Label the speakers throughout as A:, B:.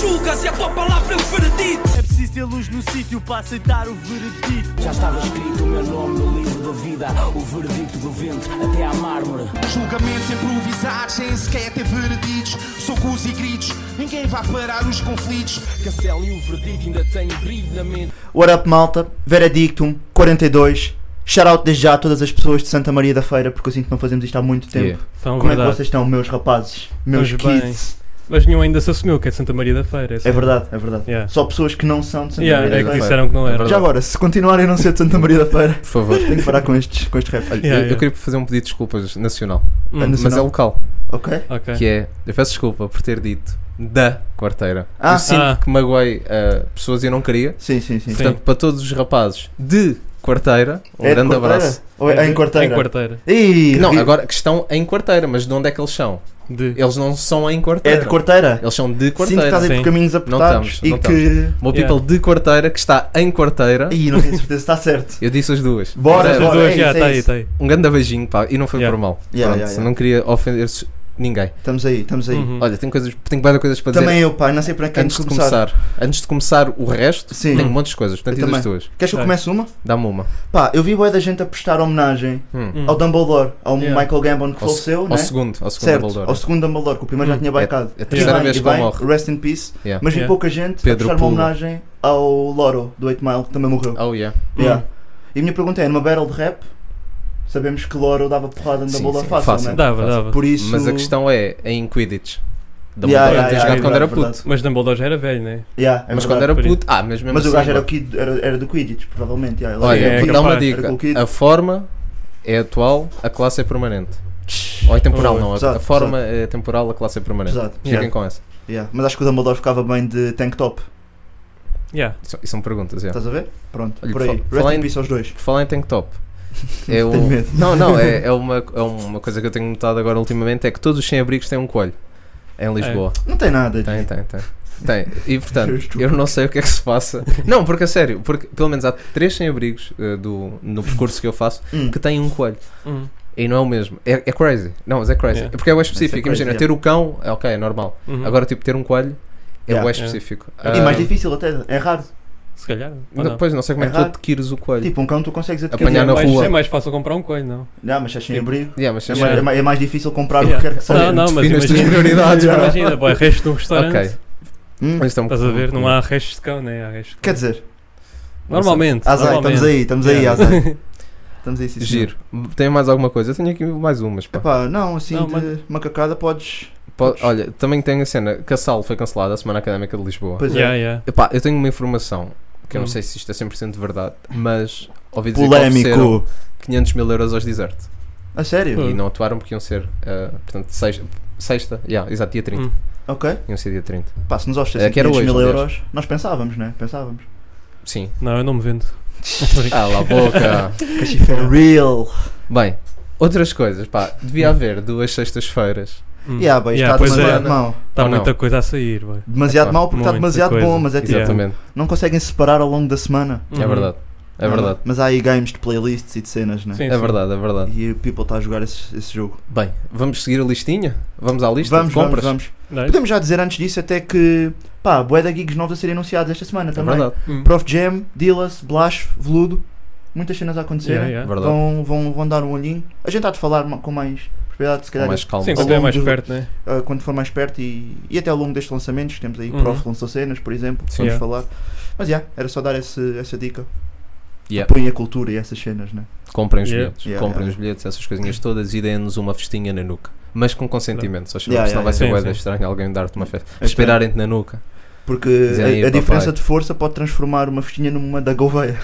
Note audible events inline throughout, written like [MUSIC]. A: julgas e a tua palavra é o veredito.
B: É preciso ter luz no sítio para aceitar o veredito.
C: Já estava escrito o meu nome no livro da vida, o veredito do vento até à mármore.
D: Julgamentos improvisados, sem sequer ter vereditos. Socos e gritos, ninguém vai parar os conflitos.
C: Castelo e o veredito ainda têm brilho na mente.
E: What up, malta? Veredictum 42. Shoutout desde já a todas as pessoas de Santa Maria da Feira, porque eu sinto que não fazemos isto há muito tempo.
F: Yeah.
B: Então,
E: Como é que
B: verdade.
E: vocês estão, meus rapazes? Meus
B: Estamos bem.
E: kids?
B: Mas nenhum ainda se assumiu que é de Santa Maria da Feira.
E: É verdade, é verdade.
B: Yeah.
E: Só pessoas que não são de Santa
B: Yeah,
E: Maria
B: é
E: da
B: que
E: Feira.
B: disseram que não era.
F: verdade.
E: Já agora, se continuarem a não ser de Santa Maria da Feira,
B: [LAUGHS]
F: Por favor.
E: tenho que parar com estes, com este rap.
F: Olha,
B: Yeah,
F: eu, eu
B: yeah.
F: queria fazer um pedido de desculpas nacional,
B: Hum,
E: Ana-
F: mas
E: Nacional.
F: é local,
E: Ok?
B: ok.
F: que é, eu peço desculpa por ter dito da quarteira.
E: Ah.
F: eu sinto
B: Ah.
F: que magoei uh, pessoas e eu não queria.
E: Sim, sim, sim.
B: Sim.
F: Portanto, para todos os rapazes de quarteira, um
E: É de
F: grande
E: quarteira?
F: abraço.
E: Ou é em
B: Em
E: quarteira?
B: quarteira.
E: Ih,
F: Não,
E: ri-
F: agora que estão em quarteira, mas de onde é que eles são?
B: De...
F: Eles não são em
E: É
F: quarteira.
E: de quarteira?
F: Eles são de
E: Sinto que
F: quarteira.
E: estás aí
B: Sim.
E: por caminhos apertados
F: estamos,
E: e
F: não
E: que.
F: Uma
B: Yeah.
F: people de quarteira que está em quarteira.
E: Ih, não tenho certeza se está certo.
F: Eu disse as duas.
E: Bora,
F: Mas é,
B: Essas
E: bora,
B: duas,
E: é
B: já,
E: isso, é
B: tá aí,
E: isso.
B: tá aí.
F: Um grande beijinho, pá, e não foi
B: Yeah.
F: por mal. Pronto,
E: Yeah, yeah, yeah.
F: não queria ofender ninguém.
E: Estamos aí, estamos aí.
B: Uhum.
F: Olha, tenho coisas, tenho várias coisas para
E: Também
F: dizer.
E: eu, pá, não sei para quem
F: é. Antes de começar. antes de começar o resto,
E: Sim.
F: tenho um monte de coisas. Portanto,
E: Eu
F: e das
E: também.
F: tuas?
E: Queres que eu
B: Tá.
E: comece uma?
F: Dá-me uma.
E: Pá, eu vi boa da gente a prestar homenagem
F: Hum.
B: Hum.
E: ao Dumbledore, ao
B: Yeah.
E: Michael Gambon que
F: Ao, se-
E: faleceu,
F: ao
E: né?
F: segundo, ao segundo
E: certo,
F: Dumbledore.
E: ao segundo Dumbledore, que o primeiro já
B: Hum.
E: tinha baicado.
F: É a
E: E
F: terceira
E: bem,
F: vez
E: e
F: que ele
E: bem,
F: morre.
E: Rest in peace.
F: Yeah.
E: Mas vi
B: Yeah.
E: pouca gente
F: Pedro
E: a prestar uma
F: Pula.
E: homenagem ao Loro, do 8 Mile, que também morreu.
B: Ah.
F: Oh yeah.
E: Yeah. E a minha pergunta é, numa battle de rap, sabemos que Loro dava porrada no
F: Sim,
E: Dumbledore
F: sim,
E: fácil,
F: fácil.
E: né?
B: Dava, dava.
E: Por isso...
F: Mas a questão é, é em Quidditch. Dumbledore
E: Yeah,
B: yeah,
F: tem
B: yeah,
F: jogado
B: é
F: quando
E: verdade,
F: era
E: é verdade.
F: puto.
B: Mas Dumbledore já era velho, né?
E: Yeah, é
F: mas
E: verdade.
F: quando era
B: por isso.
F: puto. Ah, mas mesmo
E: Mas o
F: assim,
E: gajo era, o
F: não.
E: kid, era, era do Quidditch, provavelmente. yeah, ele
F: Olha,
E: era
B: é
F: vou
E: kid.
F: dar uma
B: capaz.
E: Era
F: dica.
E: com o kid.
F: A forma é atual, a classe é permanente. Ou é temporal,
B: Oh,
F: não. A- A
E: pesado,
F: forma é temporal, a classe é permanente.
E: Pesado.
F: Fiquem com essa.
E: Yeah. Mas acho que o Dumbledore ficava bem de tank top.
B: Yeah.
F: Isso isso são perguntas, é.
E: Estás a ver? Pronto,
F: Olha,
E: por aí.
F: fa-
E: Rest
F: falar
E: in
F: em-
E: peace aos dois.
F: Por falar em tank
E: [LAUGHS]
F: top. É
E: Tenho
F: um-
E: medo.
F: Não, não, é, é uma, é uma coisa que eu tenho notado agora ultimamente é que todos os sem-abrigos têm um coelho em Lisboa.
E: Não tem nada.
B: É.
F: Tem, tem, tem. Tem. E
E: [LAUGHS] Eu
F: portanto,
E: estou-
F: eu não sei o que é que se passa. Não, porque a sério, porque pelo menos há três sem-abrigos eh, do, no percurso que eu faço
E: Hum.
F: que têm um coelho.
E: Uhum.
B: Hum.
F: E não é o mesmo. É, é crazy. Não, mas é crazy.
B: Yeah.
F: É Porque é o
E: Isso é
F: específico.
E: crazy,
F: Imagina,
E: yeah.
F: ter o cão, é ok, é normal.
B: Uhum.
F: Agora, tipo, ter um coelho é
E: Yeah.
B: Yeah.
F: o específico.
E: E
F: Ah,
E: mais difícil até, é raro.
B: Se calhar. ou
F: não,
B: não?
F: Depois, não sei como é que tu
E: É raro.
F: adquires o coelho.
E: Tipo, um cão tu consegues adquirir.
F: Apanhar
B: É
F: na
B: mais-
F: rua.
B: É mais fácil comprar um coelho, não?
E: Não, mas estás sem abrigo.
F: Yeah, mas
E: É,
B: Yeah.
E: mais- é mais, é mais difícil comprar o
B: Yeah.
E: que quer que seja.
B: Não, não, mas
F: define as tuas
B: imagina-
F: prioridades.
E: Yeah.
F: bro.
B: Imagina, boy, restos de um restaurante.
F: Ok.
E: Hum?
F: Mas isto é um
B: Estás a ver?
F: pouco-
B: Não há restos de cão, né? Há restos. de cão.
E: Quer dizer,
B: Normalmente.
E: azai,
B: normalmente.
E: estamos aí, estamos aí,
B: Yeah.
F: [LAUGHS]
E: azai. Estamos aí, sim, senhor.
F: Giro. Tem mais alguma coisa? Eu tenho aqui mais umas. Pá.
E: Epá, não, assim
B: Não,
E: de
B: manda.
E: macacada podes.
F: Po- Olha, também tenho a cena que a SAL foi cancelada a Semana Académica de Lisboa.
E: Pois
B: Yeah,
E: é.
B: yeah.
F: Epá, eu tenho uma informação que eu não
B: Hum.
F: sei se isto é 100% verdade, mas ouvi dizer que ofereceram
E: Polémico.
F: 500 mil euros aos Desert
E: A sério?
B: Hum.
F: e não atuaram porque iam ser, ah, portanto, sexta, sexta yeah, exato, dia 30.
B: Hum.
E: Ok.
F: Iam ser dia 30.
E: Pá, se nos oferecessem
F: É que era
E: 500 mil
F: hoje,
E: euros, nós pensávamos, né? Pensávamos.
F: Sim.
B: Não, eu não me vendo.
E: [LAUGHS]
F: Ah, lá, boca.
E: For real.
F: Bem, outras coisas, pá, devia haver duas sextas-feiras.
B: Hum.
E: [LAUGHS] Yeah, bem,
B: Yeah,
E: está
B: pois
E: demasiado
F: é.
E: mau.
B: Está
F: Ou não?
B: muita coisa a sair, boy.
E: Demasiado
F: Epá,
E: mau porque está
B: muita
E: demasiado
B: coisa.
E: bom, mas é tipo,
B: Yeah.
F: Exatamente.
E: não conseguem separar ao longo da semana.
G: Uhum.
B: Uhum.
F: É verdade. É
E: Não,
F: verdade.
E: Mas há aí games de playlists e de cenas, né?
B: Sim,
F: É
B: sim.
F: verdade, é verdade.
E: E o people está a jogar esse, esse jogo.
F: Bem, vamos seguir a listinha? Vamos à lista
E: Vamos,
F: de compras?
E: vamos, vamos.
B: Não é?
E: Podemos já dizer antes disso até que, pá, bué da gigs novos a serem anunciados esta semana
F: É
E: também.
F: verdade.
B: Hum.
E: Prof Jam, Dillas, Blash, Veludo, muitas cenas a acontecer.
B: Uhum. Yeah,
F: É
B: yeah.
F: verdade.
E: Vão, vão, vão dar um olhinho. A gente há de falar ma- com mais propriedade, se
F: Com
E: calhar,
F: mais calma.
B: Sim,
E: Ao
B: quando é
E: longo
B: mais
E: do-
B: perto, né?
E: ah, quando for mais perto e, e até ao longo destes lançamentos, que temos aí
B: Uhum.
E: Prof lançou cenas, por exemplo,
F: Sim.
E: vamos
B: Yeah.
E: falar. Mas já, era só dar esse- essa dica.
F: Yeah.
E: Põe a cultura e essas cenas, né?
F: Comprem os
B: Yeah.
F: bilhetes,
E: Yeah,
F: comprem
E: yeah.
F: os bilhetes, essas coisinhas todas e deem-nos uma festinha na nuca. Mas com consentimento, só
E: Yeah,
F: yeah, senão vai
E: yeah, yeah.
F: ser
B: Sim,
F: bué da
B: sim.
F: estranho alguém dar-te uma festa.
E: É estranho.
F: Esperarem-te na nuca.
E: Porque
F: Dizem é aí,
E: a, a
F: papai.
E: diferença de força pode transformar uma festinha numa
F: [LAUGHS]
E: da Gouveia.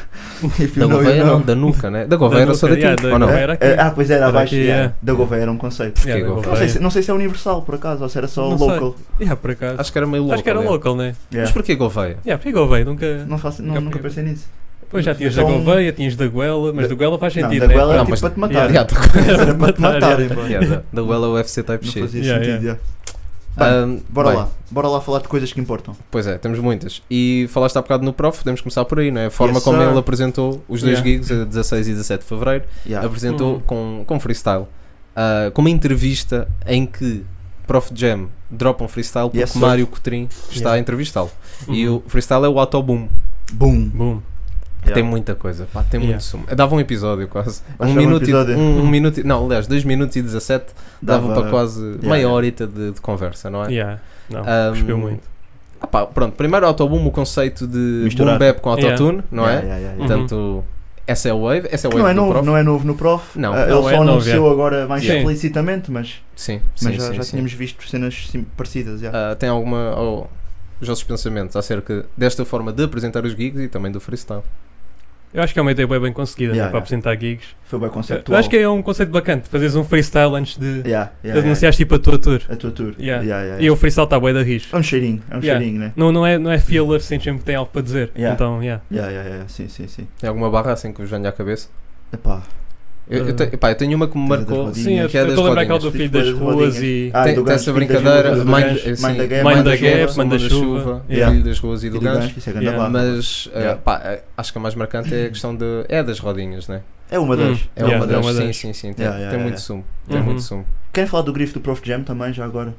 E: If
F: Da
E: [LAUGHS] you know, you
F: Gouveia
E: know.
F: não, da nuca, né? Da Gouveia era só
B: nuca,
F: daqui,
B: yeah, da
F: ou não?
B: Gouveia. Era aqui.
E: É, ah, pois era,
B: Era
E: abaixo.
B: aqui,
E: yeah.
B: é.
E: Da Gouveia era um conceito.
F: Porquê,
B: Yeah, da
F: Gouveia?
E: Não sei, se,
B: Gouveia.
E: não sei se é universal, por acaso, ou se era só
B: Não
E: local.
B: Yeah, por acaso.
F: Acho que era meio louco.
B: Acho que era local, né?
F: Mas
E: Yeah.
F: porquê Gouveia?
B: Yeah, porque Gouveia nunca.
E: Não faço, não,
B: Nunca
E: nunca
B: peguei.
E: pensei nisso.
B: Pois já tinhas da
E: Então-
B: Gouveia, tinhas da Goela, mas
E: Da-
B: da Goela faz
E: Não,
B: sentido,
E: da
B: né?
E: Goela
F: Não,
E: era tipo
F: mas-
E: para te
F: [LAUGHS] Yeah.
E: matar.
F: Yeah, da
B: [LAUGHS]
E: Era para te matarem, pá.
F: tá yeah, da- da é Well UFC Type
E: Não
F: shit.
E: fazia
B: é, Yeah,
E: sentido, yeah.
F: Ahm,
E: Bora
F: bem,
E: lá, bora lá falar de coisas que importam.
F: Pois é, temos muitas. E falaste há bocado no prof, podemos começar por aí, não é? A forma
E: Yes,
F: como
E: sir.
F: ele apresentou os dois
B: Yeah.
F: gigs, a 16 e 17 de Fevereiro.
E: Yeah.
G: Hum.
F: apresentou
B: Uhum.
F: com, com freestyle, ah, com uma entrevista em que Prof Jam dropam freestyle porque
E: Yes, sir.
F: Mário Cotrim está a entrevistá-lo. E
G: Uhum.
F: o freestyle é o autoboom.
E: Boom.
G: Boom.
E: Yeah.
F: Tem muita coisa, pá, tem
G: Yeah. Uhum.
F: muito sumo. Dava um episódio quase.
E: Acho
F: um
E: que é um
F: minuto, e-
E: episódio.
F: um- um minuto e- não, aliás, 2 minutos e 17 dava, para quase meia
E: yeah.
F: horita de, de conversa, não é?
G: Yeah. Não,
F: Um,
G: cuspiu muito.
F: Ah pá, pronto, primeiro autoboom, o conceito de
E: Misturar.
F: boom bap com autotune, não é?
E: Yeah, yeah, yeah, yeah.
G: Uhum.
F: Portanto, essa é a wave, essa é a
E: Que
F: wave
E: Não é
F: do
E: novo,
F: prof.
E: não é novo no prof.
F: Não,
E: Ah,
F: não
E: ele
G: é
E: só
G: novo,
E: anunciou agora mais
G: Sim.
E: explicitamente, mas,
F: Sim,
E: mas
F: sim,
E: já,
F: sim,
E: já
F: sim.
E: tínhamos visto cenas sim- parecidas. Yeah.
F: Ah, tem alguma. ou os vossos pensamentos acerca desta forma de apresentar os gigs e também do freestyle.
G: Eu acho que é uma ideia bem, bem conseguida
E: Yeah,
G: né, para
E: yeah.
G: apresentar gigs.
E: Foi bem conceptual.
G: Eu acho que é um conceito bacana, fazeres um freestyle antes de
E: Yeah, yeah, É
G: de anunciares tipo a tua tour.
E: yeah. A tua tour.
G: Yeah.
E: Yeah, yeah,
G: E o
E: yeah.
G: freestyle está bué da rixe.
E: É um cheirinho, é um
G: Yeah.
E: cheirinho, né?
G: Não, não, é, não é filler, sim, sempre tem algo para dizer.
E: Yeah.
G: Então, yeah.
E: Yeah, yeah, yeah. Sim, sim, sim.
F: Tem alguma barra assim que vos venha à cabeça?
E: Epá.
F: Eu, eu,
G: Ah.
F: te- pá, eu tenho uma que me
E: Coisa das
F: marcou.
E: rodinhas.
G: Sim, eu
F: que é das
G: estou a lembrar aquela do
F: rodinhas.
G: filho
E: Tipo
G: das
E: das rodinhas.
G: ruas e.
E: Ah, e
F: tem tem
E: do gancho,
F: essa
E: filho das
F: brincadeira,
E: ruas, do
F: Mind,
E: gancho,
F: assim,
E: Mind da
G: Mind
E: Gap,
G: da
E: Chuva,
G: Gap, Mind da Chuva,
E: yeah.
F: Filho das Ruas e
E: e
F: do
E: do
F: Gancho.
E: gancho, isso é grande
G: Yeah.
E: barra.
F: Mas ah,
E: Yeah.
F: pá, ah, acho que a mais marcante é a questão de. É das rodinhas, né?
E: É uma das.
G: Hum.
F: É
G: Yeah,
F: uma
G: é
F: das.
G: uma
F: sim,
G: das.
F: sim, sim. Tem,
E: Yeah, yeah,
F: tem
E: yeah.
F: muito sumo. Tem
G: Uhum.
F: muito sumo.
E: Querem falar do grifo do Prof Jam também, já agora?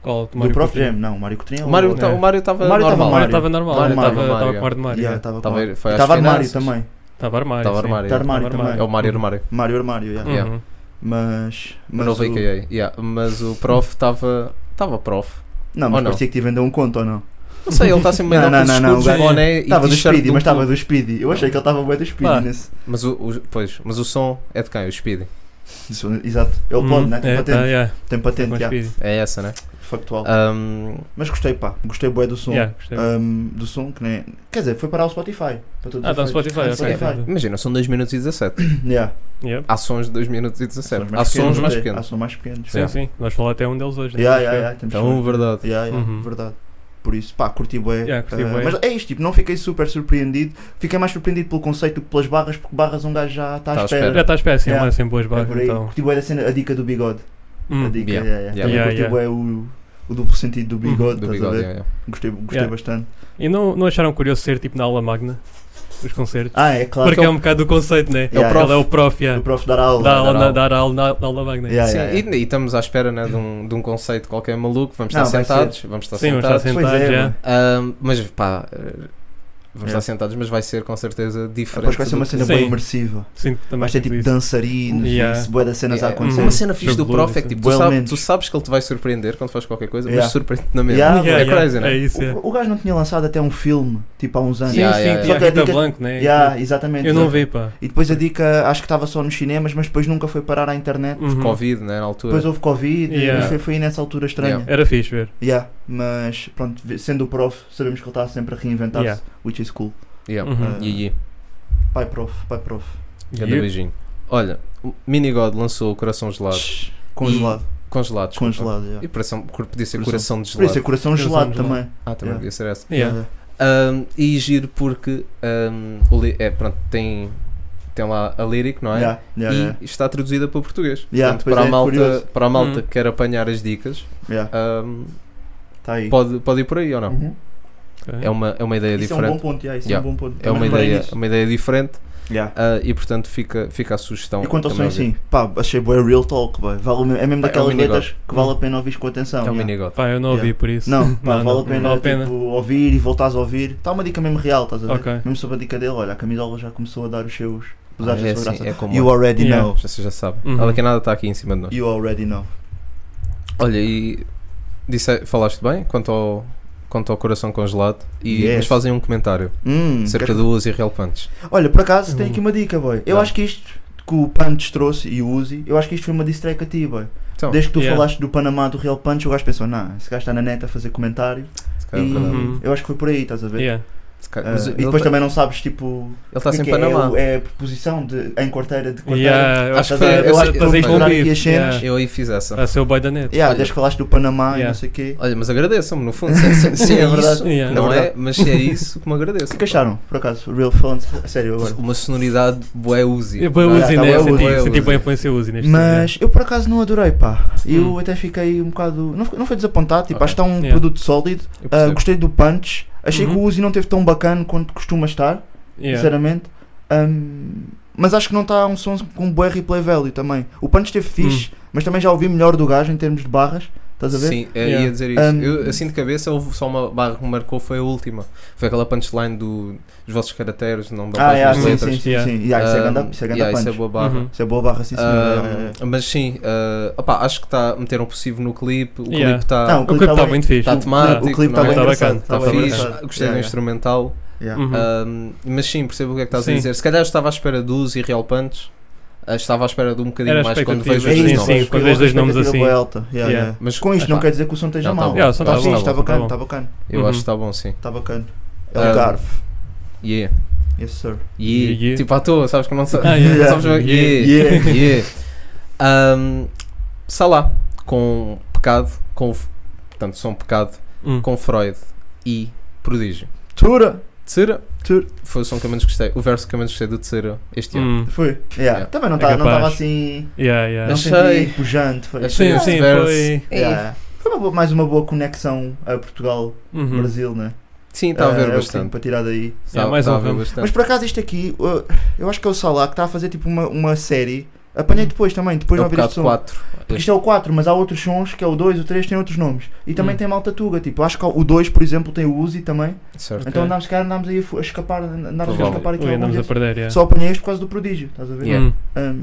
G: Qual?
E: do Prof Jam, não, o Mário Cotrinha.
F: O Mário
G: tá-
F: estava
G: o
E: né? O Mário tava
F: normal.
E: Mário.
G: estava normal,
E: Mário,
G: estava
F: Mário.
G: estava com ar de Mário.
E: Yeah,
G: yeah.
E: tava com-
F: Tava a ir- foi às
E: Tava armário
F: finanças.
E: também.
G: Estava armário.
F: Estava
G: sim.
F: armário.
E: Tá armário
G: Tava armário.
E: também.
F: É o Mário Armário.
E: Mário Armário, yeah.
F: Yeah.
G: Uhum.
E: Mas.
F: Mas
E: Mas
F: novo
E: o-
F: AKA. é. Yeah. Mas o prof estava. Estava prof.
E: Não, mas
F: Ou não?
E: parecia que te vendeu um conto ou não?
F: Não sei, ele está sempre meio
E: Não, não,
F: com os
E: não, não,
F: escudos,
E: o gajo-
F: boné e
E: Estava do
F: t-shirt
E: Speedy,
F: do
E: mas estava
F: clube.
E: do Speedy. Eu achei que ele estava bué do Speedy
G: Pá.
E: nesse.
F: Mas o, o- pois, mas o som é de quem? O Speedy.
E: Isso, Exato. Ele pode,
G: Uhum.
E: né? Tem
G: É,
E: patente.
G: tá, yeah.
E: Tem patente,
G: Com
E: já.
G: speed.
F: É essa, né?
E: Factual.
F: Ahm,
E: Mas gostei, pá. Gostei bué do som.
G: Yeah, gostei.
E: Ahm, do som, que nem. Quer dizer, foi parar o Spotify. Para todos
G: Ah,
E: os
G: tá no
E: efeitos.
G: Spotify,
E: Tá no
G: ok.
E: Spotify.
F: imagina, são 2 minutos e 17.
E: Yeah.
G: Yep.
F: Há sons de 2 minutos e
E: Sons
F: 17.
E: mais
F: Há sons
E: pequenos,
F: mais
E: ok. Há
F: pequenos.
E: sons mais pequenos.
G: Sim, sim. Nós falar até um deles hoje. né?
E: Yeah, yeah, yeah, temos
F: Então,
E: sons.
F: verdade.
E: Yeah, yeah,
G: Uhum.
E: verdade. Por isso, pá, curti bué.
G: Yeah, curti
E: Eh,
G: bué.
E: Mas é isto, tipo, não fiquei super surpreendido. Fiquei mais surpreendido pelo conceito do que pelas barras, porque barras um gajo já está
F: Tá à
E: à
F: espera.
G: Já
E: espera.
G: estás péssimo,
E: Yeah.
G: yeah. sem boas
E: É
G: barras.
E: por aí. É
G: Então.
E: Curti bué da cena, a dica do bigode.
G: Hum.
E: A dica,
F: Yeah,
E: yeah, yeah.
F: yeah.
E: Também
G: Yeah,
E: curti
G: yeah.
E: bué o, o duplo sentido do bigode,
F: Do
E: estás
F: bigode,
E: a ver?
F: yeah, yeah.
E: Gostei, gostei
G: Yeah.
E: bastante.
G: E não, não acharam curioso ser tipo na aula magna? Os concertos?
E: Ah, é claro.
G: Porque é um bocado do conceito, né?
E: Yeah,
G: Ele é o prof,
E: o
G: yeah.
E: prof dar aula.
G: Dar aula, né?
F: dar aula.
G: na- dar aula na, na aula magna.
E: Yeah,
F: Sim,
E: yeah, yeah.
F: E, e estamos à espera né, de, um, de um conceito qualquer maluco. Vamos estar
E: Não, vai
F: sentados. Vamos estar
G: Sim, vamos estar
F: sentados.
E: Pois
G: sentados,
E: é,
G: yeah.
E: mano.
F: Ahm, mas pá, eh, vamos
E: Yeah.
F: estar sentados, mas vai ser com certeza diferente.
E: Depois vai ser uma
F: do-
E: cena
G: Sim.
E: bem imersiva.
G: Sim, também.
E: Mas
G: sinto
E: tem tipo
G: isso.
E: dançarinos
G: Yeah.
E: e isso, bué das cenas a
F: Yeah.
E: acontecer.
F: Uma cena fixe do
G: Turbulência.
F: prof é que tipo, tu,
E: Well
F: sabe-
E: meant.
F: tu sabes que ele te vai surpreender quando faz qualquer coisa,
E: Yeah.
F: mas surpreende na mesma.
E: Yeah,
G: Yeah,
F: é
G: yeah,
F: crazy, né?
G: É isso, yeah.
E: O, o gajo não tinha lançado até um filme, tipo há uns anos.
G: Sim,
F: Yeah,
G: sim,
F: yeah,
G: tinha
E: yeah.
G: a Rita
E: Só que a
G: Blanco, né?
E: Yeah, exatamente.
G: Eu não vi, pá.
E: E depois a dica, acho que estava só nos cinemas, mas depois nunca foi parar à internet.
G: Uhum.
F: Covid, né, na altura.
E: Depois houve Covid,
G: Yeah.
E: mas foi, foi aí nessa altura estranha.
G: Era fixe ver.
E: Yeah. Mas pronto, vi- sendo o prof, sabemos que ele está sempre a reinventar-se,
G: Yeah.
E: which is cool.
F: Yeah.
G: Uhum.
E: Ah.
F: Yee, yee.
E: Pai prof, pai prof.
F: Grande beijinho. Olha, o Minigod lançou o Coração Gelado.
E: Shhh, Congelado,
F: Congelado. desculpa.
E: congelado, yeah.
F: E coração, cor- podia ser
E: Coração.
F: coração de
E: Por
F: gelado.
E: isso é coração
G: Coração
E: gelado
G: gelado.
E: também.
F: Ah, também
E: Yeah.
F: podia ser essa.
G: Yeah.
E: Yeah.
F: Ahm, e giro porque ahm, o li- é, pronto, tem, tem lá a lyric, não é?
E: Yeah, yeah,
F: e
E: yeah,
F: está traduzida para português.
E: Yeah,
F: Portanto,
E: pois
F: para, a
E: é,
F: malta,
E: curioso.
F: para a malta
G: Hum.
F: que quer apanhar as dicas,
E: yeah.
F: ahm,
E: Tá aí.
F: pode, pode ir por aí ou não?
E: Uhum.
F: É, uma, é uma ideia
E: Isso é um bom
F: diferente.
E: ponto, yeah, isso
F: Yeah.
E: é um bom ponto.
F: É uma
E: Também reparei
F: ideia,
E: nisso.
F: uma ideia diferente
E: Yeah.
F: ah, e portanto fica, fica a sugestão.
E: E quanto ao som
F: também
E: em si, pá, achei boa real talk, boy. Vale, mesmo- é mesmo
F: Pá, é um
E: daquelas
F: minigolf.
E: letras que vale a pena ouvir com atenção.
F: É um
E: yeah.
F: minigod.
G: Pá, eu não ouvi
E: Yeah.
G: por isso.
E: Não, pá, vale a pena,
G: Vale a pena.
E: Tipo, ouvir e voltares a ouvir. Está uma dica mesmo real, estás a ver?
G: Ok.
E: Mesmo sobre a dica dele, olha, a camisola já começou a dar os seus. Os
F: Ah,
E: ares da
F: é,
E: sua
F: assim,
E: graça.
F: é como
E: You already
G: Yeah.
E: know.
F: Vocês já sabem.
G: Uhum.
F: Ela que é nada está aqui em cima de nós.
E: You already know.
F: Olha, e disse, falaste bem quanto ao, quanto ao coração congelado, e,
E: Yes.
F: mas fazem um comentário
E: Hum,
F: acerca
E: queres-
F: do Uzi Real Punch.
E: Olha, por acaso
G: Hum.
E: tem aqui uma dica, boy. Eu
F: Dá.
E: acho que isto que o Punch trouxe e o Uzi, eu acho que isto foi uma distrack a ti, boy.
F: Então,
E: Desde que tu
G: Oh, Yeah.
E: falaste do Panamá do Real Punch, o gajo pensou, não, esse gajo está na neta a fazer comentário.
F: se calhar é
E: e
F: verdade.
G: Uhum.
E: eu acho que foi por aí, estás a ver?
G: Yeah.
F: Se calhar-
E: Ah,
F: mas
E: e
F: ele
E: depois
F: tá-
E: também não sabes, tipo,
F: ele está
E: o que
F: sempre
E: é,
F: a namar.
E: é, é a preposição de, em quarteira de quarteira.
G: Yeah, eu
F: Acho
G: acho
F: que
G: que
F: foi- eu
G: eu
F: acho que
G: acho
F: foi
G: fazer
F: misturar
E: aqui as
G: convite.
E: cenas.
G: yeah.
F: Eu aí fiz essa.
G: A ser o boy da net.
E: Yeah,
F: Olha.
E: desde que falaste do Panamá e
G: Yeah.
E: não sei o quê.
F: Olha, mas agradeçam-me no
E: [LAUGHS]
F: fundo. Se, se- se é
E: É verdade.
F: isso,
G: Yeah.
F: não
E: É
F: é?
E: verdade.
F: Mas se é isso que me agradeço.
E: O que acharam, por acaso? Real Font, a sério agora.
F: Uma sonoridade bué Uzi.
G: É boa
E: Ah,
G: Uzi,
E: tá,
G: né?
E: boa
G: Senti-
E: Uzi,
F: boa
G: Senti
F: Uzi.
G: boa influência Uzi neste
E: Mas eu por acaso não adorei, pá. Eu
G: Hum.
E: até fiquei um bocado. Não, foi- não foi desapontado, tipo,
F: Ok.
E: acho que está um
G: Yeah.
E: produto sólido.
F: Eu
E: Ah,
F: percebo.
E: gostei do Punch. Achei que
G: Uhum.
E: o Uzi não teve tão bacana quanto costuma estar,
G: Yeah. É
E: sinceramente. Ahm, mas acho que não está um som com um bom replay value também. O Punch esteve fixe, mas também já ouvi melhor do gajo em termos de barras. Estás a ver?
F: Hum. Sim, é,
G: Yeah.
F: ia dizer isso.
E: Um,
F: eu, assim de cabeça, houve só uma barra que me marcou, foi a última. Foi aquela punchline do, dos vossos caracteres, não dão
E: Ah,
F: para
E: yeah,
F: as
E: sim,
F: letras.
E: sim, sim,
G: Yeah.
E: sim. Yeah, isso é ganda, isso é
F: Ah,
E: ganda
F: yeah,
E: punch.
F: isso é boa barra.
G: Uhum.
E: Isso é boa barra, sim, sim.
F: Ah, mas sim, ah, opá, acho que está a meter um possível no clipe. O
G: Yeah.
F: clipe está
E: Não,
G: O clipe
E: tá
G: está
E: bem-
G: um muito fixe.
F: tá temático.
E: o clipe
F: não
E: está
F: é?
E: bem
G: Tá
E: engraçado.
G: bacana,
E: tá
G: tá
E: bem
F: fixe,
E: engraçado.
F: Gostei
E: Yeah,
F: do
E: yeah.
F: instrumental.
E: Yeah.
G: Uhum.
F: Ahm, mas sim, percebo o que é que estás a
G: Sim.
F: dizer. Se calhar eu estava à espera do Uzi e Real Punch. Ah, Estava à espera de um bocadinho
G: Era
F: mais quando
G: expectativa,
F: vejo
E: É
F: os
G: sim,
F: dois
E: isso,
F: nomes.
G: sim.
E: ficou
G: quando vês dois
E: uma
G: nomes
E: expectativa
G: assim.
E: bué alta. Yeah,
G: Yeah.
E: yeah.
F: Mas
E: Com isto não
F: epá,
E: quer dizer que o som esteja
F: Não, tá
E: mau.
F: bom.
G: Yeah, o som
E: Tá
G: tá
E: fixe,
G: bom,
E: tá
G: tá bom.
E: bacana, tá bacana.
F: Eu
G: Uhum.
F: acho que está bom, sim.
E: Tá bacana. É
F: Ah.
E: o Garf.
F: Yeah.
E: Yes, sir.
F: Yeah.
G: Yeah, yeah.
F: Tipo à toa, sabes que eu [LAUGHS] não sei.
G: Ah,
E: yeah.
F: sabes, yeah.
E: Yeah.
F: Yeah. Ahm, Salah, com pecado, com. Portanto, som pecado,
G: Hum.
F: com Freud e prodígio.
E: Tura!
F: Tsira
E: Tsura.
F: foi o som que eu menos gostei, o verso que eu menos gostei do Tsira este ano.
G: Hum.
E: Foi. Yeah.
F: Yeah.
E: Também não
G: É
E: estava
G: capaz. É.
E: assim.
G: Yeah, yeah.
E: Não
F: Achei-
E: senti pujante. Foi,
F: Achei
G: É Sim,
F: esse
G: sim,
F: verso.
G: foi.
C: É
E: Yeah. Foi uma boa- mais uma boa conexão a Portugal-Brasil,
G: Uhum.
E: né?
F: Sim, está tá a
E: Ah, é o
F: ver
E: que tenho
F: bastante.
E: Para tirar daí.
G: É,
F: Tá-
G: mais
F: tá
G: um
F: a ver
G: ramo.
E: Mas
F: bastante.
E: por acaso isto aqui, eu, eu acho que é o Salah que está a fazer tipo uma, uma série. Apanhei depois também,
F: É
E: depois não
F: o
E: ouvir este
F: bocado
E: som.
F: 4.
E: Porque isto é o 4, mas há outros sons que é o 2, o 3 tem outros nomes. E também
G: Hum.
E: tem malta tuga, tipo, acho que o 2, por exemplo, tem o Uzi também.
F: Certo.
E: Então andámos, cara, andámos aí a fu- a escapar, andámos a
F: Provável.
E: escapar aqui
G: Ui, Hum,
E: algum
G: andamos a
E: desses.
G: perder, yeah.
E: Só apanhei este por causa do prodígio, estás a ver?
F: Yeah.
G: Hum.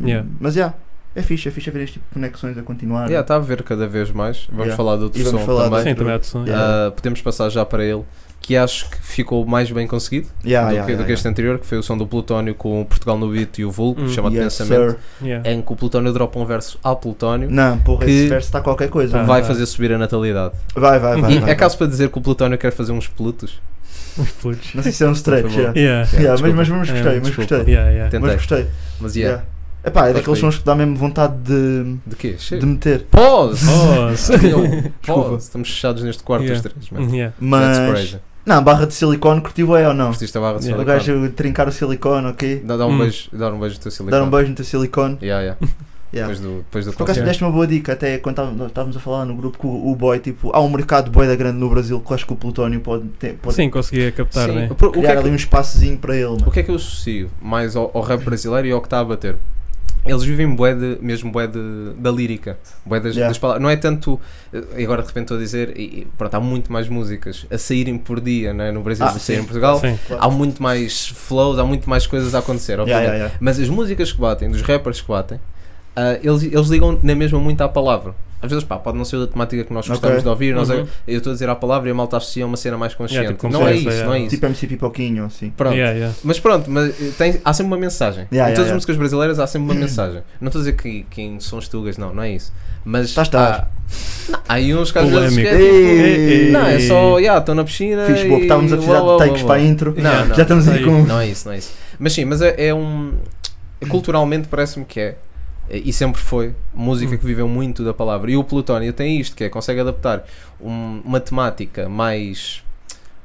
E: Um,
G: Yeah.
E: Mas já, é fixe, é fixe haver este tipo de conexões a continuar.
F: Yeah, Está a ver cada vez mais. Vamos
E: Yeah.
F: falar de outro
E: E vamos
F: som
E: falar
F: também.
E: do-
G: Sim, também há de som.
E: Yeah.
F: Ah, podemos passar já para ele, que acho que ficou mais bem conseguido
E: Yeah,
F: do,
E: yeah,
F: que, do
E: yeah,
F: que este anterior, que foi o som do Plutónio com o Portugal no beat e o Vulco,
G: Hum.
F: chamado
E: Yes,
F: Pensamento,
E: sir.
G: Yeah.
E: É
F: em que o Plutónio dropa um verso ao Plutónio,
E: Não, porra,
F: Que-
E: esse verso está qualquer coisa.
G: Tá.
E: mano.
F: vai fazer subir a natalidade.
E: Vai, vai, vai.
F: e
E: vai,
F: [LAUGHS] é caso para dizer que o Plutónio quer fazer uns plutos?
G: Os putos.
E: vai. Não sei se é um
F: Por
E: stretch,
F: favor.
G: Yeah.
E: yeah. Yeah,
F: desculpa.
E: mas, mas, mas
G: É,
E: gostei, mas
F: desculpa.
E: gostei.
G: Yeah, yeah.
F: Tentei,
E: Mas gostei.
F: mas yeah.
E: Yeah. Epá, é
F: Faz
E: daqueles
F: para aí.
E: sons que dá mesmo vontade de,
F: De quê?
E: de meter.
F: Pause! Pause!
G: Oh,
E: [LAUGHS] Desculpa. Uhum.
F: Estamos fechados neste quarto
G: Yeah.
F: os três, mano.
G: sim. yeah.
F: That's
E: Mas.
F: crazy.
E: Não, barra de silicone curtiu é ou não?
F: Curtiste a barra de
G: Yeah.
E: O
F: silicone?
E: gajo trincar o silicone, ok?
F: Dá, dá um
G: Hum.
F: beijo, dar um beijo no teu silicone.
E: Dar um beijo no teu silicone.
F: Yeah, yeah.
E: [LAUGHS] Yeah.
F: Depois do, depois do
E: Por acaso
F: concerto.
E: me deste uma boa dica, até quando tava- estávamos a falar no grupo que o, o boy, tipo, há um mercado boy da grande no Brasil que eu acho que o Plutónio pode, ter, pode
G: Oh, [LAUGHS] Sim, conseguia captar,
F: Sim,
G: né?
F: o- o que
E: criar
F: é que-
E: ali um espaçozinho para ele, mano.
F: O que é que eu associo mais ao, ao rap brasileiro e ao que está a bater? Eles vivem bué de, mesmo bué de, da lírica, bué das,
E: Yeah.
F: das palavras. Não é tanto, eh, agora de repente estou a dizer, e, e, pronto, há muito mais músicas a saírem por dia não é? no Brasil
E: Ah,
F: do que a sair
E: sim.
F: em Portugal.
G: Sim.
F: Há muito mais flows, há muito mais coisas a acontecer,
E: Yeah,
F: obviamente.
E: yeah, yeah.
F: Mas as músicas que batem, dos rappers que batem, ah, eles, eles ligam na mesma muito à palavra. Às vezes, pá, pode não ser da temática que nós
E: Ok.
F: gostamos de ouvir, nós,
G: Uhum.
F: eu estou a dizer à palavra e a malta associa a uma cena mais consciente.
G: tipo, como
F: não é
G: se
F: isso,
G: fosse,
F: não é
G: yeah.
F: isso.
E: Tipo MC Pipoquinho, assim.
F: Pronto.
G: Yeah, yeah.
F: Mas pronto, mas eh, tem, há sempre uma mensagem.
E: Yeah,
F: em
E: yeah,
F: todas as
E: yeah.
F: músicas brasileiras há
E: [CLEARS THROAT]
F: sempre uma mensagem. Não estou a dizer que, que em sons tugas, não, não é isso. Mas
E: Tá, tá.
F: há- não, há aí uns que às vezes
G: Polémico.
F: que é tipo,
E: Ei,
F: Não, é só, yeah, estou na piscina.
E: Fixe,
F: e-
E: boa, estávamos a precisar
F: uau,
E: de takes
F: uau,
E: para a
F: uau.
E: intro.
F: Não, não,
E: Já estamos aí
G: Aí.
E: com. um
F: Não é isso, não é isso. Mas sim, mas é, é um. Culturalmente parece-me que é. E sempre foi música
E: Hum.
F: que viveu muito da palavra. E o Plutónio tem isto, que é consegue adaptar um- uma temática mais.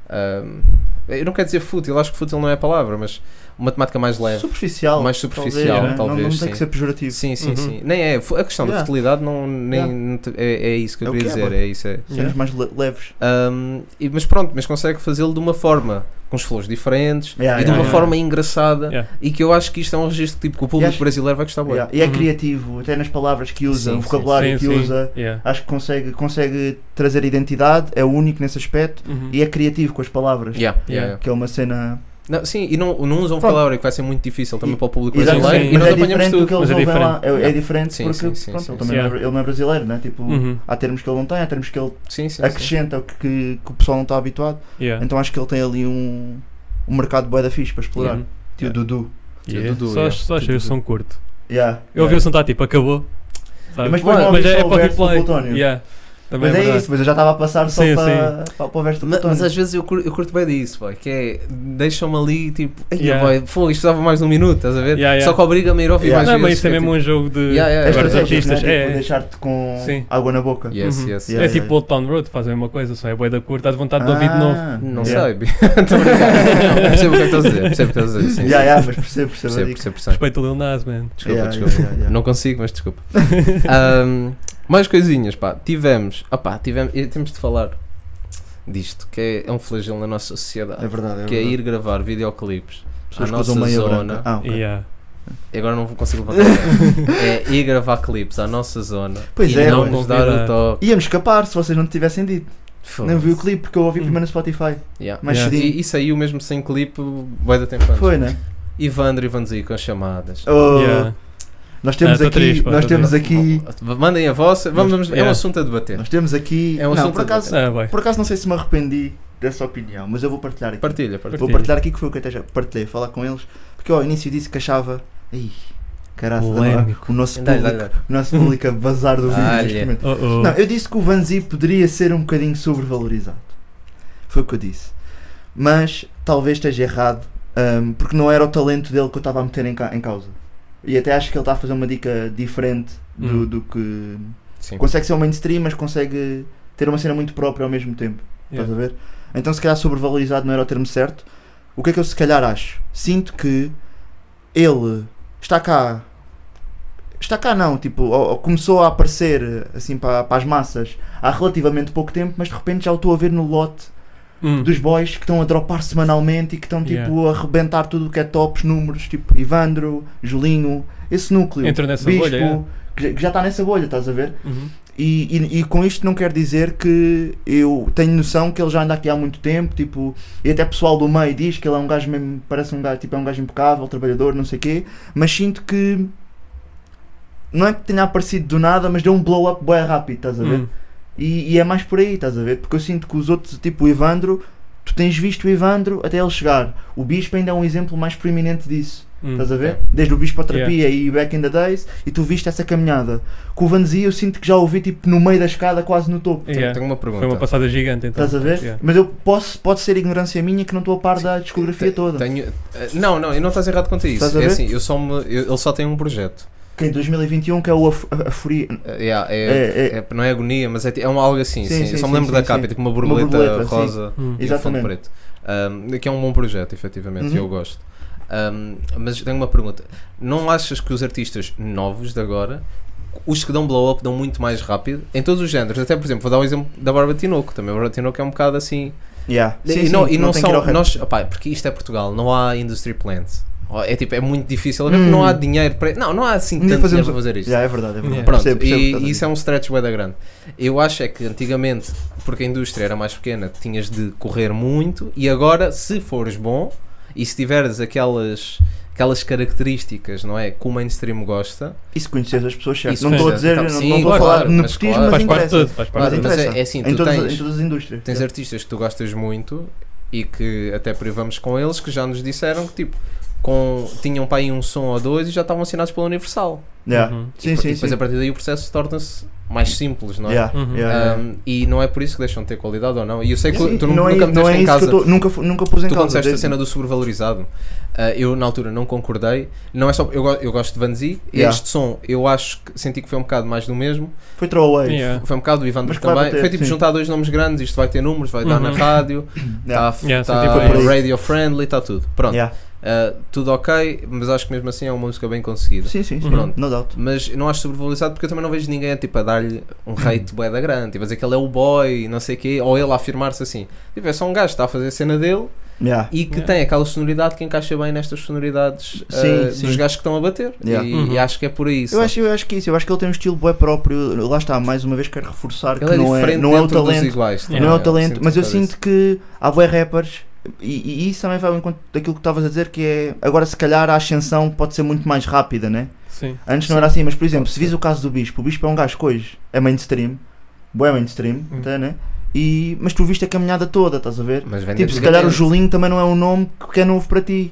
F: ahm, eu não quero dizer fútil, acho que fútil não é a palavra, mas uma temática mais leve.
E: Superficial.
F: Mais superficial,
E: né? Não-
F: talvez,
E: Não, tem
F: sim.
E: que ser pejorativo.
F: Sim, sim,
G: Uhum.
F: sim. Nem é. fu- A questão da
E: Yeah.
F: fertilidade não, nem,
E: Yeah.
F: não te- é, é isso que eu
E: É o
F: queria
E: que é,
F: dizer.
E: mano.
F: É isso. É.
E: Cenas mais le- leves.
F: Ahm, e- mas pronto, mas consegue fazê-lo de uma forma, com os flows diferentes
E: Yeah,
F: e de
E: yeah,
F: uma
G: yeah.
F: forma engraçada.
G: Yeah.
F: E que eu acho que isto é um registro tipo, que o público
E: acho-
F: brasileiro vai gostar. bué.
E: Yeah. E é
G: Uhum.
E: criativo, até nas palavras que usa,
F: Sim,
E: o
F: sim,
E: vocabulário
G: Sim,
E: que
G: sim.
E: usa.
G: Yeah.
E: Acho que consegue, consegue trazer identidade, é único nesse aspecto
G: Uhum.
E: e é criativo com as palavras.
F: Yeah,
G: Yeah.
F: yeah, yeah.
E: Que é uma cena.
F: Não, sim, e não, não usam
E: Pronto.
F: palavra que vai ser muito difícil também
E: E-
F: para o público
G: Exato,
F: brasileiro.
G: sim.
F: E
E: mas
F: nós
E: é
F: apanhamos
E: diferente do
F: tudo.
E: que eles
G: Mas é
E: ouvem lá. É, é
F: Yeah.
E: diferente
F: Sim,
E: porque
F: sim, sim, sim,
E: pronto, ele,
F: sim.
E: também não é-
G: Yeah.
E: ele não é brasileiro, né? tipo,
G: Uhum.
E: há termos que ele não tem, há termos que ele
F: Sim, sim, sim.
E: acrescenta que, que, que o pessoal não está habituado.
G: Yeah.
E: Então acho que ele tem ali um, um mercado bué da fixe para explorar.
G: Uhum. Yeah.
E: Tio Dudu.
F: Tio
G: Yeah.
F: Dudu,
G: Só,
F: yeah.
G: só achei o som um curto.
E: Yeah.
G: Eu ouvi o som, tá tipo, acabou. Sabe? é
E: Mas depois não ouvi só o verso do Plutónio.
G: Yeah. Também
E: Mas
G: é
E: é
G: verdade.
E: isso, mas eu já estava a passar só
G: Sim,
E: para, para, para o verso do
F: Ma- Mas
E: Plutónio.
F: às vezes eu curto, eu curto bem disso, boy, que é deixam-me ali tipo, ei,
G: Yeah.
F: boy, pô, isto dava mais de um minuto, estás a ver?
G: Yeah, yeah.
F: Só que obriga-me a ir ouvir
E: Yeah.
F: mais
G: Não, mas
F: vezes.
G: isso é
F: que
G: mesmo um jogo de
F: Yeah, yeah,
E: É
F: yeah.
G: vários
E: estratégias, né?
G: artistas.
E: Tipo,
G: É,
E: deixar-te com
G: Sim.
E: água na boca.
F: tipo, Yes,
G: Uhum.
F: yes.
E: Yeah.
G: é tipo Old Town Road, fazem uma coisa, só é boi da curta, dá vontade de ouvir de novo.
E: Ah,
F: Não
E: yeah.
F: sei. [LAUGHS] Estou a brincar. Não, Percebo o que é que estás a dizer. Percebo o que estás a dizer. Sim,
E: Yeah,
F: sim.
E: yeah, mas percebo, percebo. a
F: Percebo,
E: dica.
F: percebo, percebo.
G: Respeito o Lil Nas, man.
F: Desculpa,
E: Yeah,
F: desculpa.
E: yeah, yeah.
F: Não consigo, mas desculpa. [LAUGHS] Ahm, mais coisinhas, pá. Tivemos, ah pá, tivemos, e temos de falar disto, que é, é um flagelo na nossa sociedade.
E: É verdade, é
F: que é
E: verdade.
F: ir gravar videoclipes à
E: Pessoas que
F: nossa
E: usam meia
F: zona.
E: branca. Ah, ok.
G: Yeah.
F: E agora não consigo
E: [LAUGHS]
F: levantar. é ir gravar clipes à nossa zona
E: Pois
F: e
E: é,
F: não
E: mas-
F: nos dar o
G: convida-
F: toque.
E: Íamos escapar se vocês não tivessem dito. Não vi o clipe porque eu
G: Hum.
E: ouvi primeiro no Spotify.
F: Yeah.
E: mais
F: Yeah.
E: cedinho.
F: E, e saiu mesmo sem clipe, bué da tempo antes.
E: Foi, né?
F: Ivandro e Vanzico com as chamadas.
E: Oh,
G: Yeah.
E: Nós temos
G: Ah, tô
E: aqui.
G: triste, pá,
E: nós
G: tô
E: temos aqui.
F: Mandem a vossa. Vamos, vamos- É um
G: Yeah.
F: assunto a debater.
E: Nós temos aqui.
F: É um
E: não,
F: assunto
E: por acaso,
G: Ah, vai.
E: por acaso não sei se me arrependi dessa opinião, mas eu vou partilhar aqui.
F: Partilha, partilha.
E: Vou
G: Partilha.
E: partilhar aqui que foi o que eu até já partilhei, falar com eles, porque ao início disse que achava. Ih, caralho,
G: Polémico.
E: o nosso
F: Dá-lhe,
E: público,
F: dá-lhe, dá-lhe. Ah,
E: O nosso público a bazar do vídeo neste
F: Dá-lhe.
E: momento.
G: Oh, oh.
E: Não, eu disse que o Vanzi poderia ser um bocadinho sobrevalorizado. Foi o que eu disse. Mas talvez esteja errado, hum, porque não era o talento dele que eu estava a meter em, ca- em causa. E até acho que ele está a fazer uma dica diferente do,
G: Hum.
E: do que.
F: Sim.
E: Consegue ser um mainstream, mas consegue ter uma cena muito própria ao mesmo tempo. Estás
G: Yeah.
E: a ver? Então, se calhar, sobrevalorizado não era o termo certo. O que é que eu, se calhar, acho? Sinto que ele está cá. Está cá, não. Tipo, ou- ou começou a aparecer assim para, para as massas há relativamente pouco tempo, mas de repente já o estou a ver no lote
G: Hum.
E: dos boys que estão a dropar semanalmente e que estão tipo a arrebentar tudo o que é tops, números, tipo Ivandro, Julinho, esse núcleo.
G: Entra nessa
E: Bispo,
G: bolha, é.
E: que já- que já está nessa bolha, estás a ver?
G: Uhum.
E: E, e- e com isto não quer dizer que eu tenho noção que ele já anda aqui há muito tempo, tipo, e até pessoal do meio diz que ele é um gajo mesmo, parece um gajo, tipo, é um gajo impecável, trabalhador, não sei o quê, mas sinto que não é que tenha aparecido do nada, mas deu um blow up bem rápido, estás a ver?
G: Hum.
E: E, e é mais por aí, estás a ver? Porque eu sinto que os outros, tipo o Ivandro, tu tens visto o Ivandro até ele chegar. O Bispo ainda é um exemplo mais proeminente disso.
G: Hum.
E: Estás a ver? Desde o Bispoterapia e Back in the Days, e tu viste essa caminhada. Com o Vanzi, eu sinto que já ouvi tipo no meio da escada, quase no topo.
G: Yeah.
F: Tenho uma pergunta.
G: Foi uma passada gigante, então.
E: Estás a ver?
G: É. Yeah.
E: Mas eu posso, pode ser ignorância minha que não estou a par da discografia
F: Te-
E: toda.
F: tenho- eh, não, não, e não estás errado quanto a isso.
E: Estás a
F: é
E: ver?
F: assim, eu só me, eu- ele só tem um projeto.
E: Que em 2021 que é o Af- a- Aforia.
F: Eh, yeah, é,
E: É, é.
F: é- não é agonia, mas é, ti- é um, algo assim.
E: Sim,
F: sim.
E: sim,
F: eu só
E: sim,
F: me lembro
E: sim,
F: da
E: sim.
F: capa, é tipo uma borboleta,
E: borboleta, sim.
F: rosa
G: Hum.
F: e um fundo
E: Exatamente.
F: preto. Ahm, que é um bom projeto, efetivamente,
E: Uhum.
F: eu gosto. Ahm, mas tenho uma pergunta: não achas que os artistas novos de agora, os que dão blow up, dão muito mais rápido em todos os géneros? Até por exemplo, vou dar o exemplo da Bárbara Tinoco. Também a Bárbara Tinoco é um bocado assim.
E: Yeah.
F: E-
E: Sim,
F: e
E: sim,
F: não, e não
E: tem que ir ao
F: são.
E: rap.
F: Nós, opá, porque isto é Portugal, não há industry plants. Ó, É tipo, é muito difícil, é mesmo
E: Hum.
F: que não há dinheiro para. Não, não há assim
E: Nem
F: tanto dinheiro
E: fazemos-
F: para fazer isto.
E: Yeah, é verdade, é verdade.
G: Yeah.
F: Pronto,
E: Percebo, percebo o que
F: e,
E: estás a
F: e isso
E: dizer.
F: é um stretch bué da grande. Eu acho é que antigamente, porque a indústria era mais pequena, tinhas de correr muito e agora, se fores bom e se tiveres aquelas, aquelas características, não é? Que o mainstream gosta,
E: E se conheces as pessoas certas?
F: Isso
E: Não estou a
F: faz-
E: dizer,
F: então,
E: não-
F: sim,
E: não estou a
F: claro,
E: falar de
F: mas
E: nepotismo,
F: claro.
E: mas
G: Faz parte de
E: interessa.
G: tudo, faz
E: Mas
G: parte de tudo.
F: Mas é-
E: interessa.
F: é assim,
E: em,
F: tu
E: todas,
F: tens-
E: em todas as indústrias.
F: Tens artistas que tu gostas muito e que até privamos com eles que já nos disseram que tipo com, tinham para aí um som ou dois e já estavam assinados pela Universal.
E: Yeah.
G: Uhum.
F: e
E: Sim, sim,
F: Tipo, depois é
E: sim.
F: a partir daí o processo torna-se mais simples, não é?
E: Yeah,
G: Uhum.
E: yeah, yeah.
F: Um, e não é por isso que deixam de ter qualidade ou não. E eu sei que
E: Sim,
F: tu
E: não
F: nunca
E: é,
F: meteste
E: não é
F: em
E: isso que
F: casa.
E: eu tô, nunca, fu- nunca pus em
F: Tu quando
E: causa.
F: disseste a
E: desde-
F: cena do sobrevalorizado, ah, eu na altura não concordei. Não é só, eu, go- eu gosto de Vanzi e
E: Yeah.
F: este som eu acho que senti que foi um bocado mais do mesmo.
E: Foi throwaway.
G: Yeah.
F: Foi um bocado do Ivan
E: Mas que vai
F: também.
E: bater,
F: foi tipo
E: sim.
F: juntar dois nomes grandes, isto vai ter números, vai dar na
G: Uhum.
F: rádio,
E: Yeah.
F: está
G: Yeah,
F: tá
G: senti que foi por aí.
F: radio friendly, está tá tudo. Pronto,
E: Yeah.
F: Uh, tudo ok, mas acho que mesmo assim é uma música bem conseguida.
E: Sim, sim, sim.
G: Uhum.
F: Pronto.
E: No doubt.
F: Mas não acho sobrevalorizado porque eu também não vejo ninguém tipo, a dar-lhe um hate
E: [COUGHS]
F: bué da grande, tipo, a dizer que ele é o boy, não sei o quê, ou ele a afirmar-se assim. Tipo, é só um gajo que está a fazer a cena dele
E: Yeah.
F: e que
G: Yeah.
F: tem aquela sonoridade que encaixa bem nestas sonoridades uh,
E: Sim,
F: dos
E: sim.
F: gajos que estão a bater.
E: Yeah.
F: E,
G: Uhum.
F: e acho que é por aí.
E: Eu
F: só.
E: acho, eu acho que isso, eu acho que ele tem um estilo bué próprio, lá está, mais uma vez quero reforçar que
F: ele é
E: não é,
F: diferente
E: não é o
F: dentro dos
E: talento,
F: iguais.
G: Não
E: não é
F: também,
E: o talento,
F: sinto
E: mas eu
F: um bocado
E: sinto que há bué rappers e, e isso também vai ao encontro daquilo que estavas a dizer que é, agora se calhar a ascensão pode ser muito mais rápida, né?
G: Uhum. Sim.
E: Antes não era assim, mas por exemplo, se vis o caso do Bispo, o Bispo é um gajo que hoje é mainstream, bué mainstream,
G: Hum.
E: até, né? E, mas tu viste a caminhada toda, estás a ver?
F: isso. Mas vem
E: Tipo,
F: de-
E: se calhar o Julinho também não é um nome que é novo para ti.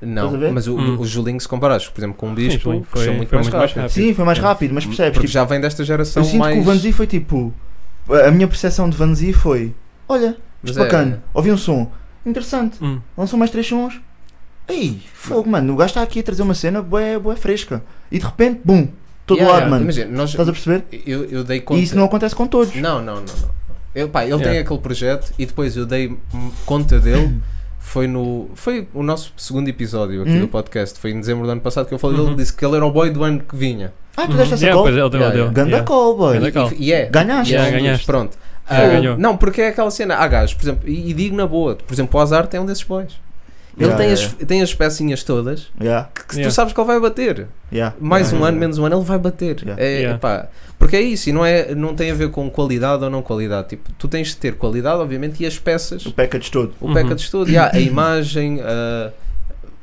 F: Não,
E: Estás a ver?
F: mas o,
G: Hum.
F: o Julinho, se comparares, por exemplo, com o Bispo,
G: Julinho foi-
F: cresceu muito,
G: foi
F: mais,
G: muito mais
F: rápido.
G: rápido.
E: Sim, foi mais
F: É.
E: rápido, mas percebes?
F: Porque
E: tipo,
F: já vem desta geração
E: eu sinto
F: mais.
E: que o Vanzi foi tipo. A minha percepção de Vanzi foi: olha,
F: Mas
E: isto
F: é-
E: bacana, ouvi um som, interessante,
G: Hum.
E: lançou mais três sons. Ei, fogo, mano, o gajo está aqui a trazer uma cena bué, bué fresca. E de repente, bum, todo
F: Yeah,
E: lado,
F: yeah,
E: mano.
F: Imagina, nós,
E: Estás a perceber?
F: eu, eu dei conta.
E: E isso não é acontece com todos.
F: Não, não, não. não. Eu, pá, ele tem
G: Yeah.
F: aquele projeto e depois eu dei hum, conta
E: [COUGHS]
F: dele. Foi no. Foi o nosso segundo episódio aqui
E: Hum.
F: do podcast. Foi em dezembro do ano passado que eu falei dele.
G: Uhum.
F: Disse que ele era o boy do ano que vinha.
E: Ah, tu deste essa
G: Yeah,
E: call?
G: pois é, ele deu,
F: Yeah,
G: deu.
F: Uhum. yeah.
E: Ganda
G: Yeah.
E: call, boy.
G: Ganda call.
F: E, e é.
E: Ganhaste.
F: E é um
G: Yeah,
F: dos-
G: ganhaste.
F: Pronto.
G: Yeah,
F: Ah,
G: ganhou.
F: Não, porque é aquela cena. Há gajos, por exemplo, e, e digo na boa, por exemplo, o Azar tem um é desses boys. Ele
E: Yeah,
F: tem,
E: yeah,
F: as, tem as pecinhas todas
E: Yeah,
F: que
G: Yeah.
F: tu sabes que ele vai bater.
E: yeah.
F: Mais
E: Yeah,
F: um
E: yeah,
F: ano, menos um ano, ele vai bater.
E: Yeah.
F: É,
G: Yeah.
F: pá, porque é isso, e não, é, não tem a ver com qualidade ou não qualidade. Tipo, tu tens de ter qualidade, obviamente, e as peças,
E: O package todo.
F: o
G: Uhum.
F: package todo. Yeah, a imagem, a-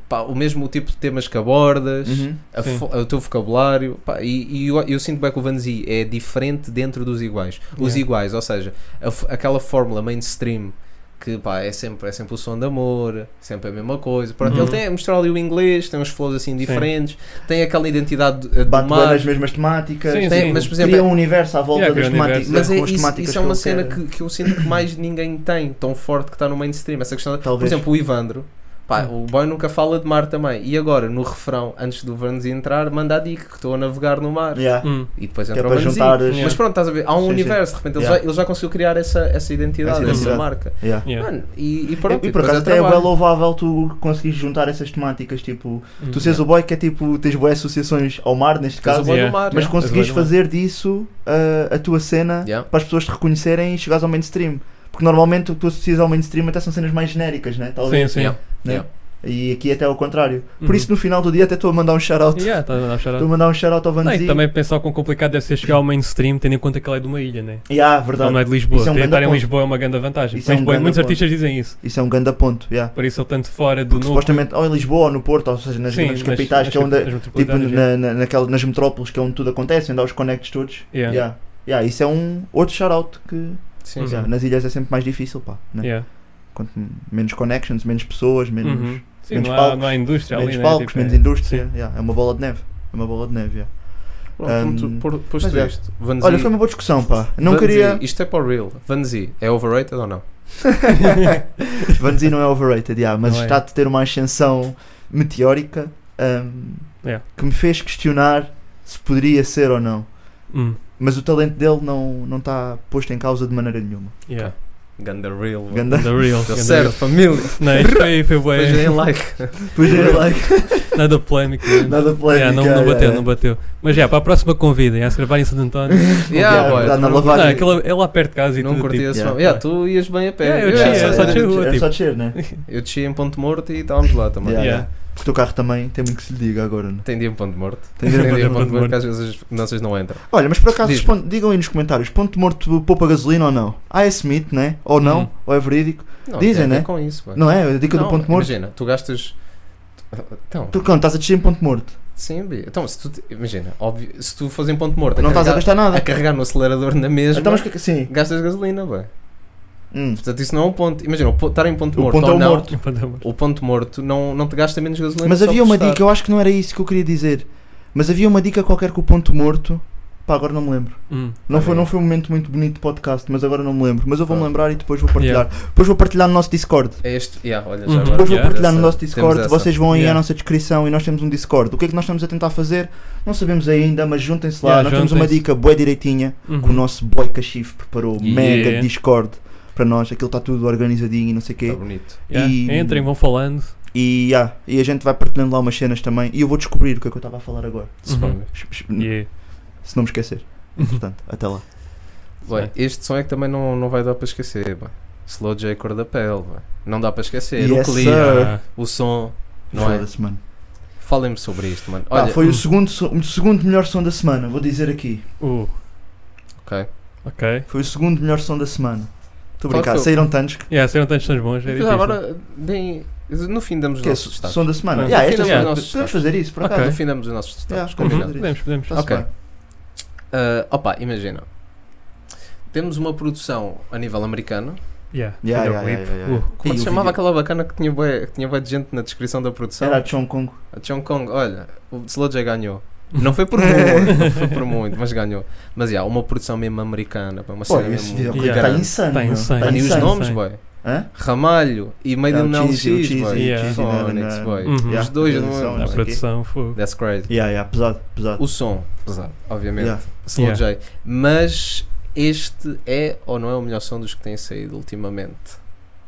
F: pá, o mesmo tipo de temas que abordas,
E: Uhum.
F: a
G: Sim.
F: fo- o teu vocabulário. pá, e e eu, eu sinto bem que o Vanzi é diferente dentro dos iguais. Os
G: Yeah.
F: iguais, ou seja, a f- aquela fórmula mainstream que pá, é, sempre, é sempre o som de amor, sempre a mesma coisa. Pronto,
G: Uhum.
F: Ele tem, mostrar ali o inglês, tem uns flows assim diferentes, tem aquela identidade eh, do
E: Bate bem
F: mar.
E: nas mesmas temáticas.
G: Sim,
F: tem-
G: sim.
F: mas, por exemplo,
E: Cria um universo à volta
G: Yeah,
E: das
G: cria um
E: temáticas.
F: mas é,
E: com as
F: isso,
E: temáticas
F: isso é uma
E: ele
F: cena
E: quer.
F: que, que eu sinto que mais ninguém tem tão forte que está no mainstream. Essa questão, por
E: Talvez.
F: exemplo, o Ivandro. Pá,
G: Uhum.
F: o boy nunca fala de mar também. E agora, no refrão, antes do Vanzi entrar, manda a dica que estou a navegar no mar.
E: Yeah.
G: Hum.
F: E depois
E: Que é
F: entra o
E: para
F: Vanzi.
E: juntar as.
F: Mas pronto, estás a ver? Há um
E: Sim, sim.
F: universo, de repente ele,
E: Yeah.
F: já, ele já conseguiu criar essa, essa identidade,
E: Essa
F: essa,
E: identidade.
F: marca.
E: Yeah.
G: Yeah.
F: Mano, e, e pronto,
E: E por
F: depois
E: acaso até é
F: trabalho.
E: bem louvável tu conseguires juntar essas temáticas, tipo,
G: Uhum.
E: tu seres o boy que é tipo, tens boas associações ao mar neste
F: Tens o
E: caso,
F: boy do
G: Yeah.
F: mar, né?
E: mas
F: yeah.
E: conseguires
G: Tens o boy do
E: fazer disso uh, a tua cena
F: Yeah.
E: para as pessoas te reconhecerem e chegares ao mainstream. Porque normalmente o que tu associas ao mainstream até são cenas mais genéricas, né?
G: Sim,
E: Talvez.
G: sim.
F: Yeah.
E: Né?
F: Yeah.
E: E aqui até ao contrário. Por
G: Uhum.
E: isso no final do dia até estou a mandar um shout-out.
G: Yeah, tá a achar-
E: Estou a mandar um shout-out ao
G: Não,
E: Vanzi.
G: e também pensar quão complicado deve ser chegar ao mainstream, tendo em conta que ela é de uma ilha, né?
E: Yeah,
G: Ela
E: verdade.
G: não é de Lisboa.
E: Isso é um
G: Ter-
E: grande
G: Estar em
E: ponto.
G: Lisboa é uma grande vantagem.
E: Isso é um
G: Mas, bom,
E: grande
G: muitos
E: ponto.
G: artistas dizem isso.
E: Isso é um grande ponto. Yeah.
G: Por isso ele tanto fora do
E: Porque
G: núcleo.
E: supostamente ou em Lisboa ou no Porto, ou seja, nas
G: Sim,
E: grandes
G: nas-
E: capitais,
G: nas
E: que é onde,
G: capitais
E: tipo,
G: metropolitanas, né?
E: na, na, naquela, nas metrópoles que é onde tudo acontece, onde há os conectos todos.
G: yeah. Yeah.
E: Yeah. Yeah, isso é um outro shout-out que
F: Sim,
G: Uhum.
F: sim.
E: yeah, nas ilhas é sempre mais difícil, pá. né?
G: Yeah.
E: Quanto menos connections, menos pessoas, menos,
G: Uhum. Sim,
E: menos
G: não há,
E: palcos,
G: não há indústria
E: menos
G: ali,
E: palcos,
G: né? Tipo,
E: menos
G: é-
E: indústria.
G: sim.
E: yeah, é uma bola de neve. É uma bola de neve. yeah.
F: Pronto, tu-
E: Um,
F: por- posto
E: mas é.
F: isto. Vanzi,
E: Olha, foi uma boa discussão, pá. Não
F: Vanzi,
E: queria.
F: Isto é para o real. Vanzi, é overrated ou não?
E: [LAUGHS] Vanzi não é overrated, yeah, mas
G: Não é.
E: está a ter uma ascensão meteórica um,
G: Yeah.
E: que me fez questionar se poderia ser ou não.
G: Hum.
E: Mas o talento dele não, não está posto em causa de maneira nenhuma.
G: Yeah.
E: [LAUGHS]
F: Ganda real.
E: Ganda-
G: The real.
F: Deu Tá certo, família.
G: Não, isto foi, foi bué.
F: Depois deem
G: [LAUGHS]
F: like.
E: Pois é, like,
G: Nada polémico. né?
E: nada
G: Yeah,
E: polémica.
G: não, não
E: yeah,
G: bateu,
E: yeah.
G: não bateu. Mas já, para a próxima convidem, a se gravar em Santo António.
E: [LAUGHS] Yeah,
F: [LAUGHS] yeah, boy,
E: dá
F: tu
E: na
F: não-
E: lavagem.
G: não, aquilo é lá perto de casa e
F: Não
G: tudo.
F: curti
G: tipo.
F: esse
E: Yeah.
F: som. Yeah, tu ias bem a pé.
G: Yeah, eu
E: Yeah,
G: desci, é
E: yeah,
G: só
E: yeah,
G: descer a rua,
E: era
G: tipo.
E: só descer, né?
F: Eu desci em Ponte Morto e estávamos lá também.
E: Yeah,
G: Yeah.
E: yeah. Porque o teu carro também tem muito que se lhe diga agora, né?
F: [LAUGHS] Tem um dia um em Ponte Morto.
E: Tem dia um em Ponte
G: Morto.
F: que às vezes as finanças não entram.
E: Olha, mas por acaso
F: Diz-me.
E: responde- digam aí nos comentários: Ponto Morto poupa gasolina ou não? Ah, é Smith, né? Ou não?
G: Uhum.
E: Ou é verídico?
F: Não,
E: Dizem,
F: tem a ver
E: né?
F: com isso, pá.
E: Não é? A dica do
F: Não,
E: Ponto Morto?
F: Imagina, tu gastas. Então,
E: Tu quando estás a descer em Ponto Morto,
F: sim, bi. então se tu, imagina, óbvio, se tu fores em Ponto Morto
E: não estás a
F: carregar-
E: gastar nada.
F: a carregar é no acelerador na mesma,
E: Então, mas que Sim.
F: gastas gasolina, bem.
E: Hum.
F: Portanto, isso não é um ponto. Imagina, o po- estar em Ponto
E: O
F: Morto
E: ponto é
F: ou
E: o
F: não,
E: morto.
F: o Ponto Morto não, não te gasta menos gasolina.
E: Mas
F: só
E: havia
F: por
E: uma
F: estar.
E: dica, eu acho que não era isso que eu queria dizer. Mas havia uma dica qualquer que o Ponto Morto. Pá, agora não me lembro.
G: Hum.
E: Não
F: Tá
E: foi,
F: bem.
E: não foi um momento muito bonito de podcast, mas agora não me lembro. Mas eu vou-me
F: Tá.
E: lembrar e depois vou partilhar. Depois vou partilhar no nosso Discord.
F: É este. Yeah, olha, já
G: Uhum.
F: agora.
E: Depois vou
G: Yeah,
E: partilhar no
F: Essa-
E: nosso
F: temos
E: Discord,
F: essa. Tá
E: vocês vão aí à
G: Yeah.
E: nossa descrição e nós temos um Discord. O que é que nós estamos a tentar fazer? Não sabemos ainda, mas juntem-se lá.
G: Yeah,
E: nós temos uma
G: juntem-se.
E: dica boa direitinha
G: Uhum.
E: que o nosso boy Cachif preparou.
G: Yeah.
E: Mega Discord para nós. Aquilo está tudo organizadinho e não sei o quê.
F: Está bonito.
G: Yeah.
E: e-
G: Entrem, vão falando.
E: E, yeah, e a gente vai partilhando lá umas cenas também. E eu vou descobrir o que é que eu estava a falar agora.
F: Suponho.
G: Yeah.
E: Se não me esquecer. Portanto, até lá.
F: Bem, este som é que também não, não vai dar para esquecer. Bem. Slow J é cor da pele. Bem. Não dá para esquecer.
E: Yes,
F: o clipe,
E: sir.
G: Ah,
F: o som. Não é?
E: Foda-se, mano.
F: Falem-me sobre isto, mano.
E: Pá,
F: Olha,
E: foi o
G: hum.
E: segundo, so- o segundo melhor som da semana, vou dizer aqui.
G: uh,
F: ok.
G: ok.
E: Foi o segundo melhor som da semana. Estou a
F: Qual
E: brincar,
F: foi o-
E: saíram tantos que,
G: Yeah, serão tantos sons bons.
F: Mas
G: É difícil.
F: agora, deem- no fim damos os
E: que é
F: nossos Ah,
E: so-
F: destaques.
E: som da semana.
G: Não,
E: Yeah,
F: no
E: esta
F: fim damos
E: semana
F: os nossos
E: podemos fazer isso, por
G: Ok.
E: acaso.
F: No fim damos os nossos destaques.
E: Yeah,
G: Uhum.
F: combinado.
G: Podemos, podemos.
E: Está-se
F: Ok.
E: bem.
F: Ah, opa, imagina. Temos uma produção a nível americano.
G: Yeah.
E: Yeah,
G: Olha o
E: yeah,
G: clipe.
E: yeah, yeah, yeah.
F: Uh, Como é
E: E
F: se
E: o
F: chamava
E: vídeo?
F: aquela bacana que tinha bué, que tinha bué de gente na descrição da produção?
E: Era a Chong Kong.
F: A Chong Kong, olha, o Slow J ganhou. Não foi por
G: [LAUGHS]
F: muito, não foi por muito, mas ganhou. Mas yeah, uma produção mesmo americana, pá, uma
E: Pô,
F: cena
E: esse
F: é mesmo.
E: videoclipe
G: Yeah.
E: está insano.
G: Tá
E: meu.
G: insano.
E: Tá
F: Mano, e os
G: insano.
F: nomes, boy.
E: Hã?
F: Ramalho e Made
E: É,
F: in
E: o Cheesy, o
F: LX,
E: Cheesy, o
F: boy.
G: Yeah.
E: Cheesy, né,
F: Phonics,
E: né,
F: boy.
G: Uhum.
E: yeah,
F: Os dois, não
E: produção,
F: é?
E: não
G: A
E: sei o quê.
G: produção foi.
F: That's crazy.
E: Yeah, yeah, pesado, pesado.
F: O som, pesado, obviamente.
E: Yeah.
F: Slow
G: Yeah.
F: J. Mas este é ou não é o melhor som dos que têm saído ultimamente?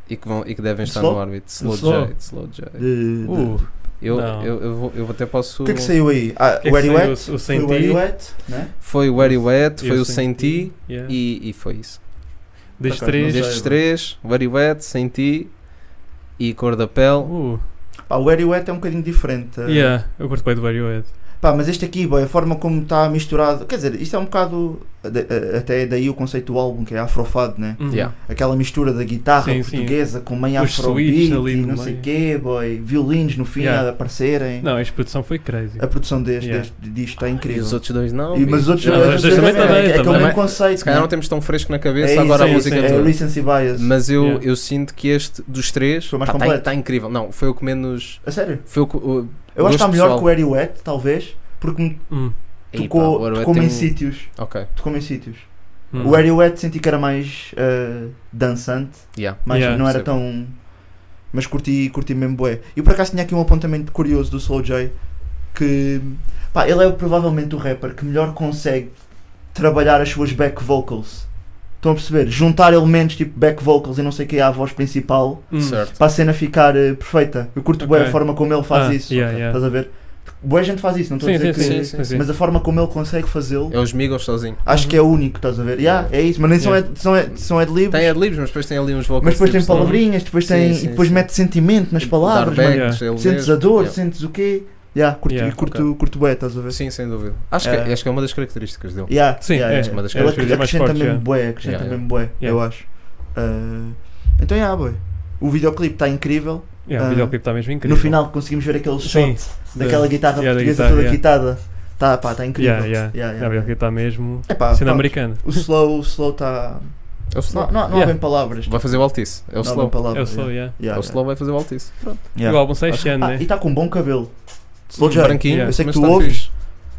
F: E que, vão, e que devem estar
E: Slow?
F: no árbitro. Slow,
G: Slow?
F: J, Slow J.
E: De- de-
G: Uh,
F: Eu,
G: Não.
F: eu, eu, vou, eu até posso.
E: O que é que saiu aí? Ah,
G: que é que
E: Where You
G: saiu?
E: At?
G: O- o
E: Foi
G: Sem
E: Where
G: Ti?
E: You At, né?
F: Foi o Where You At, foi
G: eu
F: o Sem Ti
G: yeah.
F: e, e foi isso.
G: Destes
E: Por acaso, não
G: três.
E: sei.
F: Destes três, Where You At, Sem Ti e cor da pele.
G: Uh,
E: Pá, o Airy Wet é um bocadinho diferente.
G: yeah, eu curto bem do Radiohead.
E: Pá, mas este aqui, boy, a forma como está misturado. Quer dizer, isto é um bocado. de- eh, até daí o conceito do álbum, que é afrofado, né?
G: Uhum.
F: Yeah.
E: Aquela mistura da guitarra
G: Sim, sim.
E: portuguesa com meio
G: Os
E: afrobeat
G: switches ali
E: e
G: no
E: não sei
G: meio.
E: quê, boy. Violinos no fim
G: Yeah.
E: a aparecerem.
G: Não, esta produção foi crazy.
E: A produção deste,
G: Yeah.
E: deste- disto é
F: Ah, E
E: incrível.
F: os outros dois não.
E: E- mas os outros.
G: Não,
E: é-
G: mas este também
E: é,
G: também,
E: é, é, que é o
G: também.
E: mesmo conceito.
F: Se calhar
E: né?
F: não temos tão fresco na
E: É
F: cabeça
E: isso,
F: agora
E: é
F: a
E: isso,
F: música
E: é
F: toda.
E: recency bias.
F: Mas eu,
G: Yeah.
F: eu sinto que este dos três
E: Foi mais
F: está
E: completo.
F: tá incrível. Não, foi o que menos.
E: A sério?
F: Foi o que. o-
E: Eu acho que está
F: gosto
E: melhor
F: pessoal.
E: que o Airy Wet, talvez, porque me
G: Hum,
F: Ei, pá, o
E: tocou,
F: Arwet
E: tocou-me
F: tem
E: em
F: um- Uhum.
E: sítios.
F: Ok.
E: Tocou-me em sítios.
G: hum.
E: O Airy Wet senti que era mais eh, dançante,
F: Yeah.
E: mas
G: Yeah,
E: não era
F: percebo.
E: tão. Mas curti, curti mesmo bué. E por acaso tinha aqui um apontamento curioso do Slow J que pá, ele é provavelmente o rapper que melhor consegue trabalhar as suas back vocals. Estão a perceber? Juntar elementos tipo back vocals e não sei o que à voz principal
G: Hum.
F: Certo.
E: para a cena ficar eh, perfeita. Eu curto bué a
G: Ok.
E: forma como ele faz
G: Ah,
E: isso.
G: yeah, yeah.
E: Estás a ver? Boa gente faz isso, não estou a
G: Sim, sim,
E: dizer
G: sim,
E: que. é
G: sim, sim.
E: Mas a forma como ele consegue fazê-lo,
F: É os Migos sozinho.
E: acho que é único, estás a ver? Yeah, é isso, mas nem são,
G: Yeah.
E: ad, são, ad, são adlibs,
F: Uhum. Tem adlibs, mas depois tem ali uns vocais.
E: mas depois tem
F: tipo,
E: palavrinhas, dedepois
F: Sim,
E: tem,
F: sim,
E: e depois
F: sim.
E: mete sentimento nas palavras,
F: Dar
E: mano.
F: backs, ele
E: sentes
F: mesmo.
E: a dor,
F: Yeah.
E: sentes o quê? Yeah, curto,
G: Yeah,
E: curto,
F: ok.
E: curto bué, estás a ver?
F: Sim, sem dúvida. Acho, que,
E: É.
F: acho que é uma das características dele.
E: Yeah,
G: Sim,
E: yeah,
G: é.
E: yeah.
F: Uma das
G: É das
E: Ela
G: coisas mais
E: acrescenta
G: fortes.
E: mesmo
G: yeah.
E: bué, acrescenta
F: Yeah,
E: mesmo bué, eu
G: Yeah.
E: acho. Ah, então, yeah, bué. O videoclipe está incrível.
G: Yeah,
E: Ah.
G: o videoclipe está mesmo incrível.
E: No final conseguimos ver aquele
G: Sim,
E: shot daquela guitarra
G: yeah, da
E: portuguesa
G: guitarra,
E: toda
G: yeah.
E: quitada. Está pá, tá incrível.
G: Yeah, yeah.
E: Yeah, yeah.
G: Yeah, o videoclipe está mesmo.
E: Epá,
G: Cena
E: pá,
G: americana.
E: O slow, o slow está.
F: É o
E: Não,
F: Slow.
E: não, não há
G: Yeah.
E: bem palavras.
F: Vai fazer o Altice. É o
E: não há bem
F: Slow.
E: palavras.
G: Eu sou, yeah.
F: É
E: yeah.
F: o Slow, vai fazer o Altice. Pronto.
E: Yeah.
G: E o álbum sai este ano,
E: Ah,
G: né?
E: e está com bom cabelo. Slow J,
F: Branquinho,
G: yeah.
E: eu sei é que
F: mas
E: tu
F: está
E: ouves,
F: fixe.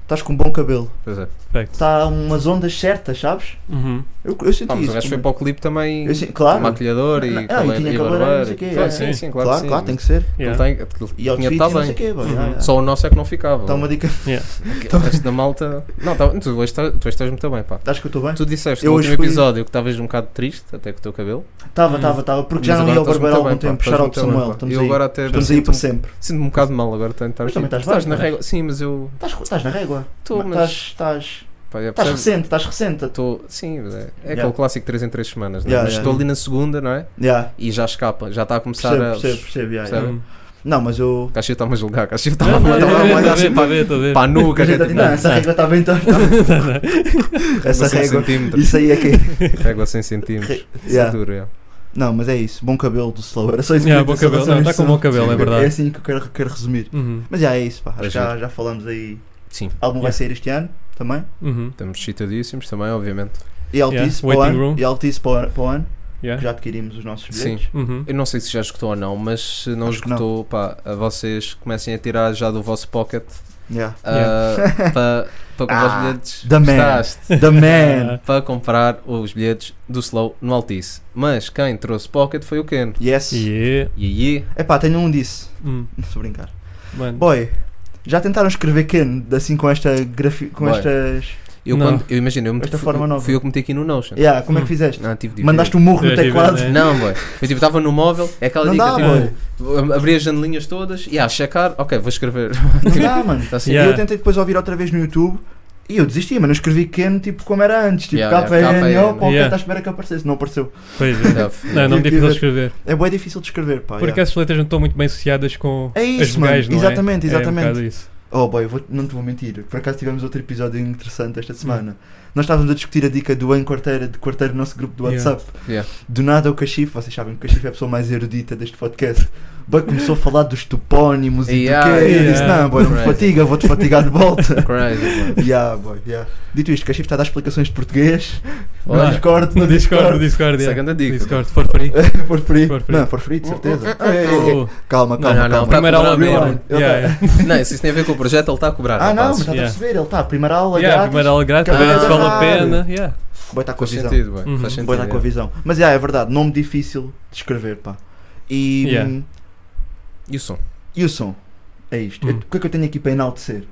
E: estás com bom cabelo.
F: Pois é.
G: Perfeito.
E: Está umas ondas certas, sabes?
G: Uhum.
E: Eu, eu senti
F: Pá, mas o
E: é isso.
F: gajo foi
E: também.
F: para o clipe também.
E: Eu sei- claro.
F: Maquilhador e
E: Não, não, e
F: cabelo-
E: tinha
F: e
E: cabelo,
F: barbeiro.
E: não sei o quê,
F: Claro,
E: é.
F: Sim, sim,
E: Claro,
F: claro.
E: claro,
F: sim.
E: tem que ser.
F: Ele
G: Yeah.
F: tem, ele
E: E
F: tinha
E: outfit,
F: de
E: e
F: estar
E: não sei o
F: bem.
E: quê. boy.
G: Uhum.
E: Yeah, yeah.
F: Só o nosso é que não ficava.
E: Tá uma dica.
F: O resto da malta. Não, tá, tu, hoje tá- tu hoje estás muito bem, pá.
E: Estás que eu estou bem?
F: Tu disseste
E: Eu
F: no
E: hoje
F: último
E: fui-
F: episódio que estavas um bocado triste, até com o teu cabelo.
E: Estava,
G: Hum.
E: estava, estava. Porque já
F: Mas
E: não
F: agora
E: ia ao
F: estás
E: barbeiro há
F: muito
E: algum
F: bem, pá.
E: tempo.
F: Estás
E: Shout out
F: muito bem,
E: Samuel.
F: pá.
E: Estamos
F: Eu
E: aí.
F: agora até
E: Estamos aí
F: sinto
E: para
F: um-
E: sempre.
F: Sinto-me um bocado mal agora, tanto estar
E: Mas também
F: Tu
E: estás bem,
F: na
E: não é?
F: régua. Sim, mas eu.
E: Estás- Estás na régua.
F: Estou,
E: Estás
F: mas.
E: estás-
F: pá, é,
E: estás
F: percebes?
E: recente, estás recente.
F: Tô- sim, mas é, é
E: Yeah.
F: aquele clássico 3 em 3 semanas, não é?
E: Yeah,
F: mas
E: yeah.
F: estou ali na segunda, não é?
E: Yeah.
F: E já escapa, já está a começar
E: Percebo,
F: a.
E: percebo, percebo. yeah, yeah.
F: Percebe?
G: Hum.
E: Não, mas eu.
F: Caxia está-me a julgar, Caxia está-me a
G: Não, não,
E: Tá
F: apontar
E: bom,
G: não, Estou a
E: tá bom.
G: ver, estou a ver, estou a ver.
F: para a nuca,
E: Mas
F: que é
E: eu-
F: tipo,
E: Não, essa régua está bem. tá-
G: [LAUGHS]
E: tá- Essa
F: sem
E: régua.
F: centímetros.
E: Isso aí é que.
G: [LAUGHS]
F: Régua sem centímetros.
E: Yeah.
F: Cintura, yeah.
E: Não, mas é isso. Bom cabelo do Slow. Era só isso que
G: Yeah,
E: eu
G: bom
E: queria dizer
G: cabelo.
E: sobre
G: Não, está
E: isso.
G: com bom cabelo, é
E: É
G: verdade.
E: assim que eu quero, quero resumir.
G: Uhum.
E: Mas já é isso, pá. Acho que já,
F: Ajuda.
E: já falamos aí.
F: Sim.
E: O álbum vai
G: Yeah.
E: sair este ano também.
G: Uhum.
F: Estamos excitadíssimos também, obviamente.
E: E Altice para o
G: Waiting
E: ano.
G: Room.
E: E Altice para, o ano- para o ano.
G: Yeah.
E: Já adquirimos os nossos
F: Sim.
E: bilhetes.
G: Uhum.
F: Eu não sei se já escutou ou não, mas se não
E: Acho que
F: escutou, pá, a vocês comecem a tirar já do vosso pocket
G: [LAUGHS]
E: Yeah.
F: [LAUGHS] ah, para para comprar os
E: Ah,
F: bilhetes.
E: the man.
F: Gostaste?
E: The Man.
F: Para comprar os bilhetes do Slow no Altice. Mas quem trouxe pocket foi o Ken.
E: Yes. É
G: Yeah.
F: E aí,
E: Epá, tenho um disso.
G: Hum.
E: Não estou a brincar.
G: Mano.
E: Boy, já tentaram escrever Ken assim com esta grafi... com
F: Boy.
E: estas.
F: eu,
G: Não.
F: quando, eu imagino, eu meti-
E: Esta forma nova.
F: fui eu que meti aqui no Notion.
E: Yeah, como é que
G: Hum.
E: fizeste?
F: Não, tive de
E: Mandaste um murro no
G: Deve
E: teclado.
G: haver, né?
F: Não, boy. Eu tipo, estava no móvel, é aquela
E: Não
F: dica,
E: dá,
F: tipo, abri as janelinhas todas e a checar, ok, vou escrever.
E: Não
F: [LAUGHS]
E: dá, mano.
F: Tá assim,
E: E
G: Yeah.
E: eu tentei depois ouvir outra vez no YouTube e eu desisti, mas não escrevi Ken tipo como era antes, tipo
F: Yeah,
E: KNO,
F: yeah, KNO,
E: qualquer
G: yeah.
E: está à espera que aparecesse, não apareceu.
G: Pois é.
F: tough.
G: Não, é nome difícil de escrever.
E: É bem difícil de escrever, pá.
G: Porque
E: yeah.
G: essas letras não estão muito bem associadas com
E: É isso,
G: as vogais,
E: mano.
G: não é?
E: Exatamente, exatamente.
G: É um bocado isso.
E: Oh boy, eu vou- não te vou mentir, por acaso tivemos outro episódio interessante
F: Hum.
E: esta semana. Nós estávamos a discutir a dica do em quarteira, de quarteiro no nosso grupo do
G: Yeah.
E: WhatsApp.
F: Yeah.
E: Do nada o Cachif, vocês sabem que o Cachif é a pessoa mais erudita deste podcast. Boy, começou a falar dos topónimos
F: Yeah,
E: e do quê? E eu
G: yeah.
E: disse, não, boy, não me
F: Crazy.
E: fatiga, vou-te fatigar de
F: [LAUGHS]
E: volta.
F: Crazy, boy.
E: yeah, boy, yeah. Dito isto, Cachif está a dar explicações de português.
F: Olha,
E: no Discord,
G: No Discord, no Discord,
F: essa é a
G: yeah.
F: grande dica.
G: Discord, for
E: [LAUGHS]
G: free.
E: For free.
G: For free.
E: Não, for free, de certeza.
F: Oh, oh, oh,
E: Ei, ei, ei.
G: Oh,
E: Calma,
F: Não,
E: calma,
F: não, não, tá-
E: calma.
G: Primeira aula
F: Ele tá-
G: mesmo.
E: ele
G: Yeah, yeah.
F: Não, isso isso tem a ver com o projeto, ele está a cobrar.
E: Ah, não,
F: rapazes.
E: mas está a
G: Yeah.
E: perceber, ele está, primeira aula
G: Yeah,
E: grátis.
G: Primeira aula grátis,
E: Acabei
G: ver
E: de
G: se vale a
E: acabar.
G: pena. yeah.
E: Boy, está com a
F: Faz
E: visão.
F: sentido, boy.
G: Uhum.
F: Faz
E: Boa dar com a
F: sentido.
E: visão. Mas yeah, é verdade, nome difícil de escrever, pá. E,
G: Yeah.
F: E o som?
E: e o som? É isto. Eu-
G: Hum.
E: o que é que eu tenho aqui para enaltecer?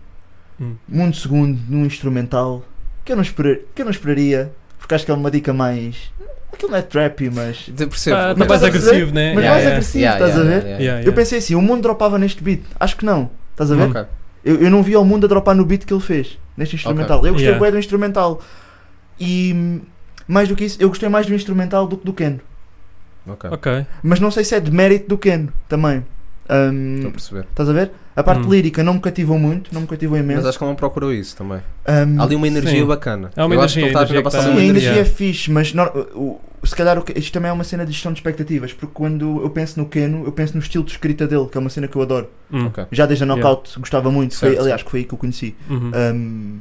G: Hum.
E: Mundo segundo num instrumental que eu, não esperar, que eu não esperaria, porque acho que é uma dica mais. Aquilo não é trappy, mas.
F: De- Percebo.
G: Está
F: ok.
G: Tá,
E: mas
G: mais
E: estás a perceber?
G: Ah, agressivo, né?
E: Mas
G: Yeah,
E: mais
G: yeah.
E: agressivo, estás a ver?
F: yeah,
G: Yeah,
E: Eu
G: yeah.
E: pensei assim, o mundo dropava neste beat. Acho que não, estás a ver?
F: Ok.
E: Eu, eu não vi o mundo a dropar no beat que ele fez, neste instrumental. Eu gostei
G: Yeah.
E: bem do instrumental. E mais do que isso, eu gostei mais do instrumental do que do Ken.
F: Ok,
G: Ok.
E: Mas não sei se é de mérito do Ken também. Ahm,
F: estou a perceber.
E: estás a ver? A parte
G: Hum.
E: lírica não me cativou muito, não me cativou
F: Mas
E: imenso.
F: acho que ele não procurou isso também.
E: Ahm,
F: Há ali um uma energia
G: Sim.
F: bacana.
G: Há uma
F: Eu acho que ele está a
G: energia,
F: tentar passar
G: energia
E: Sim,
F: uma
E: a
G: que tá
F: energia.
E: energia é fixe, mas nor- o- o- se calhar o que- isto também é uma cena de gestão de expectativas, porque quando eu penso no Keno, eu penso no estilo de escrita dele, que é uma cena que eu adoro.
G: Hum.
F: Ok.
E: Já desde a Knockout gostava muito, foi-
F: Certo,
E: aliás, que foi aí que eu conheci.
G: Uhum.
E: Ahm,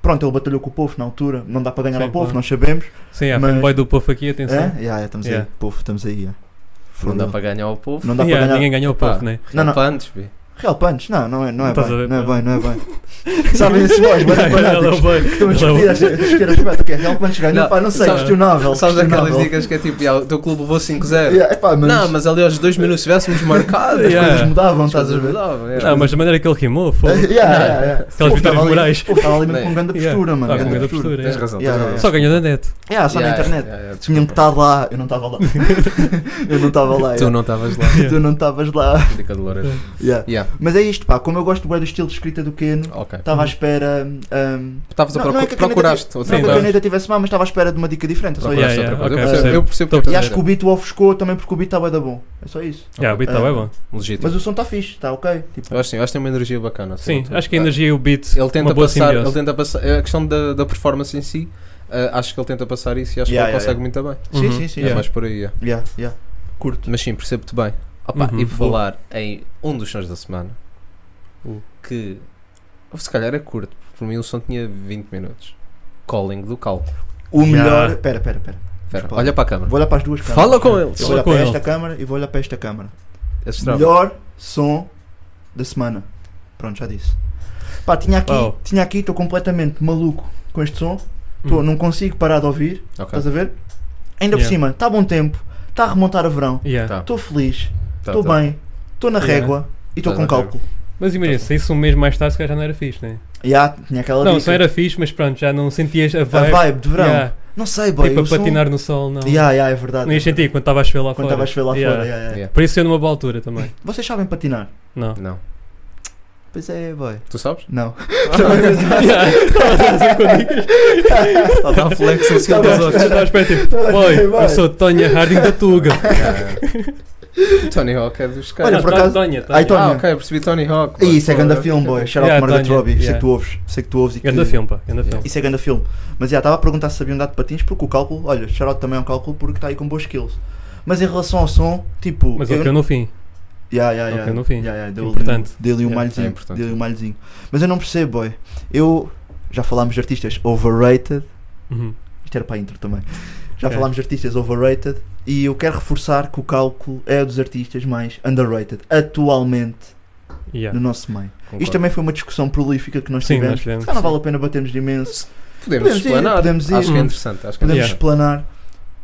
E: pronto, ele batalhou com o povo na altura, não dá para ganhar
G: Sim,
E: ao povo,
G: claro.
E: nós sabemos.
G: Sim, há
E: mas-
G: fanboy do Puff aqui, atenção.
E: É? Yeah, yeah, estamos
G: Yeah.
E: aí, povo, estamos aí. yeah.
F: Não dá
E: Foda.
F: para ganhar o povo.
E: Não dá
G: Yeah,
E: para ganhar. Ah.
G: Ninguém ganhou o
F: Pá.
G: Puff, né?
E: Não, não.
F: Para antes, vi.
E: Real Punch? Não, não é, não é
G: Estás a
E: bem.
G: ver,
E: Não é
G: pá.
E: bem, não é bem. Sabem esses boys, [LAUGHS] mas é fanáticos. Estão a discutir as esquerdas, o que é Real Punch ganhou?
F: Não,
E: Pá, não sei,
F: sabes-
E: questionável.
F: Sabes aquelas
E: questionável.
F: dicas que é tipo, "Ya, o teu clube levou 5-0.
E: Yeah, epá, mas ah,
F: Não, mas ali aos dois minutos tivéssemos
E: [LAUGHS]
F: marcado.
E: as
F: yeah,
E: coisas mudavam,
F: as
E: estás a
F: coisas
E: ver?
F: mudavam, yeah.
G: Não, mas da maneira que ele rimou, foi.
E: [LAUGHS] Yeah, yeah, yeah.
G: Aquelas
E: Pô,
G: vitórias
E: estava ali-
G: morais.
E: pô, Estava ali mesmo com grande
G: Yeah.
E: postura, mano.
G: Ah, com
E: grande
G: grande
E: postura.
G: postura.
F: Tens
G: yeah.
F: razão.
E: Yeah,
F: tens
E: yeah,
G: Só ganhou da net.
E: Yeah, só na
F: Yeah,
E: internet. um
F: yeah, yeah,
E: Tinham que
F: desculpa.
E: estar lá, eu não estava lá. eu não estava lá.
F: Tu
E: yeah.
F: não estavas lá.
E: Tu não estavas lá.
F: [LAUGHS] Dica de Loureiro.
E: Yeah.
F: Yeah,
E: Mas é isto, pá, como eu gosto bué do estilo de escrita do Keno,
F: ok.
E: estava à espera. hum,
F: Estavas a
E: Não, não é que
F: procurar.
E: a
F: Procuraste
E: caneta- não é
F: outra
E: que a
F: coisa.
E: caneta tivesse má, mas estava à espera de uma dica diferente. é só
F: Procuraste
E: isso.
G: tá. Yeah,
F: outra coisa.
G: yeah,
F: Eu
G: ok,
F: percebo- Eu percebo o que é
E: E
F: estás a
E: acho que o beat o ofuscou também porque o beat estava da bom. É só isso.
G: Yeah, o beat está
E: Ah.
G: bem bom.
F: dizer. Legítimo.
E: Mas o som está fixe, está ok. Tipo,
F: Eu acho, sim, eu acho que tem uma energia bacana.
G: Sim,
F: assim,
G: acho que a
F: ah,
G: energia e o beat,
F: Ele tenta
G: uma boa
F: passar, ele
G: simbiose.
F: tenta passar, a questão da, da performance em si, ah, acho que ele tenta passar isso e acho
E: Yeah,
F: que ele
E: yeah,
F: consegue muito bem.
E: sim,
G: Uhum.
E: sim, sim.
F: É
E: Yeah.
F: mais por aí. é.
E: Yeah, yeah. Curto.
F: Mas sim, percebo-te bem. Opa,
G: Uhum.
F: E por falar em um dos sons da semana, que ou se calhar é curto, por mim o som tinha 20 minutos. Calling do Cal.
E: O
G: Yeah.
E: melhor. Pera, pera, pera.
F: Espera,
E: Fala.
F: olha para a câmara.
E: Vou olhar para as duas câmaras.
F: Fala com ele.
E: Eu
G: Fala
E: vou olhar
G: com
E: para
G: ele.
E: esta câmara e vou olhar para esta câmara.
F: Esse trava.
E: Melhor som da semana. Pronto, já disse. Pá, tinha aqui,
G: Uau.
E: tinha aqui, estou completamente maluco com este som. Tô,
G: Hum.
E: Não consigo parar de ouvir.
F: Ok.
E: Estás a ver? Ainda por
G: Yeah.
E: cima, está bom tempo, está a remontar a verão,
G: Yeah.
F: Tá,
E: estou feliz,
F: tá,
E: estou
F: tá.
E: bem, estou na
G: Yeah.
E: régua e estou
F: Tá
E: com
F: na régua.
E: cálculo.
G: Mas imagina, se isso um mês mais tarde, se calhar já não era fixe, né?
E: Já tinha aquela
G: Não,
E: dica.
G: só era fixe, mas pronto, já não sentias a
E: a
G: vibe.
E: vibe de verão.
G: Yeah.
E: Não sei, boy.
G: tipo
E: o
G: a
E: som-
G: patinar no sol, não.
E: Yeah, yeah, é verdade.
G: Não ias sentir quando estava a chover lá fora.
E: Quando estava a chover lá
G: Yeah.
E: fora. yeah, yeah.
F: Yeah.
G: Por isso eu numa boa altura também.
E: Vocês sabem patinar? [LAUGHS]
G: Não.
F: Não.
E: Pois é, boy.
F: Tu sabes?
G: [LAUGHS]
E: Não.
F: Está a dar flex em cima
E: Tá
F: dos
E: bem.
F: outros.
G: Estava a esperar tipo, oi, eu sou Tonya Harding da Tuga.
F: Ah, [LAUGHS] Tony Hawk é dos caras.
E: Olha, por
G: Não, tá
E: acaso-
G: Tonya,
E: Ai,
G: Tonya.
E: Tonya.
F: Ah, ok, eu percebi Tony Hawk.
E: E isso é ganda
F: Pá,
E: filme, boy. Shout out
G: Yeah,
E: Margaret
G: Tanya,
E: Robbie. Sei
G: yeah.
E: que tu ouves. Sei que tu ouves. E que...
G: Ganda filme, pá, ganda filme.
E: Isso é ganda filme. Mas já estava a perguntar se sabiam dar de patins porque o cálculo, olha, shout out também é um cálculo porque está aí com boas skills. Mas em relação ao som, tipo.
G: Mas é ele caiu no fim.
E: Yeah, yeah,
G: Ele
E: yeah.
G: caiu no fim.
E: Yeah, yeah, deu
G: Importante.
E: Ali, um- deu ali um
G: Yeah.
E: malhozinho.
F: É importante.
E: deu ali um malhozinho. Mas eu não percebo, boy. Eu. Já falámos de artistas overrated.
G: Uhum.
E: Isto era para a intro também. Já
G: Ok.
E: falámos de artistas overrated e eu quero reforçar que o cálculo é dos artistas mais underrated atualmente
G: Yeah.
E: no nosso meio.
F: concordo.
E: Isto é também foi uma discussão prolífica que nós
G: Sim,
E: tivemos.
G: nós tivemos,
E: Já não
G: sim.
E: vale a pena batermos de imenso.
F: Podemos
E: Podemos ir,
F: explanar.
E: podemos ir.
F: Acho que é
G: Hum.
F: interessante. Acho que é
E: Podemos
G: Yeah.
E: explanar.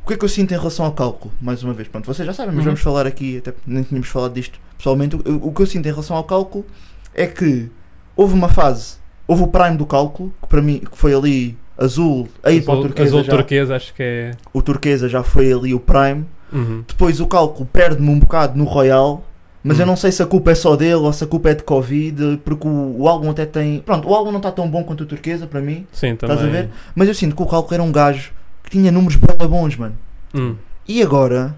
E: O que é que eu sinto em relação ao cálculo? Mais uma vez, pronto, vocês já sabem, mas
G: Uhum.
E: vamos falar aqui, até porque nem tínhamos falado disto pessoalmente. O, o que eu sinto em relação ao cálculo é que houve uma fase, houve o prime do cálculo, que para mim que foi ali azul, aí para o
G: Azul,
E: turquesa.
G: azul
E: já.
G: turquesa, acho que é.
E: O turquesa já foi ali o prime.
G: Uhum.
E: Depois o cálculo perde-me um bocado no Royal, mas eu não sei se a culpa é só dele ou se a culpa é de Covid, porque o, o álbum até tem. Pronto, o álbum não está tão bom quanto o Turquesa para mim,
G: Sim, também.
E: estás a ver? Mas eu sinto que o cálculo era um gajo que tinha números bem bons, mano.
G: Hum.
E: E agora,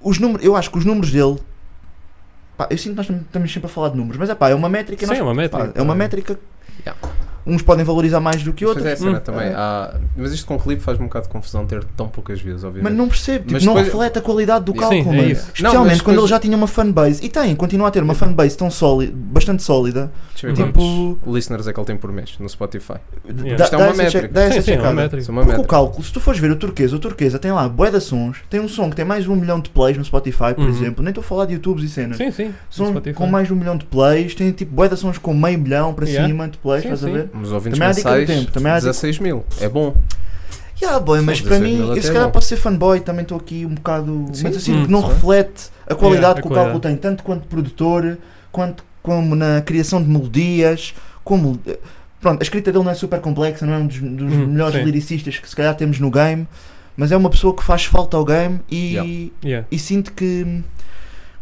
E: os números, eu acho que os números dele. pá, eu sinto que nós tam- estamos sempre a falar de números, mas é pá, é uma métrica. e
G: Sim,
E: nós-
G: é uma
E: pá,
G: métrica.
E: é uma métrica.
F: Yeah.
E: Uns podem valorizar mais do que
F: Mas
E: outros,
F: é a cena
G: Hum.
F: também.
E: É.
F: Há- Mas isto com clipe faz-me um bocado de confusão ter tão poucas views, obviamente.
E: mas não percebo, tipo,
F: Mas
E: não
F: depois-
E: reflete a qualidade do
F: Sim,
E: cálculo,
G: é
E: mano.
G: isso.
F: Não,
E: Especialmente
F: mas
E: quando
F: depois-
E: ele já tinha uma fanbase. E tem, continua a ter uma fanbase tão sólida, bastante sólida.
F: Deixa eu ver
E: Tipo-
F: quantos listeners é que ele tem por mês no Spotify.
G: Yeah.
E: Dá,
F: Isto é
E: dá
F: uma
E: essa
F: métrica.
E: check- dá essa
G: Sim, sim, é uma
E: checada.
F: Isso
G: métrica.
F: é uma
E: Porque o
F: métrica.
E: cálculo, se tu fores ver o turquesa, o turquesa tem lá bué de sons, tem um som que tem mais de um milhão de plays no Spotify, por
G: Uhum.
E: exemplo, nem estou a falar de YouTubes e cenas.
G: Sim, sim.
E: Sons
G: Spotify.
E: com mais de é? um milhão de plays, tem tipo bué de sons com meio milhão para
G: Yeah.
E: cima de plays,
G: Sim,
E: estás a
G: sim.
E: ver?
F: Os ouvintes
E: Também há dica do
F: mensais,
E: tempo, também há dica-
F: 16 mil. É bom.
E: Yeah, boy, mas
F: Sim,
E: para
F: 16 mil
E: mim, eu
F: até
E: se
F: é
E: calhar
F: bom.
E: posso ser fanboy, também estou aqui um bocado.
F: Sim,
E: mas assim,
G: hum,
E: que não
F: sim.
E: reflete a qualidade
G: Yeah, a
E: que o
G: qualidade.
E: cálculo tem, tanto quanto produtor, quanto como na criação de melodias, como. eh, Pronto, a escrita dele não é super complexa, não é um dos, dos
G: Hum,
E: melhores
G: sim.
E: lyricistas que se calhar temos no game, mas é uma pessoa que faz falta ao game e,
G: Yeah.
E: e sinto que. hum,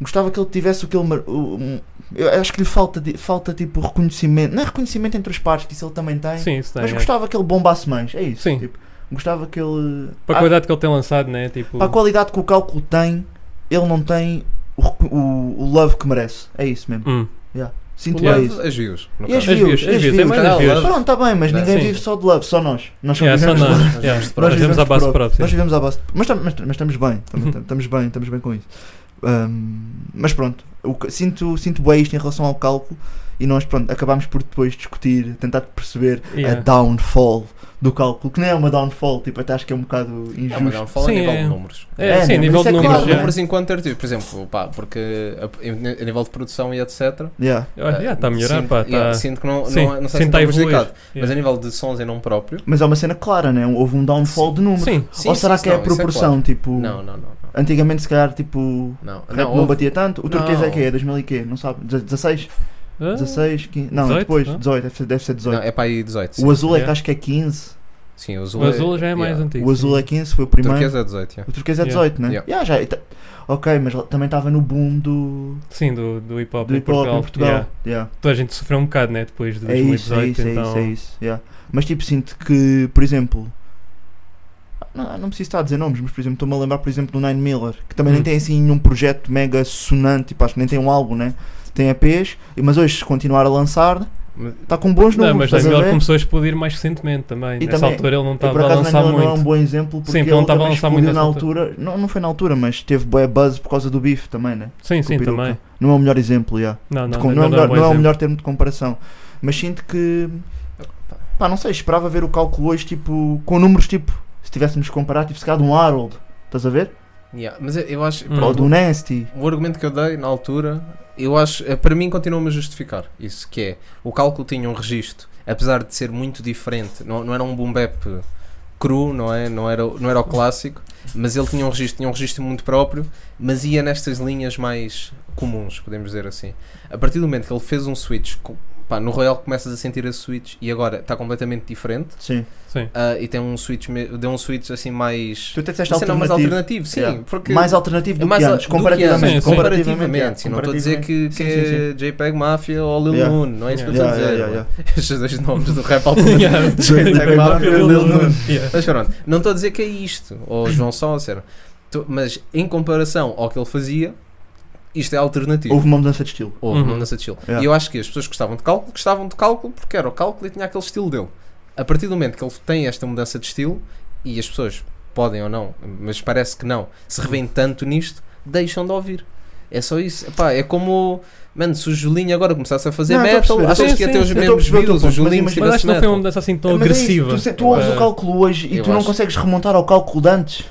E: Gostava que ele tivesse o que ele. mar- o- um- eu acho que lhe falta, de- falta tipo reconhecimento. Não é reconhecimento entre os pares, que isso ele também tem.
G: Sim, isso tem.
E: Mas
G: é.
E: gostava que ele bombasse mais, é isso.
G: Sim.
E: tipo, Gostava que ele. ah,
G: Para a qualidade que ele tem lançado, né? Tipo,
E: para a qualidade que o cálculo tem, ele não tem o, recu- o, o love que merece. É isso mesmo.
G: hum.
E: Sinto
F: O
E: é
F: love,
E: isso.
F: as views. no
E: E as
F: caso.
G: As
E: views,
G: views,
E: as
G: as views, tem
E: views.
G: mais as views.
E: Pronto, está bem, mas
F: Não,
E: ninguém
G: sim.
E: vive só de love, só nós. Nós
G: Yeah, só
E: vivemos de
G: nós.
E: love.
G: Yeah.
F: Nós
G: Nós vivemos à base
E: por-
G: própria.
E: Nós
G: sim. Uhum.
E: vivemos à base. Mas, tam- mas, mas estamos bem, estamos, estamos bem, estamos bem com isso. Ahm, mas pronto, o que- sinto, sinto bem isto em relação ao cálculo e nós pronto, acabámos por depois discutir, tentar perceber
G: Yeah.
E: a downfall do cálculo, que não é uma downfall, tipo, até acho que é um bocado
F: É, mas
E: injusto.
F: não fala a
G: Sim,
F: nível
G: é.
F: de números. Tipo,
G: É,
E: É,
G: sim,
E: né,
G: a nível
E: mas
G: de
E: isso é
G: números.
E: claro,
G: yeah.
F: Números enquanto artigo, por exemplo, pá, porque a, em- a nível de produção e etc.
E: Yeah.
G: Olha, Ah, yeah, está a melhorar,
F: sinto,
G: tá pá. Está
F: yeah, sinto que não,
G: Sim,
F: não, não sei
G: sim,
F: se
G: tá
F: está
G: a evoluir.
F: prejudicado. Mas a
G: Yeah.
F: nível de sons em nome próprio.
E: Mas é uma cena clara, né? Houve um downfall de número.
G: Sim,
F: Sim,
E: Ou será
F: sim,
E: que é a
F: não, isso
E: proporção?
F: claro.
E: Tipo,
F: Não, não, não. não.
E: antigamente se calhar tipo.
F: Não,
E: Rap
F: não,
E: não,
F: houve-
E: batia tanto. O turquês é
F: Não.
E: que é? 2000 e quê? Não sabe? 16?
G: Ah,
E: 16? 15? Não, é
G: 18,
E: depois.
G: não?
E: 18. Deve ser, deve ser 18.
F: não, é para aí 18. Sim,
E: o azul é que
G: Yeah.
E: acho que é 15.
F: sim o azul,
G: o azul já é mais
F: yeah.
G: antigo.
E: O azul é 15, foi o
F: O
E: primeiro.
F: turquesa é 18. yeah.
E: O turquês é
G: Yeah.
E: 18, né?
F: Yeah.
E: Yeah, já, e ta- ok, mas lá- também estava no boom do,
G: Sim, do, do hip hop
E: do
G: em
E: hip hop
G: Portugal.
E: em Portugal.
G: Yeah.
E: Yeah.
G: Toda a gente sofreu um bocado, né? Depois de
E: É isso, é
G: 2018.
E: isso, é
G: então...
E: isso, é isso. yeah. Mas tipo, sinto que, por exemplo. Não, não preciso estar a dizer nomes, mas por exemplo, estou-me a lembrar, por exemplo, do Nine Miller, que também nem
G: Hum.
E: tem assim nenhum projeto mega sonante, tipo, acho que nem tem um álbum, né? Tem EPs, e- mas hoje, se continuar a lançar,
F: Mas-
E: está com bons
G: Não,
E: números.
G: mas é
E: estás a
G: Daniel
E: ver?
G: começou a explodir mais recentemente também.
E: E
G: Nessa
E: também-
G: altura ele não
E: E
G: estava
E: por
G: a
E: acaso
G: lançar
E: Nine Miller não é um
G: muito.
E: bom exemplo
G: Sim,
E: porque
G: porque
E: ele
G: ele não estava
E: também
G: a lançar
E: explodiu
G: muito
E: na
G: nessa
E: altura. Não, não foi na altura, mas teve boa buzz por causa do bife também, né?
G: Sim, sim,
E: Com o peruca.
G: também.
E: Não é o melhor exemplo, já.
G: Não,
E: De
G: não,
E: com-
G: não,
E: não,
G: não
E: é, o
G: um
E: melhor, não é o
G: bom
E: melhor termo de comparação. Mas sinto que. Pá, não sei, esperava ver o cálculo hoje, tipo, com números tipo. Se tivéssemos que comparar, tipo, se calhar de um Harold, estás a ver?
F: yeah, Mas eu- eu acho.
G: Hum.
E: Ou de
F: pronto,
E: um Nasty.
F: O argumento que eu dei na altura, eu acho, eh, para mim continua-me a justificar isso, que é, o cálculo tinha um registro, apesar de ser muito diferente, não, não era um boom bap cru, não é? Não era, não era o clássico, mas ele tinha um registro, tinha um registro muito próprio, mas ia nestas linhas mais comuns, podemos dizer assim. A partir do momento que ele fez um switch, co- pá, no Royal começas a sentir esse switch e agora está completamente diferente,
E: Sim.
G: Sim.
F: ah, e tem um switch, me- deu um switch assim mais...
E: Tu até disseste
F: uma cena é mais
E: alternativo.
F: alternativo, sim,
E: Yeah.
F: porque
E: Mais alternativo do
F: é mais
E: que
F: a-
E: antes,
F: do que
E: comparativamente.
F: antes,
G: sim, sim.
F: comparativamente,
E: comparativamente,
F: sim, não estou a dizer que, que
E: Sim, sim,
F: é JPEG Mafia ou Lil
E: Yeah.
F: Moon, não é isso que eu
E: Yeah,
F: estou a dizer.
E: yeah,
F: [LAUGHS]
E: yeah,
F: Estes dois nomes do rap [LAUGHS] alternativo.
G: Yeah.
F: JPEG Mafia ou Lil Moon.
G: Yeah.
F: Mas pronto, não estou a dizer que é isto, ou João Sócer, Tô- mas em comparação ao que ele fazia, isto é alternativo.
E: Houve uma mudança de estilo.
F: Houve uma
G: Uhum.
F: mudança de estilo.
E: Yeah.
F: E eu acho que as pessoas que gostavam de cálculo, gostavam de cálculo porque era o cálculo e tinha aquele estilo dele. A partir do momento que ele tem esta mudança de estilo, e as pessoas podem ou não, mas parece que não, se
E: Uhum.
F: revêem tanto nisto, deixam de ouvir. É só isso. Epá, é como, mano, se o Julinho agora começasse a fazer
E: Não, eu tô a
F: metal,
E: perceber.
F: achas
G: Sim,
F: que ia ter
G: sim,
F: os
G: sim.
E: Eu tô a
F: mesmos
E: perceber o
F: views,
E: teu
F: o
E: ponto, mas
F: Julinho se
E: imagina-
G: Mas
F: tivesse
G: acho que não foi uma
F: metal.
G: mudança assim tão
E: Mas é isso,
G: agressiva.
E: tu se- tu ouves
G: Eh,
E: o cálculo hoje e
F: eu
E: tu não
F: acho-
E: consegues remontar ao cálculo de antes.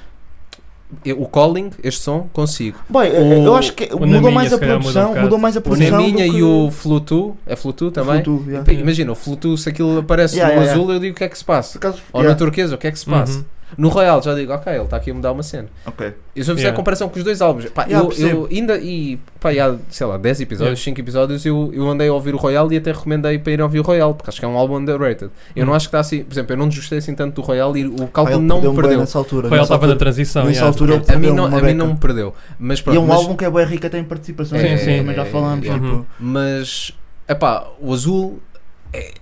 F: Eu- O calling, este som, consigo.
E: Bem, eu- eu acho que
G: o
E: mudou
G: Neminha,
E: mais a
G: se calhar, muda um
E: produção,
G: bocado.
E: mudou mais a
F: O
E: produção.
F: Neminha
E: do é. que
F: e o Flutu, é Flutu também?
E: Flutu, yeah.
F: Epá, Imagina, o Flutu, se aquilo aparece
E: Yeah,
F: no
E: yeah,
F: azul, eu digo o que é que se passa.
E: Por acaso-
F: Ou na
E: yeah.
F: turquesa, o que é que se passa?
G: Uhum.
F: No Royal já digo, ok, ele está aqui a mudar uma cena.
E: Ok.
F: Eu só fizer a
G: Yeah.
F: comparação com os dois álbuns. Pá,
E: Yeah,
F: eu, eu ainda, e pá, e há, sei lá, 10 episódios,
G: Yeah.
F: 5 episódios, eu, eu andei a ouvir o Royal e até recomendei para ir ouvir o Royal, porque acho que é um álbum underrated. Eu não acho que está assim, por exemplo, eu não desgostei assim tanto do Royal e o
E: Ah,
F: cálculo
E: ele
F: não
E: Uhum. perdeu
F: me
E: um bem
F: perdeu.
E: nessa altura.
G: Foi ele
E: nessa
G: estava na
E: altura.
G: transição.
E: Nessa
G: yeah.
E: altura ele
F: A mim,
E: perdeu
F: não,
E: uma
F: a mim não me
E: beca.
F: perdeu. Mas
E: E
F: pronto,
E: é um
F: mas-
E: álbum que é bem rico até em participações,
G: Sim,
E: né?
G: sim.
E: também já falámos.
F: Yeah.
E: tipo,
G: é, Uhum.
F: mas epá, o azul é-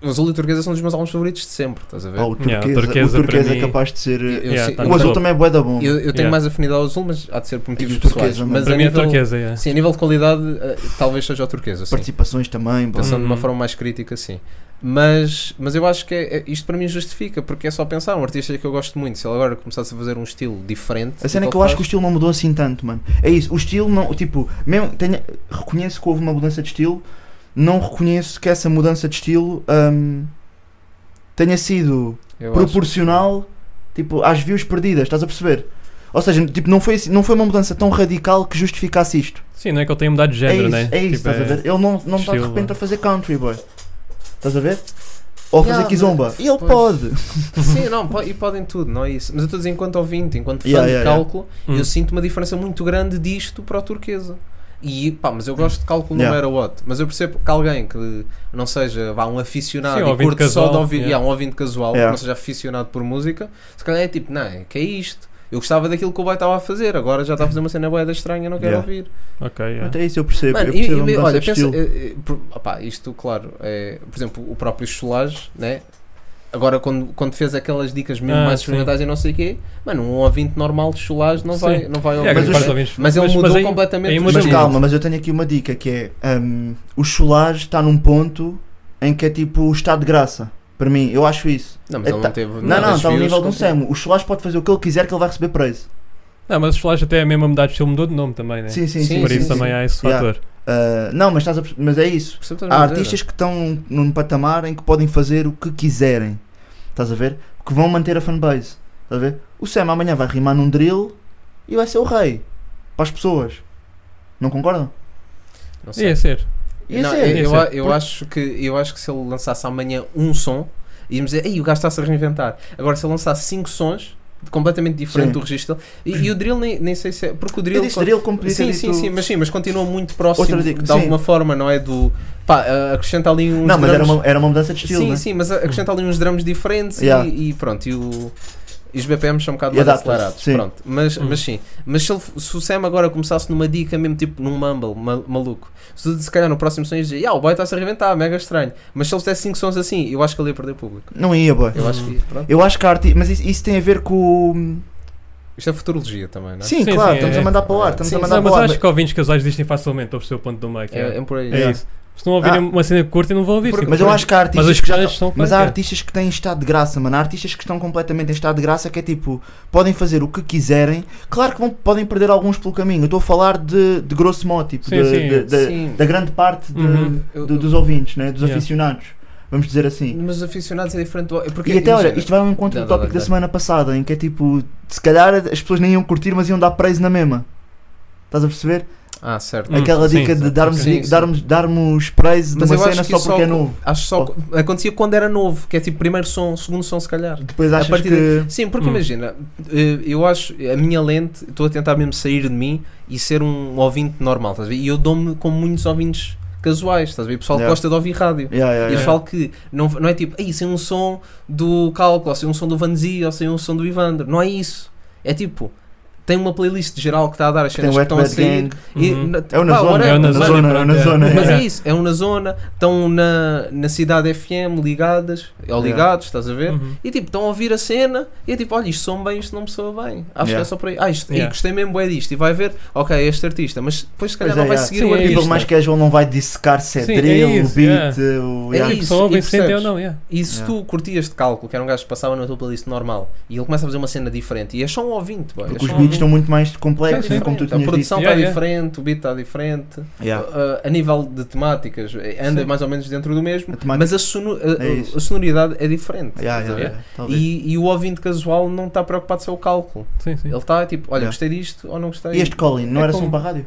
F: o azul e o turquesa são dos meus álbuns favoritos de sempre, estás a ver?
E: pá, o
G: Yeah,
E: "Oh, turquesa,
G: o É, turquesa
E: o turquesa
G: para
E: é
G: mim-
E: capaz de ser.
F: Eu- eu
G: Yeah,
F: sei-
G: tá
E: o
G: no
E: azul
G: top.
E: também é bué da bom.
F: Eu, eu tenho
G: Yeah.
F: mais afinidade ao azul, mas há de ser por motivos
E: E o turquesa,
F: pessoais.
E: mano.
F: mas
G: Para
F: a
G: mim é
F: nível,
G: turquesa. yeah.
F: sim, a nível de qualidade, eh, talvez seja o turquesa. Sim.
E: Participações também, bom.
F: Pensando de uma
G: Uhum.
F: forma mais crítica, sim. Mas, mas eu acho que é- é- isto para mim justifica, porque é só pensar. Um artista que eu gosto muito, se ele agora começasse a fazer um estilo diferente.
E: A cena é
F: do
E: que eu acho que o
F: ele
E: estilo não mudou assim tanto, mano. É isso, o estilo não, tipo, mesmo tenho- reconheço que houve uma mudança de estilo, não reconheço que essa mudança de estilo hum, tenha sido
F: faz, eu acho.
E: proporcional tipo, às views perdidas, estás a perceber? Ou seja, tipo, não, foi, assim- não foi uma mudança tão radical que justificasse isto.
G: Sim, não é que ele tenha mudado de
E: é
G: género,
E: isso,
G: né?
E: é
G: Tipo,
E: isso, estás a
G: é-
E: ver? Ele não, não está de
G: estilo,
E: repente
G: né?
E: a fazer country, boy. Estás a ver? Ou a fazer
F: Yeah,
E: kizomba.
F: mas-
E: E ele
F: pois.
E: pode.
F: Sim, não, po- e podem tudo, não é isso. Mas eu estou a dizer, enquanto ouvinte, enquanto fã
E: Yeah,
F: de
E: yeah, yeah.
F: cálculo,
G: Hum.
F: eu sinto uma diferença muito grande disto para o turquesa. E pá, mas eu gosto de cálculo
E: Yeah.
F: no matter what. Mas eu percebo que alguém que não seja vá, um aficionado
G: Sim, um
F: e
G: ouvinte
F: curte só de
G: casual,
F: ouvir,
G: yeah.
F: yeah, um ouvinte casual,
E: Yeah.
F: que não seja aficionado por música, se calhar é tipo, não, que é isto? Eu gostava daquilo que o boy estava a fazer, agora já está a fazer uma cena boeda estranha, não quero
E: Yeah.
F: ouvir.
G: Ok, yeah.
E: Até isso eu percebo.
F: Mano,
E: eu
F: e-
E: percebo a
F: e-
E: mudança
F: olha,
E: de
F: pensa,
E: estilo.
F: eh, eh, por- opá, isto, claro, é, por exemplo, o próprio Solage, né? Agora, quando, quando fez aquelas dicas mesmo
G: Ah,
F: mais
G: sim.
F: experimentais e não sei o quê, mano, um ouvinte normal de chulás não
G: Sim.
F: vai, não vai
G: É,
F: ouvir.
E: mas
G: grande
E: os-
G: parte dos ouvintes-
F: mas ele mudou
G: aí-
F: completamente
G: aí
F: os
E: Mas,
G: muda
F: sim.
G: muito.
E: calma, mas eu tenho aqui uma dica que é hum, o solar está num ponto em que é tipo está de graça. Para mim, eu acho isso.
F: Não, mas ele
E: Tá-
F: não teve.
E: Não, não,
F: mas
E: está ao
F: views,
E: nível de um
F: continua.
E: Semo. O Solar pode fazer o que ele quiser que ele vai receber preço.
G: Não, mas os Flash até é mesmo a mudar de estilo, mudou de nome também, né?
E: Sim, sim,
F: Sim,
E: sim.
G: Por
E: sim,
G: isso
E: sim.
G: também há esse
E: Yeah.
G: fator.
E: Ah, não, mas, estás a, perce- mas é isso.
F: Percebo o que estás a
E: Há
F: dizer.
E: artistas que estão num patamar em que podem fazer o que quiserem. Estás a ver? Que vão manter a fanbase. Estás a ver? O Sam amanhã vai rimar num drill e vai ser o rei. Para as pessoas. Não concordam?
F: Não sei.
G: Ia ser.
E: Ia
F: Não, é,
E: ser.
F: eu,
G: Ia
F: eu,
G: ser.
F: a- eu acho que, eu acho que se ele lançasse amanhã um som, íamos dizer, ei, o gajo está-se a reinventar. Agora, se ele lançasse cinco sons, completamente diferente
E: Sim.
F: do registro dele, e, e o drill nem, nem sei se é. Porque o drill.
E: Eu disse drill como podia ter
F: Sim,
E: é
F: sim,
E: dito-
F: sim, mas sim, mas continua muito próximo
E: Outra dica,
F: de
E: sim.
F: alguma forma, não é? Do pá, ah, acrescenta ali uns
E: Não, mas era
F: drums-
E: uma, era uma mudança de estilo,
F: sim,
E: né?
F: sim, mas acrescenta ali uns dramas diferentes e-
E: Yeah.
F: e, pronto, e, o- e os BPMs são um bocado
E: E
F: mais
E: adapta-se,
F: acelerados.
E: sim.
F: Pronto, mas,
G: Hum.
F: mas sim, mas se, ele- se o Sam agora começasse numa dica mesmo tipo num mumble ma- maluco, se, tu- se calhar no próximo som ias dizer, "Ya, o boy está-se a arrebentar, mega estranho. Mas se ele fizesse 5 sons assim, eu acho que ele ia perder público.
E: Não ia, boy.
F: Eu acho que, pronto.
E: Eu acho que a arte. Mas isso, isso tem a ver com.
F: Isto é futurologia também, não é?
E: Hum. Sim,
G: Sim,
E: claro,
G: sim,
E: estamos
G: é-
E: a mandar para o ar, estamos
F: Sim,
E: a
F: sim.
E: mandar
G: Não, mas
E: para o ar.
G: acho que ouvintes casais dizem facilmente, ouve o seu ponto do meio. que
F: É,
G: É,
F: é por aí.
G: é isso. Se não ouvirem uma cena que curtem, não vão ouvir.
E: Ah. Mas eu acho que há artistas
G: Mas as
E: que já-
G: coisas são
E: mas há
G: funk, é.
E: artistas que têm estado de graça, mano. Há artistas que estão completamente em estado de graça que é tipo, podem fazer o que quiserem. Claro que vão, podem perder alguns pelo caminho. Eu estou a falar de, de grosso modo, tipo,
G: Sim,
E: de-
G: sim,
E: de- de-
F: sim.
E: da grande parte de-
G: Uhum.
F: Eu-
E: do-
F: eu-
E: dos ouvintes, né? dos
G: Yeah.
E: aficionados. Vamos dizer assim.
F: Mas os aficionados é diferente do. Porque,
E: e até,
F: imagina-
E: olha, isto vai ao encontro
F: Dá,
E: do
F: dá,
E: tópico
F: dá,
E: da
F: dá.
E: semana passada, em que é tipo, se calhar as pessoas nem iam curtir, mas iam dar praise na mesma. Estás a perceber?
F: Ah, certo.
G: Hum,
E: Aquela
G: sim,
E: dica de
G: sim,
E: darmos,
F: sim, sim.
E: darmos, darmos praise de
F: Mas
E: uma
F: eu acho
E: cena
F: que
E: só
F: isso
E: porque é
F: só-
E: novo.
F: Acho só. Acontecia quando era novo, que é tipo primeiro som, segundo som, se calhar.
E: Depois
F: A
E: achas
F: partir
E: que.
F: Sim, porque
G: Hum.
F: imagina, eh, eu acho, a minha lente, estou a tentar mesmo sair de mim e ser um ouvinte normal, estás a ver? E eu dou-me com muitos ouvintes casuais, estás a ver? O pessoal
E: Yeah.
F: gosta de ouvir rádio.
E: Yeah, yeah,
F: E eu
E: yeah.
F: falo que não, não é tipo, ei, sem um som do Cálculo, ou sem um som do Vanzi, ou sem um som do Ivandro. Não é isso. É tipo, tem uma playlist geral que está a dar as
E: Tem
F: cenas
E: o
F: que estão Ah, a
E: Wet Bad
F: sair.
E: Gang.
F: E,
G: Uhum.
F: na-
E: É o na
F: pá,
E: zona.
F: whatever.
E: É o na
G: Mas-
E: zona. É o na
G: Mas-
E: zona.
F: Mas
E: é.
F: é isso, é um na zona, estão na, na cidade FM ligadas, ou
E: Yeah. Hum.
F: ligados, estás a ver?
G: Uhum.
F: E tipo, estão a ouvir a cena e é tipo, olha, isto som bem, isto não me soa bem. Acho que
E: Yeah.
F: é só por aí. Ah, isto,
G: Yeah.
F: e gostei mesmo é disto. E vai ver, ok, este artista, mas depois se calhar
E: Pois
F: não vai
E: é, yeah.
F: seguir
G: Sim,
F: o
G: é
E: O people
F: artista.
E: mais casual não vai dissecar se é
G: Sim, é
E: drill,
G: isso,
E: o beat,
G: yeah.
E: o.
F: É isso,
E: yeah.
G: Tipo, Só
F: e
G: ouvem se sentem ou
F: percebes?
G: não, é? yeah.
F: E se tu curtias de cálculo, que era um gajo que passava na tua playlist normal, e ele começa a fazer uma cena diferente, e é só um ouvinte, boy, é só
E: Porque os
F: um
E: beats
F: ouvinte.
E: estão muito mais
F: É
E: complexos, né, como
F: diferente,
E: tu
F: a
E: tinhas dito.
F: produção está
G: Yeah, yeah.
F: diferente, o beat está diferente,
E: Yeah.
F: Uh, a nível de temáticas eh, anda
G: Sim.
F: mais ou menos dentro do mesmo,
E: A temática-
F: mas a, sono- a-
E: É isso.
F: a sonoridade é diferente.
E: Yeah,
F: estás a
E: yeah,
F: ver?
E: yeah. Talvez. E,
F: E, e o ouvinte casual não está preocupado só o cálculo.
G: Sim, sim.
F: Ele está tipo, olha,
E: Yeah.
F: gostei disto ou não gostei.
E: este Colin, não
G: É
E: era
G: como-
E: som para a rádio?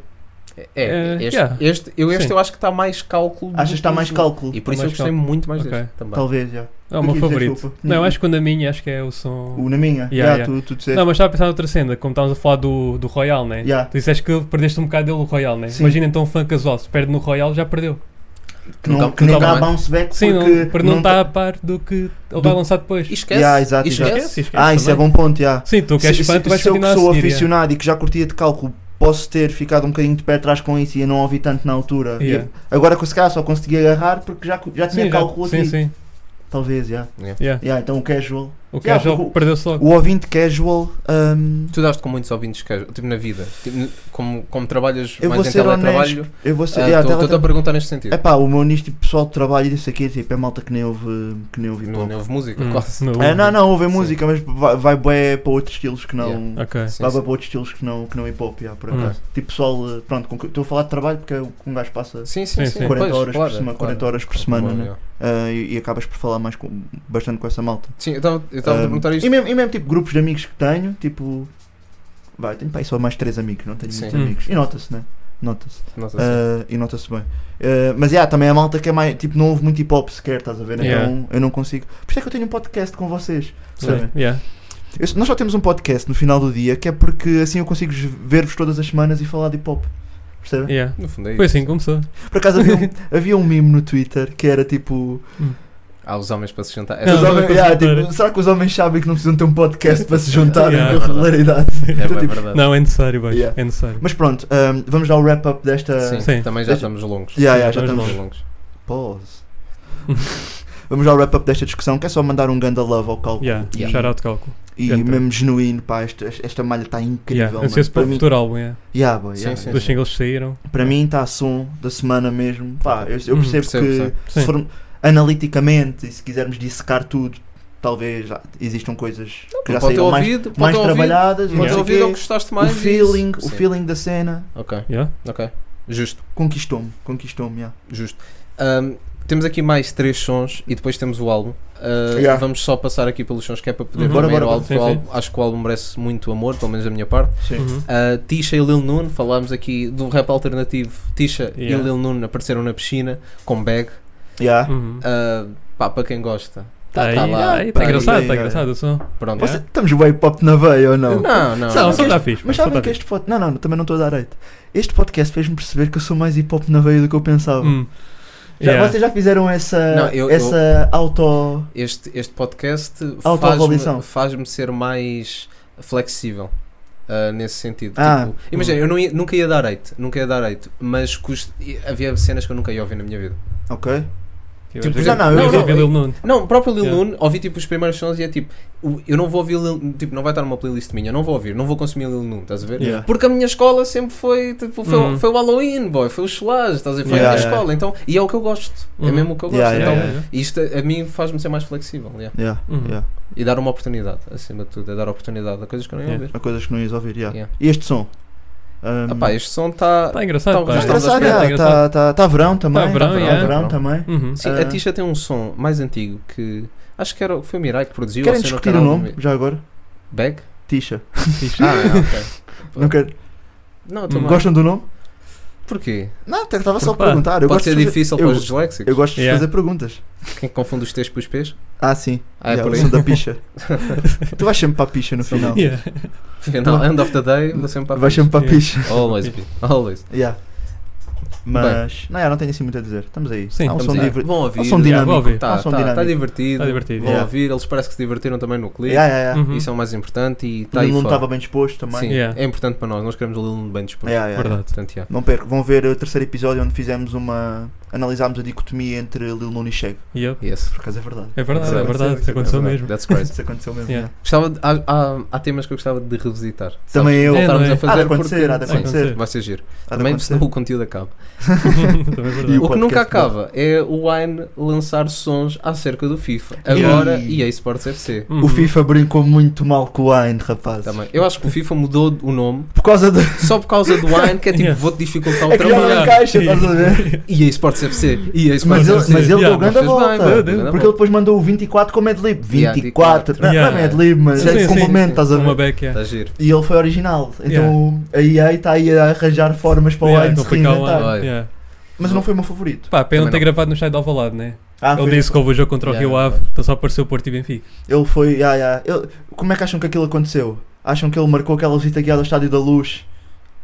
F: É,
G: Eh,
F: este,
G: yeah.
F: este- eu, este
G: Sim.
F: eu acho que está mais cálculo. do
E: Achas que está
F: que
E: mais
F: o-
E: cálculo?
F: E por isso
G: Está
F: eu
G: mais
F: gostei muito mais
G: Ok.
F: deste também.
E: Talvez, já.
G: É o meu
E: Tu dizias,
G: favorito.
E: desculpa.
G: Não, eu
E: Tinha-
G: acho que o da minha, acho que é o som.
E: O na minha?
G: Yeah,
E: Yeah, Tu, tu disseste.
G: Não, mas estava a pensar noutra cena, como estávamos a falar do, do Royal, né?
E: Yeah.
G: Tu disseste que perdeste um bocado dele o Royal, né?
E: Sim.
G: Imagina então um fã casual, se perde no Royal, já perdeu.
E: que não,
F: Nunca-
E: que não
F: nunca
E: dá
F: mais.
E: bounce back
G: tá Sim,
E: porque. tá-
G: não, porque não tá está a par do que ele vai lançar depois.
F: E Esquece.
E: Yeah, exato,
F: e
E: exato.
F: esquece.
E: Ah, isso é bom ponto, já.
G: Sim, tu que és
E: Se-
G: fã,
E: se-
G: tu vais
E: se eu que
G: continuar a
E: sou
G: seguir. yeah.
E: aficionado e que já curtia de cálculo, posso ter ficado um bocadinho de pé atrás com isso e eu não ouvi tanto na altura. E
G: Yeah.
E: Agora com esse cara só consegui agarrar porque já, já tinha
G: Sim, já-
E: cálculo
G: sim,
E: aqui.
G: sim.
E: Talvez, já.
G: Yeah.
E: Yeah, então o casual.
G: O que
E: Yeah,
G: é, já
E: porque o-
G: perdeu-se logo.
E: O ouvinte casual. hum,
F: Tu daste com muitos ouvintes casual, tipo na vida. Tipo, n- como, como trabalhas
E: Eu
F: mais
E: vou
F: em
E: ser
F: teletrabalho,
E: eu vou
F: ah,
E: ser. yeah,
F: estou-
E: tava-
F: estou-te a perguntar neste sentido.
E: Epá, o meu nicho tipo, pessoal de trabalho e disso aqui tipo, é malta que nem ouve, que nem ouve hip
F: Não,
E: hop.
F: não houve música,
G: Hum,
F: quase.
G: no-
E: É, não, não, ouvem
F: Sim.
E: música, mas vai, vai bué para outros estilos que não.
G: Ok.
F: Sim,
E: Vai
F: sim.
E: bué para outros estilos que não, que não hip hop, yeah, por
G: Hum.
E: acaso. Tipo pessoal, eh, pronto, com que- estou a falar de trabalho porque é o que um gajo passa
F: Sim, sim,
G: Sim,
F: sim.
G: sim.
E: 40
F: Pois,
E: horas
F: claro,
E: por semana,
F: claro.
E: 40 horas por semana,
F: Bom,
E: né?
F: é.
E: Ah, e, e acabas por falar mais com, bastante com essa malta.
F: Sim, eu estava eu estava a
E: Ah,
F: perguntar isto.
E: E mesmo, e mesmo, tipo grupos de amigos que tenho, tipo. Vai, tenho pá, aí só mais 3 amigos, não tenho
F: Sim.
E: muitos amigos. E nota-se, né? Nota-se.
F: Nossa,
E: Ah, e nota-se bem. Ah, mas yeah, também a malta que é mais. Tipo, não houve muito hip hop sequer, estás a ver?
G: Yeah.
E: Então eu não consigo. Por isso é que eu tenho um podcast com vocês.
G: Sim,
E: Sabem?
G: yeah.
E: Eu- nós só temos um podcast no final do dia que é porque assim eu consigo ver-vos todas as semanas e falar de hip hop. Percebem?
G: yeah.
F: no fundo é
G: Foi
F: isso.
G: assim que começou.
E: Por acaso
G: [LAUGHS]
E: havia um, havia um meme no Twitter que era tipo.
F: Há os homens para se juntar. É,
G: Não,
E: os
G: não
E: homens-
G: é
E: yeah,
G: para
E: tipo, será que os homens sabem que não precisam ter um podcast para se juntarem
G: Yeah,
E: com
G: é
E: regularidade?
F: é,
E: Então, tipo,
F: verdade.
G: Não, é necessário, boy.
E: Yeah.
G: É necessário.
E: Mas pronto, ah, vamos dar o wrap-up desta.
F: Sim,
G: Sim.
F: também já
E: Deixa-
F: estamos longos.
E: Yeah, yeah, já
F: Estamos
E: estamos-
F: longos.
E: Pause. [LAUGHS] Vamos ao wrap-up desta discussão, que é só mandar um ganda love ao cálculo.
G: Yeah,
E: E-
G: shout out cálculo.
E: E
G: Ganda.
E: mesmo genuíno, pá, esta, esta malha está incrível.
G: Yeah,
E: mano.
G: ansioso para o
E: mim, É.
G: futuro álbum, yeah.
E: Yeah, boy, yeah.
F: Sim,
G: Dois
F: sim.
G: singles saíram.
E: Para mim está a som da semana mesmo. Pá, eu, eu
G: Hum,
E: percebo
F: percebo,
E: que
F: percebo.
E: se
G: Sim.
E: for analiticamente e se quisermos dissecar tudo, talvez já existam coisas que já
F: Pode ter
E: saíram mais,
F: ouvido, pode
E: mais
F: ter ouvido.
E: trabalhadas, e
F: Pode ter
E: não sei
F: ouvido
E: quê.
F: ou gostaste mais.
E: o
F: e-
E: feeling, o
F: Sim.
E: feeling da cena
F: Ok,
G: Yeah?
F: ok. Justo,
E: conquistou-me, conquistou-me, yeah.
F: justo. Ahm, temos aqui mais três sons e depois temos o álbum. Ah,
E: Yeah.
F: Vamos só passar aqui pelos sons que é para poder
G: Uhum.
F: também
E: Bora,
F: ir ao
E: bora,
F: álbum,
G: bora.
F: porque o
G: Sim,
F: álbum- Acho que o álbum merece muito amor, pelo menos da minha parte.
G: Uhum.
F: Uh, Tisha e Lil Nun, falámos aqui do rap alternativo. Tisha
G: Yeah.
F: e Lil Nun apareceram na piscina com bag.
E: Yeah.
G: Uhum.
F: Uh, pá, para quem gosta,
G: Tá aí,
F: tá lá,
G: aí,
F: tá
G: tá
F: aí,
G: engraçado,
E: tá, tá
G: tá
E: aí.
G: engraçado o som.
F: pronto.
E: Você- estamos bem pop na veia ou não?
F: Não, não,
G: Não,
F: não.
G: o som está fixe.
E: Mas
G: o som
E: sabem
G: tá
E: que
G: fixe.
E: este podcast. Não, não, também não estou a dar hate. Este podcast fez-me perceber que eu sou mais hip hop na veia do que eu pensava.
G: Hum.
E: Já,
G: Yeah.
E: Vocês já fizeram essa,
F: Não, eu-
E: essa auto.
F: Este, este podcast
E: Autoavaliação.
F: faz-me faz-me ser mais flexível. uh, nesse sentido,
E: Ah.
F: Tipo, imagina, eu não ia- nunca ia dar hate, nunca ia dar hate, mas cust- e havia cenas que eu nunca ia ouvir na minha vida.
E: Ok.
G: Eu
F: Tipo,
G: já-
E: não, não, Tá, eu-
G: eu
E: eu-
G: ouvi Lil Nun.
F: Não, o próprio Lil
G: Yeah.
F: Nun, ouvi tipo os primeiros sons e é tipo, o- eu não vou ouvir Lil Nun, tipo, não vai estar numa playlist minha, eu não vou ouvir, não vou consumir Lil Nun, estás a ver?
E: Yeah.
F: Porque a minha escola sempre foi, tipo, foi,
G: Uhum.
F: foi o Halloween, boy, foi o cholage, estás a ver? Foi a
E: Yeah,
F: minha
E: yeah.
F: escola, então, e é o que eu gosto, é
G: Uhum.
F: mesmo o que eu gosto.
E: Yeah,
F: então,
E: yeah,
F: isto a, a mim faz-me ser mais flexível, yeah.
E: Yeah,
G: Uhum.
E: yeah.
F: e dar uma oportunidade, acima de tudo, é dar oportunidade a coisas que eu não ia
G: Yeah.
F: ouvir.
E: Há coisas que não ias ouvir, yeah.
F: Yeah.
E: E este som? Um,
F: Ah pá, este som está.
G: Tá engraçado,
F: Tá engraçado,
G: pá. Tá
E: é engraçado, yeah,
G: engraçado.
E: tá, tá, tá verão também.
G: Tá verão,
E: tá verão,
G: yeah.
E: verão também.
G: Uhum.
F: Sim,
E: Ah.
F: a Tisha tem um som mais antigo que. Acho que era, foi o Mirai que produziu.
E: Querem
F: ou se não,
E: discutir
F: era
E: o
F: algum-
E: nome já agora?
F: Bag?
E: Tisha.
F: Ah, é, ok.
E: [LAUGHS] Não quero.
F: Não,
G: Hum.
F: também.
E: Gostam do nome?
F: Porquê?
E: Não, até estava só a
G: Porque, pá,
E: perguntar. Eu
F: Pode
E: gosto
F: ser
E: de fazer-
F: difícil
E: eu-
F: para os disléxicos.
E: Eu gosto de
G: Yeah.
E: fazer perguntas.
F: Quem é confunde os T's para os P's?
E: Ah, sim.
F: Ah, é
E: Yeah,
F: por
E: o
F: aí.
E: som da picha. tu vais sempre para a picha no final.
G: Yeah.
F: [LAUGHS]
E: [LAUGHS]
F: Final, end of the day, vou sempre para a
E: Vais
F: pista.
E: sempre para a
G: Yeah.
E: picha.
F: Always, be. Always.
E: Yeah. Mas, não, yeah, não tenho assim muito a dizer. Estamos aí.
G: Sim,
E: Há um
G: estamos
E: som
G: aí.
E: diver-
F: Vão ouvir.
E: há um
G: Yeah,
E: som
G: vão
E: dinâmico.
G: ouvir.
E: Há
F: Tá,
E: um som
F: tá, tá
E: dinâmico.
F: divertido.
G: Tá divertido.
F: Vão
E: Yeah.
F: ouvir, eles parece que se divertiram também no clipe.
E: Yeah, yeah, yeah.
G: Uhum.
F: Isso é o mais importante e
E: O
F: está Tá aí
E: Lil não
F: fora.
E: estava bem disposto
F: Sim,
E: também. É.
G: Yeah.
F: é importante para nós. Nós queremos o Lil Nuno bem disposto.
E: Yeah, yeah, yeah.
G: É Verdade.
F: Portanto, yeah.
E: Não percam, vão ver o terceiro episódio onde fizemos uma. analisámos a dicotomia entre Lil Nun e Chego.
G: Yep.
F: Yes.
E: Por acaso é verdade.
G: É verdade, é
F: Aconteceu,
G: verdade. Isso aconteceu mesmo. [LAUGHS]
F: That's crazy.
E: Isso aconteceu mesmo.
G: Yeah.
E: yeah.
F: Gostava de- há, há- há temas que eu gostava de revisitar. Sabes?
E: Também eu.
G: É,
F: Voltarmos
G: não é?
F: a
E: Há de
F: fazer
E: acontecer,
F: porque-
E: há de
F: Sim,
E: acontecer.
F: Vai ser giro.
E: Há de
F: Também
E: acontecer.
F: senão [LAUGHS] o conteúdo acaba.
G: Também é verdade.
E: o
F: O que nunca
E: podcast
F: acaba é o Wine lançar sons acerca do FIFA. Agora EA Sports FC.
G: Uhum.
E: O FIFA brincou muito mal com o Wine, rapaz.
F: Também. Eu acho que o FIFA mudou o nome
E: Por causa de.
F: só por causa do Wine, que é
G: [LAUGHS]
F: tipo,
G: Yeah.
F: vou-te dificultar o
E: É que já
F: trabalho.
E: não encaixa, estás
F: [LAUGHS]
E: a ver?
F: EA Sports FC. EA Sports
E: Mas ele,
F: FC.
E: mas ele
G: Yeah,
E: deu grande a
F: fez bem, deu,
E: volta.
F: deu.
E: porque ele depois mandou o 24 como Adlib.
F: Yeah,
E: 24. Não,
G: Yeah.
E: não é Adlib, mas
G: Sim,
E: é
G: sim,
E: complemento,
F: sim.
E: estás a
G: Uma
E: ver?
G: back, yeah.
F: Está Tá giro.
E: E ele foi original. Então a EA está aí a arranjar formas para o
G: Yeah, então
E: Wine se
G: complicar o
E: reinventar.
F: Wine.
G: ano. Yeah.
E: Mas não foi o meu favorito.
G: Pá, pena
F: Também
G: não ter
F: não.
G: gravado no site de Alvalade, né?
E: Ah,
G: Ele
E: foi-
G: disse que houve o jogo contra o
F: Yeah,
G: Rio Ave, então só apareceu o Porto e Benfica.
E: Ele foi. Ya, ya. Ele- como é que acham que aquilo aconteceu? Acham que ele marcou aquela visita guiada ao Estádio da Luz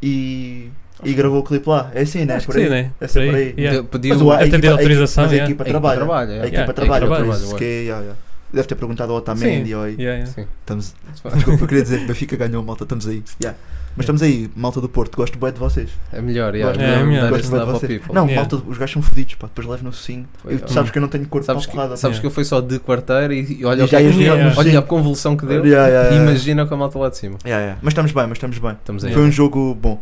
E: e. e gravou o clipe lá? É assim, né?
G: Acho que
E: Por
G: sim,
E: aí.
G: né?
E: É sempre
G: Por
E: aí.
G: Yeah.
F: De- Pediu um
E: Mas o
F: a
E: Wine-
G: Até
E: equipa-
G: de
E: a
G: autorização.
E: equipa- mas a
G: yeah.
E: equipa-
F: equipa
E: trabalha.
F: trabalha,
E: A
F: yeah.
E: equipa
G: Yeah,
E: trabalha,
G: equipa
E: por
G: trabalha.
E: isso que. ya, ya. Deve ter perguntado ao Otamendi. ou aí.
G: Yeah, yeah.
F: Sim.
E: Estamos, desculpa, eu queria dizer que Benfica ganhou, malta, estamos aí. Ya. Mas estamos aí, malta do Porto, gosto bem de vocês.
F: É melhor, yeah.
E: Gosto
G: É, é
F: Dar
G: melhor.
F: esse
E: Gosto bem de tipo
F: love ao
E: vocês.
F: people.
E: Não,
G: Yeah.
E: malta, os gajos são fodidos, pá, depois levo no focinho.
F: Foi,
E: Eu-
F: ó.
E: tu sabes que eu não tenho corpo
F: Sabes
E: para
F: que-
E: porrada.
F: Sabes
G: Yeah.
F: que eu fui só de quarteiro e, e olha,
E: E
F: o
E: já
F: que-
E: ias
G: Yeah.
E: no
F: olha a
E: focinho.
F: convulsão que deu.
E: Ya, ya, ya.
F: Imagina com a malta lá de cima.
E: Ya, ya. Mas estamos bem, mas estamos bem.
F: Estamos aí.
E: Foi um jogo bom.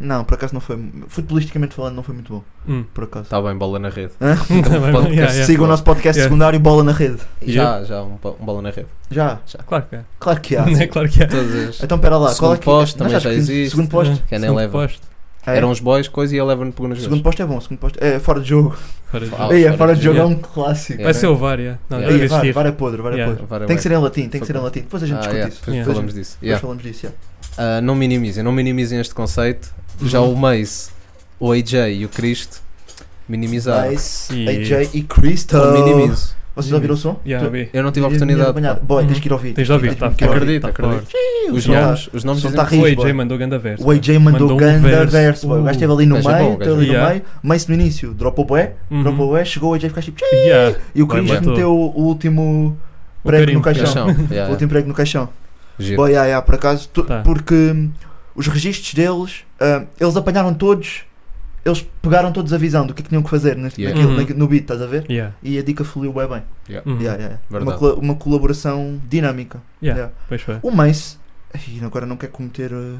E: Não, por acaso não foi. Futebolisticamente falando, não foi muito bom.
G: Hum.
E: Por acaso.
F: Está Tá bem, bola na rede.
E: Hã?
G: Tá bem,
F: podcast
G: yeah, yeah.
E: Siga o nosso podcast
G: Yeah.
E: secundário Bola na Rede.
F: Já, já, um, bo- um bola na
E: [LAUGHS]
F: rede.
E: Já?
G: Claro que é. [LAUGHS]
E: Claro que há.
G: É claro que é.
F: Todas as-
E: Então pera lá, qual é
F: Segundo
E: que
F: posto
E: nós
F: também
E: acho
F: já
E: que
F: existe.
E: Segundo posto.
F: Que é na
G: Segundo
F: Eleven.
G: posto.
E: É.
F: Eram os boys, coisa e a Eleven pegou nos
E: Segundo posto é bom, segundo posto. É fora de jogo.
G: Fora de-
F: Ah,
E: Ei, [LAUGHS] é
F: fora
E: fora
F: de
E: de jogo, é
G: jogo.
E: um clássico.
G: Vai
F: Yeah.
G: ser o VAR, yeah. Não,
F: Yeah.
G: deve
E: Ei, vá,
G: existir.
E: vá, é podre, vá, é
G: Yeah.
E: podre.
F: Vai,
E: Tem
F: vai.
E: que ser em latim, tem que
F: Foi
E: ser em
F: bom.
E: latim. Depois a gente
F: Ah,
E: discute
F: yeah,
E: isso.
F: depois
G: Yeah.
F: falamos disso.
E: Depois
F: Yeah.
E: falamos disso, yeah.
F: Ah, não minimizem, não minimizem este conceito.
E: Uhum.
F: Já o Mace, o AJ e o Cristo minimizaram.
E: Nice.
G: E-
E: AJ e
F: Não
E: Crystal.
F: minimizo.
E: Vocês ouviram o som?
G: Yeah,
E: Tu-
G: vi.
F: Eu não tive a
E: Tinha- tinha
F: oportunidade.
E: apanhado. Boy, tens que ir ouvir.
G: Tens de ouvir,
E: tens
G: tá
E: mesmo que
G: forte.
E: ouvir.
F: Acredito,
G: tá
F: acredito.
G: forte.
E: Ih, o
F: Os
E: som tá-
F: nomes, os nomes
E: som
F: dizem
E: tá
G: O
E: Riz,
G: AJ
E: boy.
G: mandou ganda verso.
E: O AJ mandou,
G: Mandou um
E: ganda
G: verso.
E: verso, boy. O gajo esteve ali
F: Uh,
E: no
F: gajo é
E: meio,
F: bom, gajo
E: esteve ali
G: é bom.
E: no meio. Mace no início, dropou bué,
G: Uhum.
E: dropou bué, chegou o AJ e ficaste tipo...
G: Yeah.
E: E o
G: Vai,
E: Cris
G: matou.
E: meteu o último
G: O
E: prego no
G: carimbo.
E: caixão.
F: Caixão, yeah,
E: O último prego no caixão.
F: giro.
E: Boy, yeah, yeah, por acaso, tu-
G: Tá.
E: porque hum, os registros deles, hum, eles apanharam todos eles pegaram todos a visão do que é que tinham que fazer neste,
F: Yeah.
E: naquilo,
G: Uhum.
E: naquele- no beat, estás a ver?
G: Yeah.
E: E a dica fluiu bem bem.
G: Uhum.
E: Yeah, yeah, yeah. Uma,
F: Verdade.
E: cola- uma colaboração dinâmica.
G: Yeah.
E: Yeah.
G: Pois foi.
E: O Mace, ai, agora não quer cometer. uh,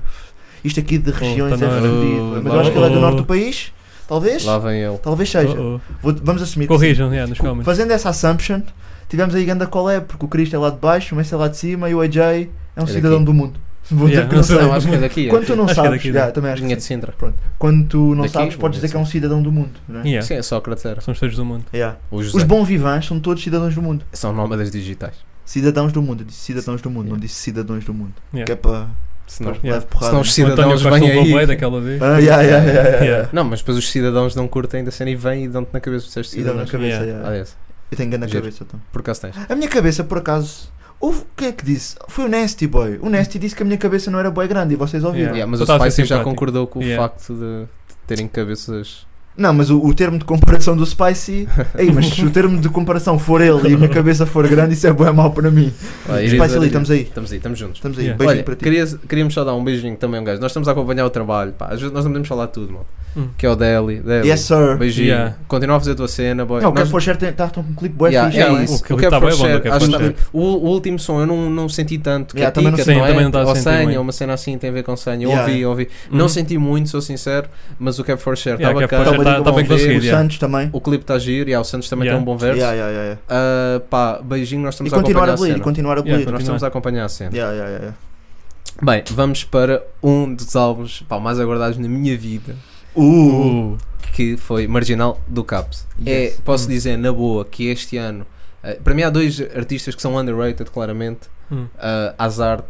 E: isto aqui de regiões
G: tá
E: é
G: na hora.
E: fodido. Mas eu
F: Lá-
E: acho que ele é do
G: Oh.
E: norte do país. Talvez?
F: Lá vem ele.
E: Talvez seja.
G: Oh, oh.
E: Vou- vamos assumir que sim.
G: Corrijam, yeah, nos
E: Co-
G: comments.
E: Fazendo essa assumption, tivemos aí ganda colé, porque o Cristo é lá de baixo, o Mace é lá de cima e o AJ é um
F: daqui.
E: cidadão do mundo. [LAUGHS] Vou dizer
G: Yeah,
E: que não
G: não sei,
E: sei.
F: Não, [LAUGHS] acho que é daqui. é.
E: Quando tu não
G: Acho que é
E: sabes,
G: daqui,
E: yeah,
G: né?
E: também acho que
F: Linha de
E: sim.
F: Sintra.
E: Quando tu não
F: Daqui,
E: sabes,
F: bom,
E: podes dizer que é um cidadão do mundo. Né?
G: Yeah. é.
F: Sim, é Sócrates era.
G: São os todos do mundo.
E: Yeah.
F: O José.
E: Os bons vivants são todos cidadãos do mundo.
F: São nómadas digitais.
E: Cidadãos do mundo, eu disse cidadãos do mundo,
F: Yeah.
E: não disse cidadãos do mundo.
G: Yeah.
E: Que é para
F: Senão,
G: Yeah.
E: leve porrada.
F: senão os
G: O António
F: cidadãos
G: Costa
F: vêm
G: levou bué
F: aí.
G: daquela vez.
E: Ah, yeah, yeah, yeah, yeah, yeah.
G: Yeah.
F: Não, mas depois os cidadãos não curtem da cena e vêm e dão-te na cabeça por seres
E: E dá na
F: cidadãos.
E: cabeça.
G: Yeah.
E: yeah.
F: Ah, esse.
E: Eu tenho grande
F: Giro.
E: cabeça então.
F: Por acaso tens.
E: A minha cabeça, por acaso, houve, quem é que disse? Foi o Nasty Boy. O Nasty disse que a minha cabeça não era boy grande e vocês ouviram.
F: Yeah,
G: Yeah.
F: mas
G: Só
F: o
G: tá a ser
F: Spicy já
G: simpático.
F: concordou com o
G: Yeah.
F: facto de de terem cabeças.
E: Não, mas o, o termo de comparação do
F: [LAUGHS]
E: Spicy. Ei, mas se o termo de comparação for ele e a minha cabeça for grande, isso é bom mal para mim.
F: Ah,
E: Spicy
F: Iris,
E: Lee,
F: Iris.
E: estamos aí.
F: Estamos aí, estamos juntos.
E: Estamos aí,
G: Yeah.
E: beijinho
F: Olha,
E: para ti.
F: queria- queríamos só dar um beijinho também, um gajo. Nós estamos a acompanhar o trabalho, pá. Às vezes nós não podemos falar tudo, mano.
G: Hum.
F: Que é o Deli. Deli.
E: Yes, sir.
F: Beijinho.
G: Yeah.
F: Continua a fazer a tua cena, boy.
E: Não, o
F: Nós-
E: Cap Forcher está com um clipe bué
F: Yeah,
E: fixe, não
F: é
E: é?
F: isso.
G: O que
F: O
G: ele tá
F: Cap for
G: bem bom,
F: Share,
G: o Cap
F: acho
G: for
F: que
G: Share.
F: tá- o, o último som eu não, não senti tanto. Que
E: Yeah,
F: é
E: também não
F: Ticket,
G: sei,
F: não é?
G: também não tá a
F: Ou
G: sentir
F: senha,
G: muito. Uhum.
F: uma cena assim tem a ver com senha. Eu
E: Yeah.
F: ouvi, eu ouvi. Não senti muito, sou sincero, mas o é Cap for Share
G: Yeah,
F: estava
G: Cap
F: cá.
G: for Share tá- tá bem
F: Vamos ver.
G: conseguido,
E: O
G: yeah.
E: Santos também.
F: O clipe está giro, yeah, o Santos também tem
G: Yeah.
F: um bom verso.
E: Yeah, yeah, yeah, yeah.
F: Ah, pá, beijinho, nós estamos
E: E continuar
F: a
E: a
F: acompanhar a
E: bleed, e
F: cena.
E: continuar a
G: Yeah,
E: bleed.
F: Nós estamos a acompanhar a cena.
E: Yeah, yeah, yeah, yeah.
F: Bem, vamos para um dos álbuns pá, mais aguardados na minha vida,
E: Uh,
G: Uh,
F: que foi Marginal do Caps.
E: Yes.
F: É, posso
G: Hum.
F: dizer, na boa, que este ano, eh, para mim há dois artistas que são underrated, claramente,
G: Hum.
F: eh, Azarte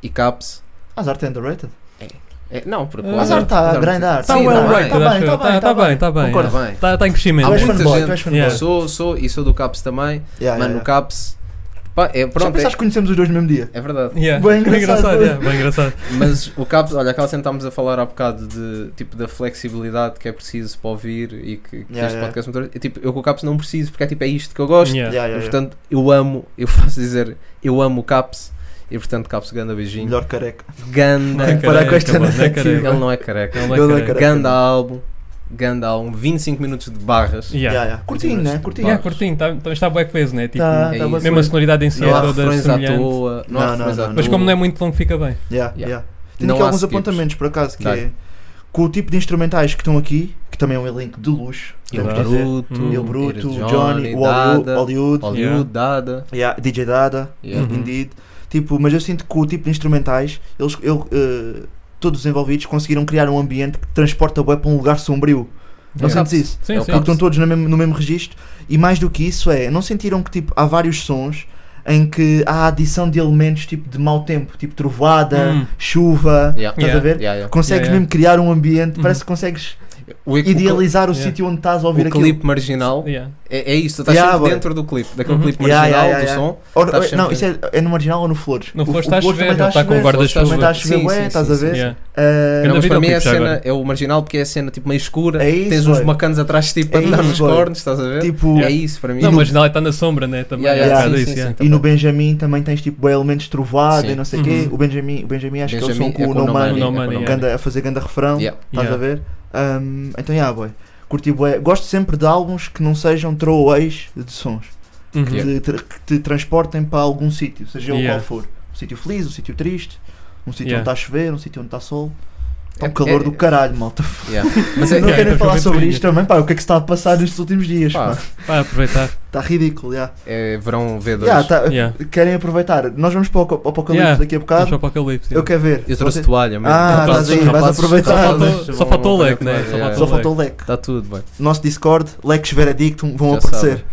F: e Caps.
E: Azar tem underrated.
F: É, não, porque...
G: Ah,
F: o
E: Azar tá a grindar.
F: Sim,
G: Tá well
F: tá
G: rated,
F: bem.
G: acho
E: Tá bem,
G: eu.
E: tá
G: Tá-
E: bem, tá
G: tá
E: bem.
G: bem, tá bem.
F: Concordo
G: yeah.
F: bem.
G: Tá tá em crescimento.
E: Tu és
F: muita
E: fanboy,
F: gente.
E: tu és fanboy.
G: Yeah.
F: Sou, sou e sou do Caps também.
E: Yeah,
F: Mano,
E: yeah,
F: o
E: yeah.
F: Caps... Pá, é,
E: Já
F: pronto, é,
E: pensaste que conhecemos os dois no mesmo dia?
F: é verdade.
G: Yeah.
E: Bem engraçado, bem.
G: yeah, bem engraçado.
F: Mas o Caps, olha, aquela cena que estávamos a falar há bocado de tipo da flexibilidade que é preciso para ouvir e que, que
E: Yeah,
F: este
E: yeah.
F: podcast me trouxe. E, tipo, eu com o Caps não preciso porque é tipo é isto que eu gosto.
G: Yeah.
E: Yeah,
F: E,
E: yeah, yeah.
F: portanto, eu amo, eu [LAUGHS] faço dizer, eu amo o Caps e portanto Caps ganda beijinho.
E: Melhor careca.
G: Não
F: Ganda
G: é
E: Tem que parar com
G: careca,
E: esta
G: mano, não é careca.
F: ele não é careca.
G: Ele não é
E: Eu não
G: careca.
E: acredito.
F: Ganda álbum, ganda álbum, 25 minutos de barras.
G: Yeah.
E: Yeah, yeah. Curtinho, né? Curtinho.
G: Yeah, curtinho, tá- também está bem coeso, né? Tipo,
E: Tá,
F: é
E: tá
F: isso.
E: bem
G: mesmo a sonoridade em si
F: Não
G: é
F: há
G: toda
F: refrões à
G: semelhante.
F: toa, não, há
E: Não, não,
F: refrões à
E: não,
F: toa.
G: Mas como não é muito longo, fica bem.
E: Yeah,
F: Yeah.
E: yeah. Tenho
F: Não
E: aqui
F: há
E: alguns
F: skips.
E: apontamentos por acaso, que
F: Dá-lhe.
E: é com o tipo de instrumentais que estão aqui, que também é um elenco de luxo,
F: Il
E: temos de dizer.
F: Bruto,
G: Hum.
E: Il Bruto,
F: Il
E: Johnny, o Hollywood,
F: Dada,
E: Hollywood
F: Hollywood, Dada.
E: yeah, DJ Dada,
F: Yeah.
G: Uhum.
E: É, Indeed. Tipo, mas eu sinto que com o tipo de instrumentais, eles, eu, eh, todos os envolvidos conseguiram criar um ambiente que transporta a web para um lugar sombrio. Não
F: É o Caps.
E: sentes isso?
G: Sim,
F: É o
G: sim.
E: Porque estão todos no mesmo, no mesmo registro. E mais do que isso é, não sentiram que tipo, há vários sons em que há a adição de elementos tipo de mau tempo, tipo trovoada,
G: Hum.
E: chuva,
F: Yeah.
E: estás a
G: Yeah.
E: ver?
F: Yeah, yeah.
E: Consegues
G: Yeah, yeah.
E: mesmo criar um ambiente,
G: Uhum.
E: parece que consegues
F: O, o,
E: idealizar o
G: yeah.
E: sítio onde estás a
F: o
E: ouvir aquilo.
F: clipe marginal
G: Yeah.
F: é, é isso, tu estás
E: Yeah,
F: sempre
E: boy.
F: dentro do clipe, daquele
G: Uhum.
F: clipe
E: Yeah,
F: marginal
E: yeah, yeah,
F: do
E: yeah.
F: som.
E: Ora,
F: Estás
E: não,
F: sempre-
E: isso é, é no marginal ou no Flores?
G: tá No
E: O-
G: Flores
E: o
G: está a
E: Flores
G: chover,
E: também tá
G: ele está
E: a
G: com
E: chover.
G: guarda-chuva.
E: Também está a chover,
F: Sim, sim,
E: ué,
F: sim,
E: estás a
F: sim,
E: ver?
G: Yeah.
E: Eh,
G: Ainda
F: Não, mas
G: vi
F: para
G: o
F: mim é a
G: clipe já
F: cena,
G: agora.
F: é o marginal porque é a cena tipo meio escura,
E: É isso,
F: tens uns
E: boy.
F: macanos atrás tipo
E: É
F: a andar
E: isso,
F: nos
E: boy.
F: cornos, estás a ver?
E: Tipo,
F: é isso para mim.
G: Não, mas não, está na sombra, né? Também
F: Yeah,
G: é um
E: yeah,
G: bocado
F: sim,
G: isso,
F: sim,
G: yeah.
F: sim.
E: E no Benjamin também tens tipo bué elementos trovado
F: Sim.
E: e não sei o quê.
G: Uhum.
E: O Benjamin, o Benjamin acho que
F: Benjamin
E: eles são
F: é
E: com o No
G: Money,
E: Money,
G: No
F: é com
G: Money, yeah.
E: ganda- a fazer ganda refrão,
F: Yeah.
E: estás
G: Yeah.
E: a ver? Ahm, então, yeah, boy. Curti bué. Gosto sempre de álbuns que não sejam throwaways de sons,
G: Uhum.
E: que, te, tra- que te transportem para algum sítio, seja ele
G: Yeah.
E: qual for. Um sítio feliz, um sítio triste, um sítio
G: Yeah.
E: onde está a chover, um sítio onde está sol. Está um
F: É-
E: calor
F: é-
E: do caralho, malta.
F: Yeah. Mas é,
E: não
G: yeah,
E: quero nem
G: então
E: falar
G: foi
E: sobre
G: muito
E: isto também, pá. O que é que se está a passar nestes últimos dias,
F: Pá,
E: pá.
G: Vai aproveitar.
E: Está ridículo, já.
F: é verão V2.
E: Yeah, tá-
G: Yeah.
E: Querem aproveitar? Nós vamos para o apo- apocalipse
G: Yeah.
E: daqui a
G: Vamos
E: bocado.
G: para o Apocalipse.
E: Eu quero ver.
F: Eu trouxe
E: Você-
F: toalha, mesmo.
E: Ah,
F: Rapazes-
E: estás aí, vais
F: rapazes-
E: aproveitar.
F: rapazes-
G: Só faltou o leque, né?
F: Yeah,
G: Só
F: yeah.
E: Só
G: faltou
E: faltou o leque.
F: Está tudo bem.
E: Nosso Discord, leques veredictum vão
F: Já
E: aparecer.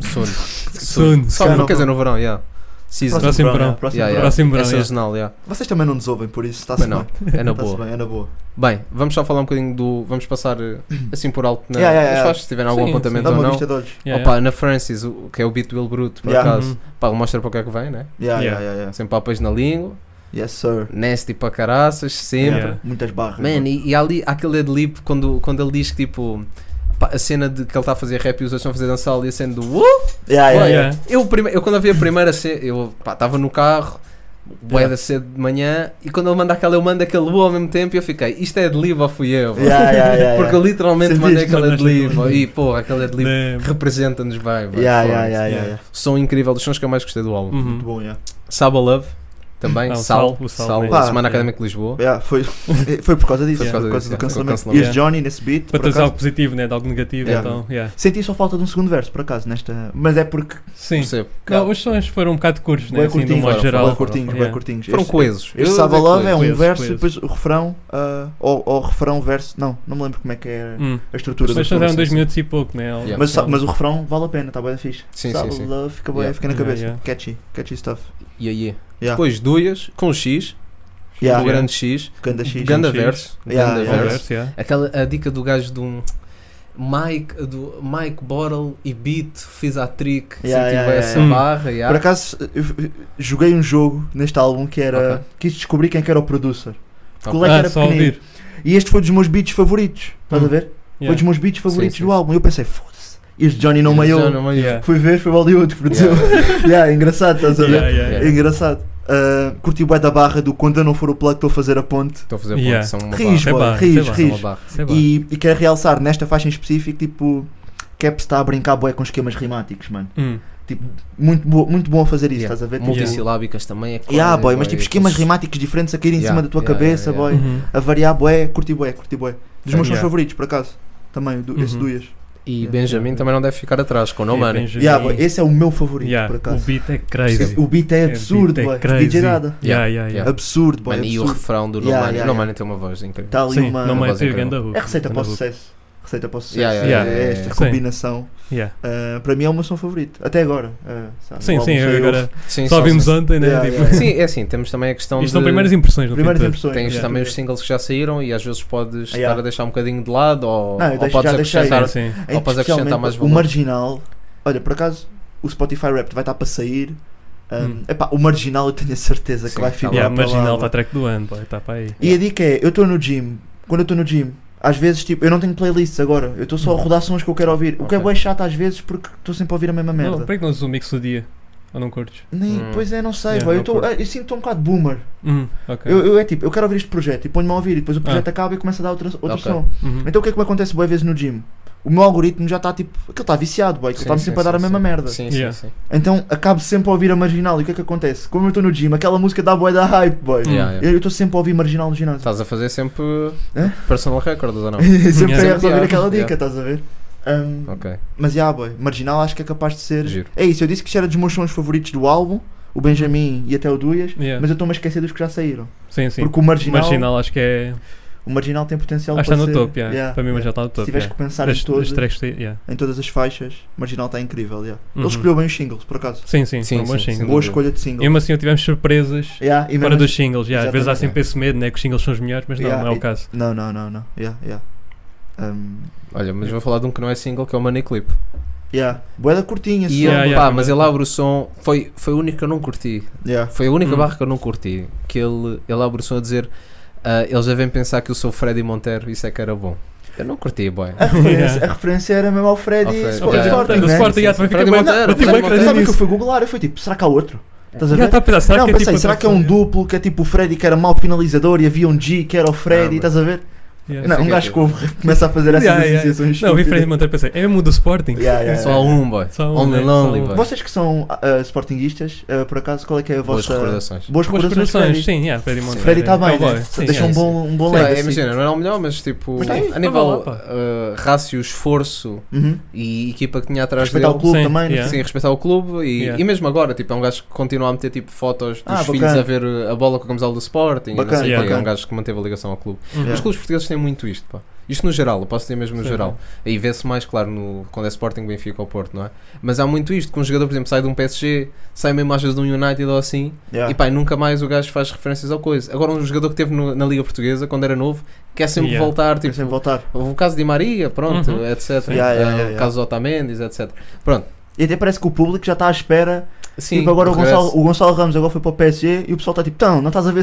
F: Sono.
G: Sono.
F: Só
E: Sono.
F: quer dizer, no verão, yeah. Season.
G: Próximo verão.
E: é, próximo
F: Yeah, yeah.
E: verão.
G: Próximo
F: É
G: verão, yeah.
F: sazonal, yeah.
E: Vocês também não nos ouvem, por isso está-se
F: Mas
E: bem.
F: não, é na
E: Tá-se
F: boa.
E: bem, é na boa.
F: Bem, vamos só falar um bocadinho do. Vamos passar eh, assim por alto na,
E: Yeah, yeah,
F: nas
E: yeah.
F: faixas, se tiverem algum
G: Sim,
F: apontamento
E: Dá
F: ou
E: uma
F: não.
E: vista de olhos.
G: Yeah,
F: Opa, na Francis, o, que é o beat do El Bruto, por
E: Yeah.
F: acaso.
G: Uhum.
F: Pá, mostra para o que é que vem, né?
E: Yeah,
G: Yeah.
E: yeah, yeah, yeah.
F: Sempre papas na língua,
E: Yes, sir.
F: nasty para caraças, sempre.
G: Yeah.
E: Muitas barras.
F: Man, e, e há ali, há aquele adlib quando, quando ele diz que tipo. pá, A cena de que ele está a fazer rap e os outros estão a fazer dançar ali, a cena do "Uh!"
E: Ah, Yeah, yeah,
G: Olha,
E: yeah.
F: Eu, prime- eu quando vi a primeira cena, eu estava no carro, boeda cedo de manhã, e quando ele manda aquela, eu mando aquele lu ao mesmo tempo, e eu fiquei, isto é de livro ou fui eu? bro?
E: Yeah, yeah, yeah,
F: Porque eu literalmente
E: Sentiste?
F: mandei aquela de
G: Mandaste aquele
F: livro,
G: livro.
F: e pô, aquela de livro
G: Damn.
F: representa-nos bem, bro.
E: yeah, yeah,
F: Foda-se.
E: yeah, yeah, yeah, yeah.
F: Som incrível, dos sons que eu mais gostei do álbum.
G: Uhum.
E: Muito bom, yeah.
F: Saba Love, também,
G: Ah, o
F: Sal,
G: Sal, o Sal,
F: Sal,
G: né?
F: da
E: Pá,
F: Semana
G: é.
F: Académica de Lisboa.
E: Yeah, foi, [LAUGHS] foi por causa disso,
F: Foi por causa
E: por
F: disso,
E: causa do
F: yeah,
E: cancelamento.
F: foi
E: E
F: o
E: este Johnny nesse beat,
G: Para
E: por
G: trazer
E: acaso,
G: algo positivo, né? De algo negativo,
E: Yeah.
G: então. Yeah.
E: senti só falta de um segundo verso, por acaso, nesta. Mas é porque
G: Sim.
F: Percebo.
G: Não, os sons foram um bocado curtos, né?
E: bem
G: Assim, de um
E: curtinhos,
G: modo
F: foram,
G: geral.
E: bem curtinhos, bem
G: Yeah.
E: curtinhos.
F: Foram
E: Este-
G: tipo.
F: coesos.
E: Este
F: Eu
E: Saba
F: dei
E: Love é um
G: coesos,
E: verso e
G: coesos.
E: depois o refrão, ah, ou, ou refrão, verso. Não, não me lembro como é que é
G: Hum.
E: a estrutura do
G: Mas só
E: refrão.
G: deram 2 minutos e pouco, né?
F: Yeah.
E: Mas, o- mas o refrão vale a pena, está bem fixe.
F: Sim, sim,
E: Saba
F: sim.
E: Love fica, bem,
F: Yeah. Tipo
E: fica na
G: Yeah,
E: cabeça.
G: yeah.
E: Catchy, catchy stuff.
F: E aí?
E: Yeah.
F: Depois Duias, com X,
E: Yeah.
F: o grande X,
E: Ganda X.
F: Ganda
G: X.
F: Verso.
E: Yeah,
F: Ganda
E: yeah.
F: Verso.
G: Converso, yeah.
F: Aquela a dica do gajo de um Mike, do Mike Bottle e Beat, fiz a trick,
E: Yeah,
F: se
E: yeah,
F: tivesse
E: yeah,
G: yeah.
F: a barra,
E: Por
F: yeah.
E: acaso, eu- eu- joguei um jogo neste álbum que era.
F: Ok.
E: Quis descobrir quem que era o producer. Porque
F: Ok.
E: o leque
G: Ah,
E: era
G: só
E: pequenino.
G: ouvir.
E: E este foi dos meus beats favoritos, estás a
G: Hum.
E: ver? Foi dos
G: Yeah.
E: meus beats favoritos
F: sim,
E: do
F: sim.
E: álbum. E eu pensei, foda-se, este Johnny não
F: Isso já
E: maiou.
F: não maiou.
G: Yeah.
E: Fui ver, foi Bollywood que produziu. [LAUGHS] Yeah. é engraçado, estás a ver?
G: Yeah, yeah, yeah.
E: É Engraçado. Ah, curti o bué da barra do quando eu não for o plug estou a fazer a ponte.
F: Estou a fazer
G: Yeah.
F: produção, uma
E: Riz,
G: barra. É
E: boy,
G: barra, é
E: riz,
G: barra,
F: barra, uma
E: riz.
F: barra.
G: Sei lá.
E: E, e quero realçar nesta faixa em específico, tipo, Cap está a brincar bué com esquemas rimáticos, mano. Tipo,
G: Hum.
E: Muito, bo- muito bom a fazer isso,
F: Yeah.
E: estás a ver? Tipo,
F: Multisilábicas também é
E: Yeah,
F: claro,
E: boy, mas tipo esquemas rimáticos diferentes a cair
F: é
E: em
F: Yeah,
E: cima da tua
F: yeah,
E: cabeça,
F: yeah, yeah.
E: boy.
G: Uhum.
E: A variar boé, curti boé, curti boé. Dos meus sons
G: Yeah.
E: favoritos, por acaso. Também, do, esse
G: Uhum.
E: do Ias.
F: E Benjamin também não deve ficar atrás com o No
G: É,
F: Money.
G: Benjamin.
E: Yeah, boy, esse é o meu favorito,
G: Yeah,
E: por
G: O
E: acaso.
G: beat é crazy.
E: O beat é
G: É,
E: absurdo,
G: beat é
E: boy.
G: crazy.
E: DJ nada.
G: Yeah, yeah, yeah.
E: Absurdo, boy.
F: Mano, e o
E: absurdo.
F: refrão do No
E: Yeah,
F: Money.
E: yeah, Tá.
F: No
E: yeah.
F: Money tem uma voz incrível.
E: Está ali
G: Sim,
E: uma.
G: não
F: voz
G: mas é
F: incrível.
G: ganda hook.
E: É receita
G: Ganda
E: para o
G: hook.
E: sucesso. Receita para o sucesso.
F: Yeah, yeah,
G: Yeah.
E: É
F: yeah,
E: esta
F: yeah.
G: Sim.
E: combinação.
G: Yeah.
E: Ah, para mim é o meu som favorito. Até agora. ah, sabe, o
G: Sim,
E: álbum
G: sim,
E: saiu.
G: agora
F: Sim,
G: só
F: só-
G: vimos ontem, né?
E: Yeah,
G: Tipo,
E: yeah.
F: Sim, é assim, temos também a questão
G: Isto são
F: de-
G: primeiras impressões, tipo, não
E: Primeiras
G: fim de
E: impressões.
F: Tens
E: yeah.
F: também os singles que já saíram e às vezes podes
E: Ah, Yeah.
F: estar a deixar um bocadinho de lado ou,
E: Não, eu
F: ou
E: deixo-
F: podes
E: já deixei.
F: acrescentar.
G: tudo. Sim.
E: É
F: Ou podes acrescentar
E: especialmente
F: mais
E: O
F: valor.
E: marginal. Olha, por acaso, o Spotify Rap vai estar para sair. Ah,
G: Hum.
E: epá, o marginal eu tenho a certeza que
F: Sim,
E: vai
F: tá
E: ficar.
F: lá.
G: Yeah,
E: para lá,
G: marginal
E: boy.
G: está track do ano, pá, está para aí.
E: E a dica é, eu estou no gym, quando eu estou no gym, às vezes tipo, eu não tenho playlists agora, eu estou só a rodar sons que eu quero ouvir, o que é
F: Uhum. Ok.
E: bué chato às vezes porque estou sempre a ouvir a mesma
G: Não,
E: merda.
G: por que não usas o mix do dia? Ou não curtes?
E: Nem,
F: Hum.
E: Pois é, não sei,
G: Yeah,
E: boy, eu,
G: não
E: tô,
G: curto.
E: eu, eu sinto um bocado boomer.
G: Hum, ok.
E: Eu, eu é tipo, eu quero ouvir este projeto e ponho-me a ouvir e depois o projeto acaba e começa a dar outra, outro
F: Ah. Ok.
E: som.
G: Uhum.
E: Então o que é que me acontece boas vezes no gym? O meu algoritmo já está tipo, aquele está viciado, boy, aquilo
F: Sim,
E: está-me
F: sim,
E: sempre a dar
F: sim,
E: a mesma
F: sim.
E: merda.
F: Sim,
G: Yeah.
F: sim, sim.
E: Então acabo sempre a ouvir a marginal e o que é que acontece? Como eu estou no gym, aquela música dá boé da hype, boy.
G: Hum.
F: Yeah, yeah.
E: Eu estou sempre a ouvir marginal no ginásio.
F: Estás a fazer sempre
E: Hã?
F: personal records [LAUGHS] ou não?
E: sempre
G: Yeah.
E: é resolver
F: Yeah.
E: aquela dica,
F: Yeah.
E: estás a ver? Um,
F: Ok,
E: Mas yeah, boy, marginal acho que é capaz de ser.
F: giro.
E: É isso, eu disse que isto era dos meus sons favoritos do álbum, o
F: Uhum.
E: Benjamin e até o Duias,
G: Yeah.
E: mas eu estou-me a esquecer dos que já saíram.
G: Sim, sim.
E: Porque o marginal,
G: Marginal acho que é.
E: o marginal tem potencial
G: Acho que está
E: para
G: no
E: ser.
G: topo, yeah.
E: yeah,
G: para mim mas já
E: yeah.
G: está no
E: Se
G: topo.
E: tiveres
G: yeah.
E: que pensar em
G: As-
E: todas,
G: As tracks, yeah.
E: em todas as faixas, marginal está incrível. Yeah.
G: Uhum.
E: Ele escolheu bem os singles, por acaso.
G: Sim, sim,
F: Sim,
G: foram
F: sim,
G: bons
F: sem
G: singles.
E: Boa
F: dúvida.
E: escolha de single.
G: Mesmo assim, eu tivemos surpresas
E: Yeah, e mesmo
G: fora dos
E: assim-
G: singles. yeah, Às vezes há
E: Exatamente.
G: sempre esse medo, né? Que os singles são os melhores, mas não,
E: Yeah,
G: não é
E: e-
G: o caso.
E: Não, não, não, não. Yeah, yeah. Um,
F: Olha, mas vou falar de um que não é single, que é o Money Clip.
E: yeah. Boeda curtinha,
F: E
E: só,
G: Yeah,
F: ele-
G: yeah,
F: pá,
G: também.
F: mas ele abre o som. Foi, foi o único que eu não curti.
E: yeah.
F: Foi a única
G: Hum.
F: barra que eu não curti. Que ele, ele abre o som a dizer. ah, eles devem pensar que eu sou o Freddy Montero, isso é que era bom. Eu não curti, boy.
E: A referência, a referência era mesmo ao Freddy
F: Ao Freddy.
E: Sport-
F: Yeah,
E: Sporting,
G: Portanto, o
E: né?
G: Sporting tipo, yeah, também fica
F: Freddy
G: bem.
F: Montero,
G: Bati
F: Freddy
G: bem
F: Montero.
G: crazy
E: Sabe o que eu
G: nisso.
E: fui googlar? Eu fui tipo, será que há outro? Estás a
G: Yeah,
E: ver?
G: é tá a pensar, será
E: não,
G: que é
E: pensei,
G: tipo
E: será que é um duplo, que é tipo o Freddy que era mau finalizador e havia um G que era o Freddy,
F: Ah,
E: estás a ver?
G: Yeah.
E: Não, um
F: que é
E: gajo
F: que-
E: que ouve começa a fazer essas
G: Yeah, yeah.
E: associações.
G: Não, vi
E: estúpidas.
G: Freddy Montero pensei, é mesmo o do Sporting?
E: Yeah, yeah,
F: Só há
E: yeah.
F: um, boy.
G: Só um,
F: Only
G: né?
F: Lonely,
G: Só um.
F: boy.
E: Vocês que são ah, sportinguistas, ah, por acaso, qual é que é a
F: Boas
E: vossa.
F: recordações.
E: Boas
G: Boas
E: recordações,
G: produções,
E: Freddy.
G: sim, yeah, Freddy Montero.
E: Freddy está bem,
G: É o boy,
E: né?
G: sim,
E: deixa
G: yeah,
E: um
G: sim.
E: bom, um bom
F: Pá,
E: legacy.
F: imagina, né? não era o melhor, mas tipo,
E: Mas tá aí,
F: a
G: tá
F: nível
G: bom, pá.
F: eh, rácio, esforço
E: Uhum.
F: e equipa que tinha atrás
E: Respeitar o
F: dele,
E: clube
G: Sim,
E: também. né? não
G: yeah.
E: sei.
F: sim, respeitar o clube e,
G: Yeah.
F: e mesmo agora, tipo, é um gajo que continua a meter tipo fotos dos
E: Ah, bacana.
F: filhos a ver eh, a bola com a camisola do Sporting, e não
E: Bacana,
F: sei o quê,
G: yeah.
F: é um gajo que manteve a ligação ao clube.
G: Uhum.
E: Yeah.
F: Os clubes portugueses têm muito isto, pá. Isto no geral, eu posso dizer mesmo no
G: Sim,
F: geral. Aí vê-se mais, claro, no, quando é Sporting, Benfica ou Porto, não é? Mas há muito isto, que um jogador, por exemplo, sai de um PSG, sai mesmo às vezes de um United ou assim,
E: Yeah.
F: e pá, e nunca mais o gajo faz referências ao coisa. Agora, um jogador que teve no- na Liga Portuguesa, quando era novo, quer sempre
G: Yeah.
F: voltar,
E: Quer
F: tipo,
E: sempre voltar.
F: Houve o caso de Maria, pronto,
G: Uhum.
F: etc.
E: Yeah, yeah,
F: Ah,
E: yeah,
F: O
E: yeah.
F: caso do Otamendes, etc.
E: E até parece que o público já está à espera.
F: Sim,
E: tipo, agora o
F: regresso.
E: Gonçalo, o Gonçalo Ramos agora foi para o PSG e o pessoal está tipo, "Tão, não estás a ver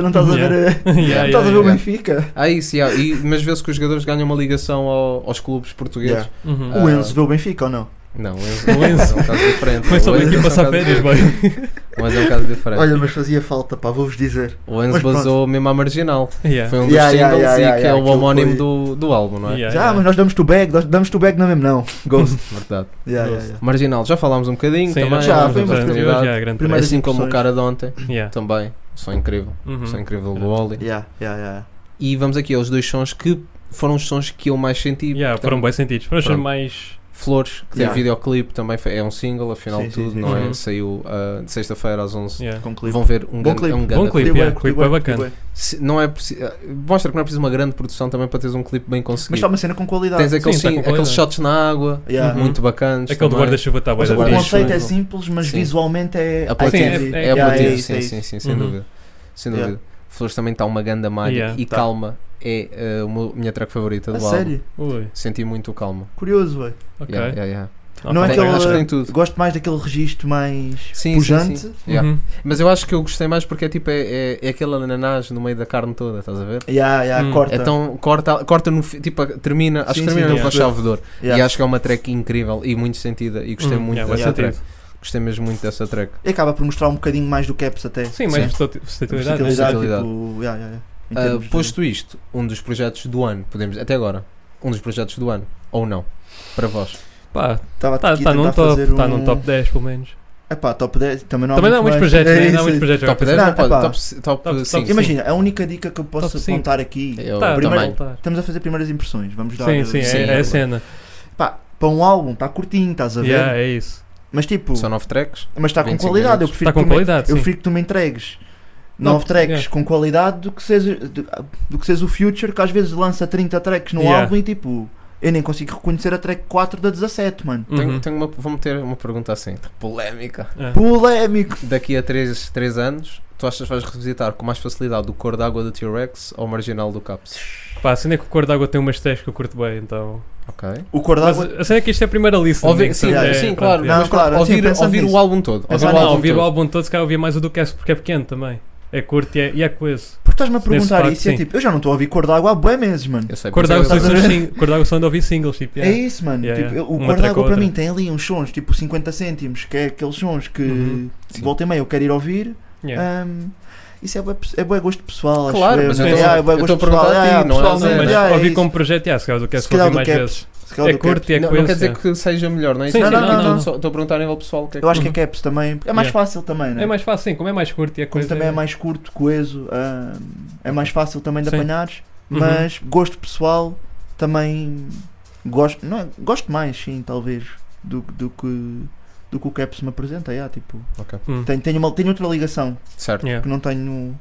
F: Voltar.
E: não estás a
F: [LAUGHS]
E: ver, eh,
G: Yeah,
E: não
G: yeah,
E: estás a ver o
F: yeah.
E: Benfica.
F: Ah, isso, yeah. e, mas vê-se que os jogadores ganham uma ligação ao- aos clubes portugueses.
E: Yeah.
G: Uhum.
E: O
F: Ah.
E: Enzo vê o Benfica ou não?
F: Não, o Enzo,
G: O Enzo.
F: é um caso diferente. O
G: Mas [LAUGHS] só vem
F: Enzo
G: aqui
F: é um
G: passar
F: caso
G: férias,
F: diferente.
G: boy.
F: Mas é um caso diferente.
E: Olha, mas fazia falta, pá, vou-vos dizer.
F: o Enzo
E: mas pronto.
F: basou mesmo à marginal.
G: Yeah.
F: Foi um dos
E: Yeah, yeah,
F: singles
E: yeah,
F: e
E: yeah,
F: que é
E: yeah,
F: o
E: aquilo
F: homónimo
E: foi-
F: do, do álbum, não é?
G: Yeah,
E: Já, mas nós damos to bag, nós damos to bag não é
F: [LAUGHS]
E: mesmo, não. Ghost.
F: Verdade.
E: Yeah, yeah, yeah.
F: Marginal, já falámos um bocadinho
G: Sim,
F: também.
G: nós
E: já,
G: falamos
E: foi
G: da
E: uma
G: Trans
E: oportunidade.
G: News, yeah, grande
E: Primeiro-
G: trend.
F: Assim como o
E: impressões.
F: cara de ontem,
G: Yeah.
F: também. Som incrível.
G: Uhum.
F: Som incrível do Oli.
E: Yeah, yeah, yeah.
F: E vamos aqui aos dois sons que foram os sons que eu mais senti.
G: Yeah,
F: portanto,
G: foram bem sentidos. Foram os
F: pronto.
G: mais.
F: Flores, que
E: Yeah.
F: tem videoclipe, também foi- é um single, afinal
E: Sim,
F: de
E: sim,
F: tudo,
E: sim.
F: não
G: Uhum.
F: é? Saiu ah, de sexta-feira às 11.
G: Yeah.
E: Com clipe.
F: Vão ver um
E: Bom
F: grande,
E: clipe.
F: é um
G: Bom
F: grande
G: clipe,
E: Curti bué,
G: yeah,
E: curti
G: clipe
E: bué,
G: é
E: curti
G: bacana.
E: bué.
F: Se- não é preciso, mostra que não é preciso uma grande produção também para teres um clipe bem
E: Mas está
F: conseguido.
E: uma cena com qualidade.
F: Tens aqueles,
G: Sim, tá
F: sim-
G: com
F: aqueles
G: qualidade.
F: shots na água,
E: Yeah.
G: Uhum.
F: muito bacanas.
G: Aquele do
F: também.
G: guarda-chuva está bem
E: Mas o
F: Agora
G: fixe.
E: conceito
F: deixa-
E: é simples, mas
F: Sim.
E: visualmente é.
F: Apelativo,
E: I can-
G: é-
F: é,
G: yeah,
F: apelativo,
E: é isso,
F: sim,
E: é
F: sim,
E: isso.
F: sim, sem
G: Uhum.
F: dúvida. Sem
E: Yeah.
F: dúvida. Flores também está uma ganda malha
G: Yeah,
F: e
E: tá.
F: Calma é eh, a minha track favorita
E: A
F: do álbum.
E: sério?
G: Ui,
F: Senti muito o Calma.
E: Curioso, velho.
G: ok.
F: Yeah, yeah, yeah.
E: Não é
F: tem-
E: aquele.
F: acho que tem tudo.
E: Gosto mais daquele registro mais
F: Sim,
E: pujante.
F: sim, sim. Yeah.
G: Uhum.
F: Mas eu acho que eu gostei mais porque é tipo é, é, é aquele ananás no meio da carne toda, estás a ver?
E: Yeah, yeah,
G: Hum.
E: corta.
F: Então corta, corta no fi- tipo termina, acho
E: Sim,
F: que
E: sim,
F: termina
G: yeah.
F: com a chave de ouro. E
E: yeah.
F: acho que é uma track incrível e muito sentida e gostei
G: Uhum,
F: muito
G: yeah,
F: dessa
E: bem
F: track.
G: sentido.
F: Gostei mesmo muito dessa track.
E: E acaba por mostrar um bocadinho mais do Caps até.
G: Sim, mais
F: Sim.
G: versati- versatilidade. né?
E: versatilidade.
F: versatilidade.
E: Tipo, yeah, yeah, yeah. Em
F: Ah,
E: termos de-
F: posto isto, um dos projetos do ano, podemos até agora, um dos projetos do ano, ou não, para vós.
G: Pá,
E: Estava
G: está
E: aqui a
G: tá
E: tentar
G: num, top,
E: fazer
G: tá
E: um...
G: num top 10 pelo menos.
E: Epá, top 10. Também não há
G: Também não há
E: muito
G: muitos
E: mais.
G: projetos,
E: É
G: né? não há
E: isso.
G: muitos projetos.
F: top 10 não
E: Não,
F: pode,
E: epá.
F: top, c- top,
G: Top- top
F: 5.
E: Imagina, a única dica que eu posso
G: Top cinco.
E: apontar aqui.
F: É o
G: Tá, tá
E: primeiro-
F: tamanho.
G: bom, tá.
E: Estamos a fazer primeiras impressões. Vamos dar.
G: Sim, sim,
E: uh,
F: sim,
G: é, é
F: é
G: a cena.
E: Pá, para um álbum, está curtinho, estás a ver?
G: Yeah, é isso.
E: Mas tipo,
F: São 9 tracks.
E: mas está com
F: 25
E: qualidade. Eu
F: minutos.
E: prefiro
G: Está Tá
E: que tu
G: com
E: me-
G: qualidade,
E: Eu
G: sim.
E: prefiro que tu me entregues
G: Não, é.
E: 9 tracks
G: yeah.
E: com qualidade do que seja do, do que seja o Future, que às vezes lança 30 tracks no
G: Yeah.
E: álbum e tipo, eu nem consigo reconhecer a track 4 da 17, mano.
G: Uhum.
F: Tenho, tenho uma, vou meter uma pergunta assim, polémica.
G: É.
E: Polémico!
F: Daqui a 3, anos, tu achas que vais revisitar com mais facilidade o cor d'água do T-Rex ou o marginal do Caps?
G: Pá, a cena é que o Cor d'Água tem umas testes que eu curto bem, então.
F: Ok.
E: O cor
G: Mas
E: d'água.
G: a cena é que isto é a primeira lista.
F: Ouvir, sim,
E: Yeah,
F: sim,
E: yeah.
F: claro.
E: Não,
F: mas pronto,
E: claro, assim,
F: ouvir,
E: pensando
F: ouvir
E: nisso.
F: o álbum todo.
E: Pensar
F: ouvir o
E: no
G: Não,
F: álbum
G: ouvir
F: todo.
G: o álbum todo, se calhar ouvia mais o do Cass, porque é pequeno também. É curto e é, e é coeso.
E: Porque estás-me a perguntar
G: facto,
E: isso e é
G: sim.
E: tipo, eu já não estou a ouvir cor d'água há bué meses, mano.
F: Eu sei, por
G: Cor
F: isso é
G: d'Água
F: que
G: só
F: eu-
E: estás a
G: anda
E: ver?
G: sing- Cor d'Água só anda a ouvir singles, tipo.
E: É
G: yeah.
E: isso, mano.
G: Yeah,
E: tipo,
G: yeah.
E: O
G: Uma
E: cor
G: track
E: d'água
G: ou
E: para
G: outra.
E: mim tem ali uns sons, tipo 50 cêntimos, que é aqueles sons que
G: Uhum.
E: de volta e meia eu quero ir ouvir.
G: Yeah.
E: Ahm, isso é bué, é bué gosto pessoal,
F: Claro,
E: acho
F: mas
E: eu.
G: eu tô-
E: Yeah, é bué
F: eu tô
E: gosto
F: a perguntar
E: pessoal.
F: a ti,
E: Yeah,
F: não é?
E: pessoalmente,
G: Não, mas
F: é,
E: yeah, é
G: ouvir
E: isso.
G: como projeto, yeah, é se calhar o do Cass
E: Se calhar
G: ouvi
E: do
G: mais
E: Caps.
G: vezes.
E: Se calhar
G: É
E: do Caps.
G: curto e é
F: não,
G: coeso.
F: não quer dizer
G: yeah.
F: que seja melhor, não é isso?
G: Sim,
E: sim, não, não,
G: não.
F: Só- Estou a perguntar a nível pessoal. o Que é que
E: Eu acho que é
G: Uhum.
E: caps também. É mais
G: Yeah.
E: fácil também, né?
G: É mais fácil, sim, como é mais curto e é
E: Como
G: coeso.
E: também é mais curto, coeso, ah, é mais fácil também de
G: Sim.
E: apanhares.
G: Uhum.
E: Mas gosto pessoal também gosto, não é, gosto mais, sim, talvez, do, do que do que o Caps me apresenta. Yeah, tipo,
G: Hum.
E: tenho, tenho, uma, tenho outra ligação
F: Certo.
G: Yeah.
E: que não tenho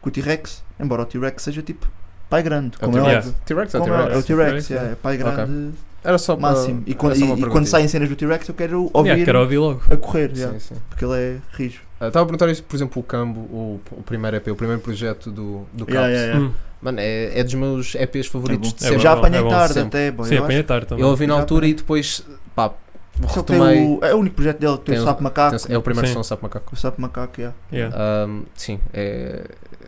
E: com o T-Rex, embora o T-Rex seja tipo pai grande,
F: É o
E: como é
G: T-Rex.
E: óbvio.
F: T-Rex ou
E: Como é, é o
F: T-Rex?
E: T-Rex,
G: T-Rex,
E: yeah, é pai
F: Ok.
E: grande
F: Era só para.
E: máximo. E, quando,
F: era só uma
E: e- e quando
F: perguntinha.
E: saem cenas do T-Rex eu quero ouvir
G: Yeah, quero ouvir logo.
E: a correr, yeah,
F: Sim, sim.
E: porque ele é rijo.
F: Ah, Estava a perguntar isso, por exemplo, o Cambo, o, o primeiro EP, o primeiro projeto do, do Caps.
E: Yeah, yeah, yeah.
G: Hum.
F: Mano, é, é dos meus EPs favoritos de
E: É
G: bom.
F: sempre.
G: bom.
E: já apanhei
G: é bom,
E: tarde
F: sempre.
E: até, boy,
G: Sim,
E: eu acho.
G: apanha tarde também.
F: Eu ouvi na
E: Já
F: altura
E: apanhei.
F: e depois, pá,
E: Só tem
F: retomei.
E: o- é o único projeto dele que tem,
F: Tem
E: o
F: o-
E: Sapo Macaco.
F: É o primeiro
G: Sim.
F: som, Sapo Macaco.
E: O Sapo Macaco, yeah.
G: Yeah.
F: Ahm, sim, é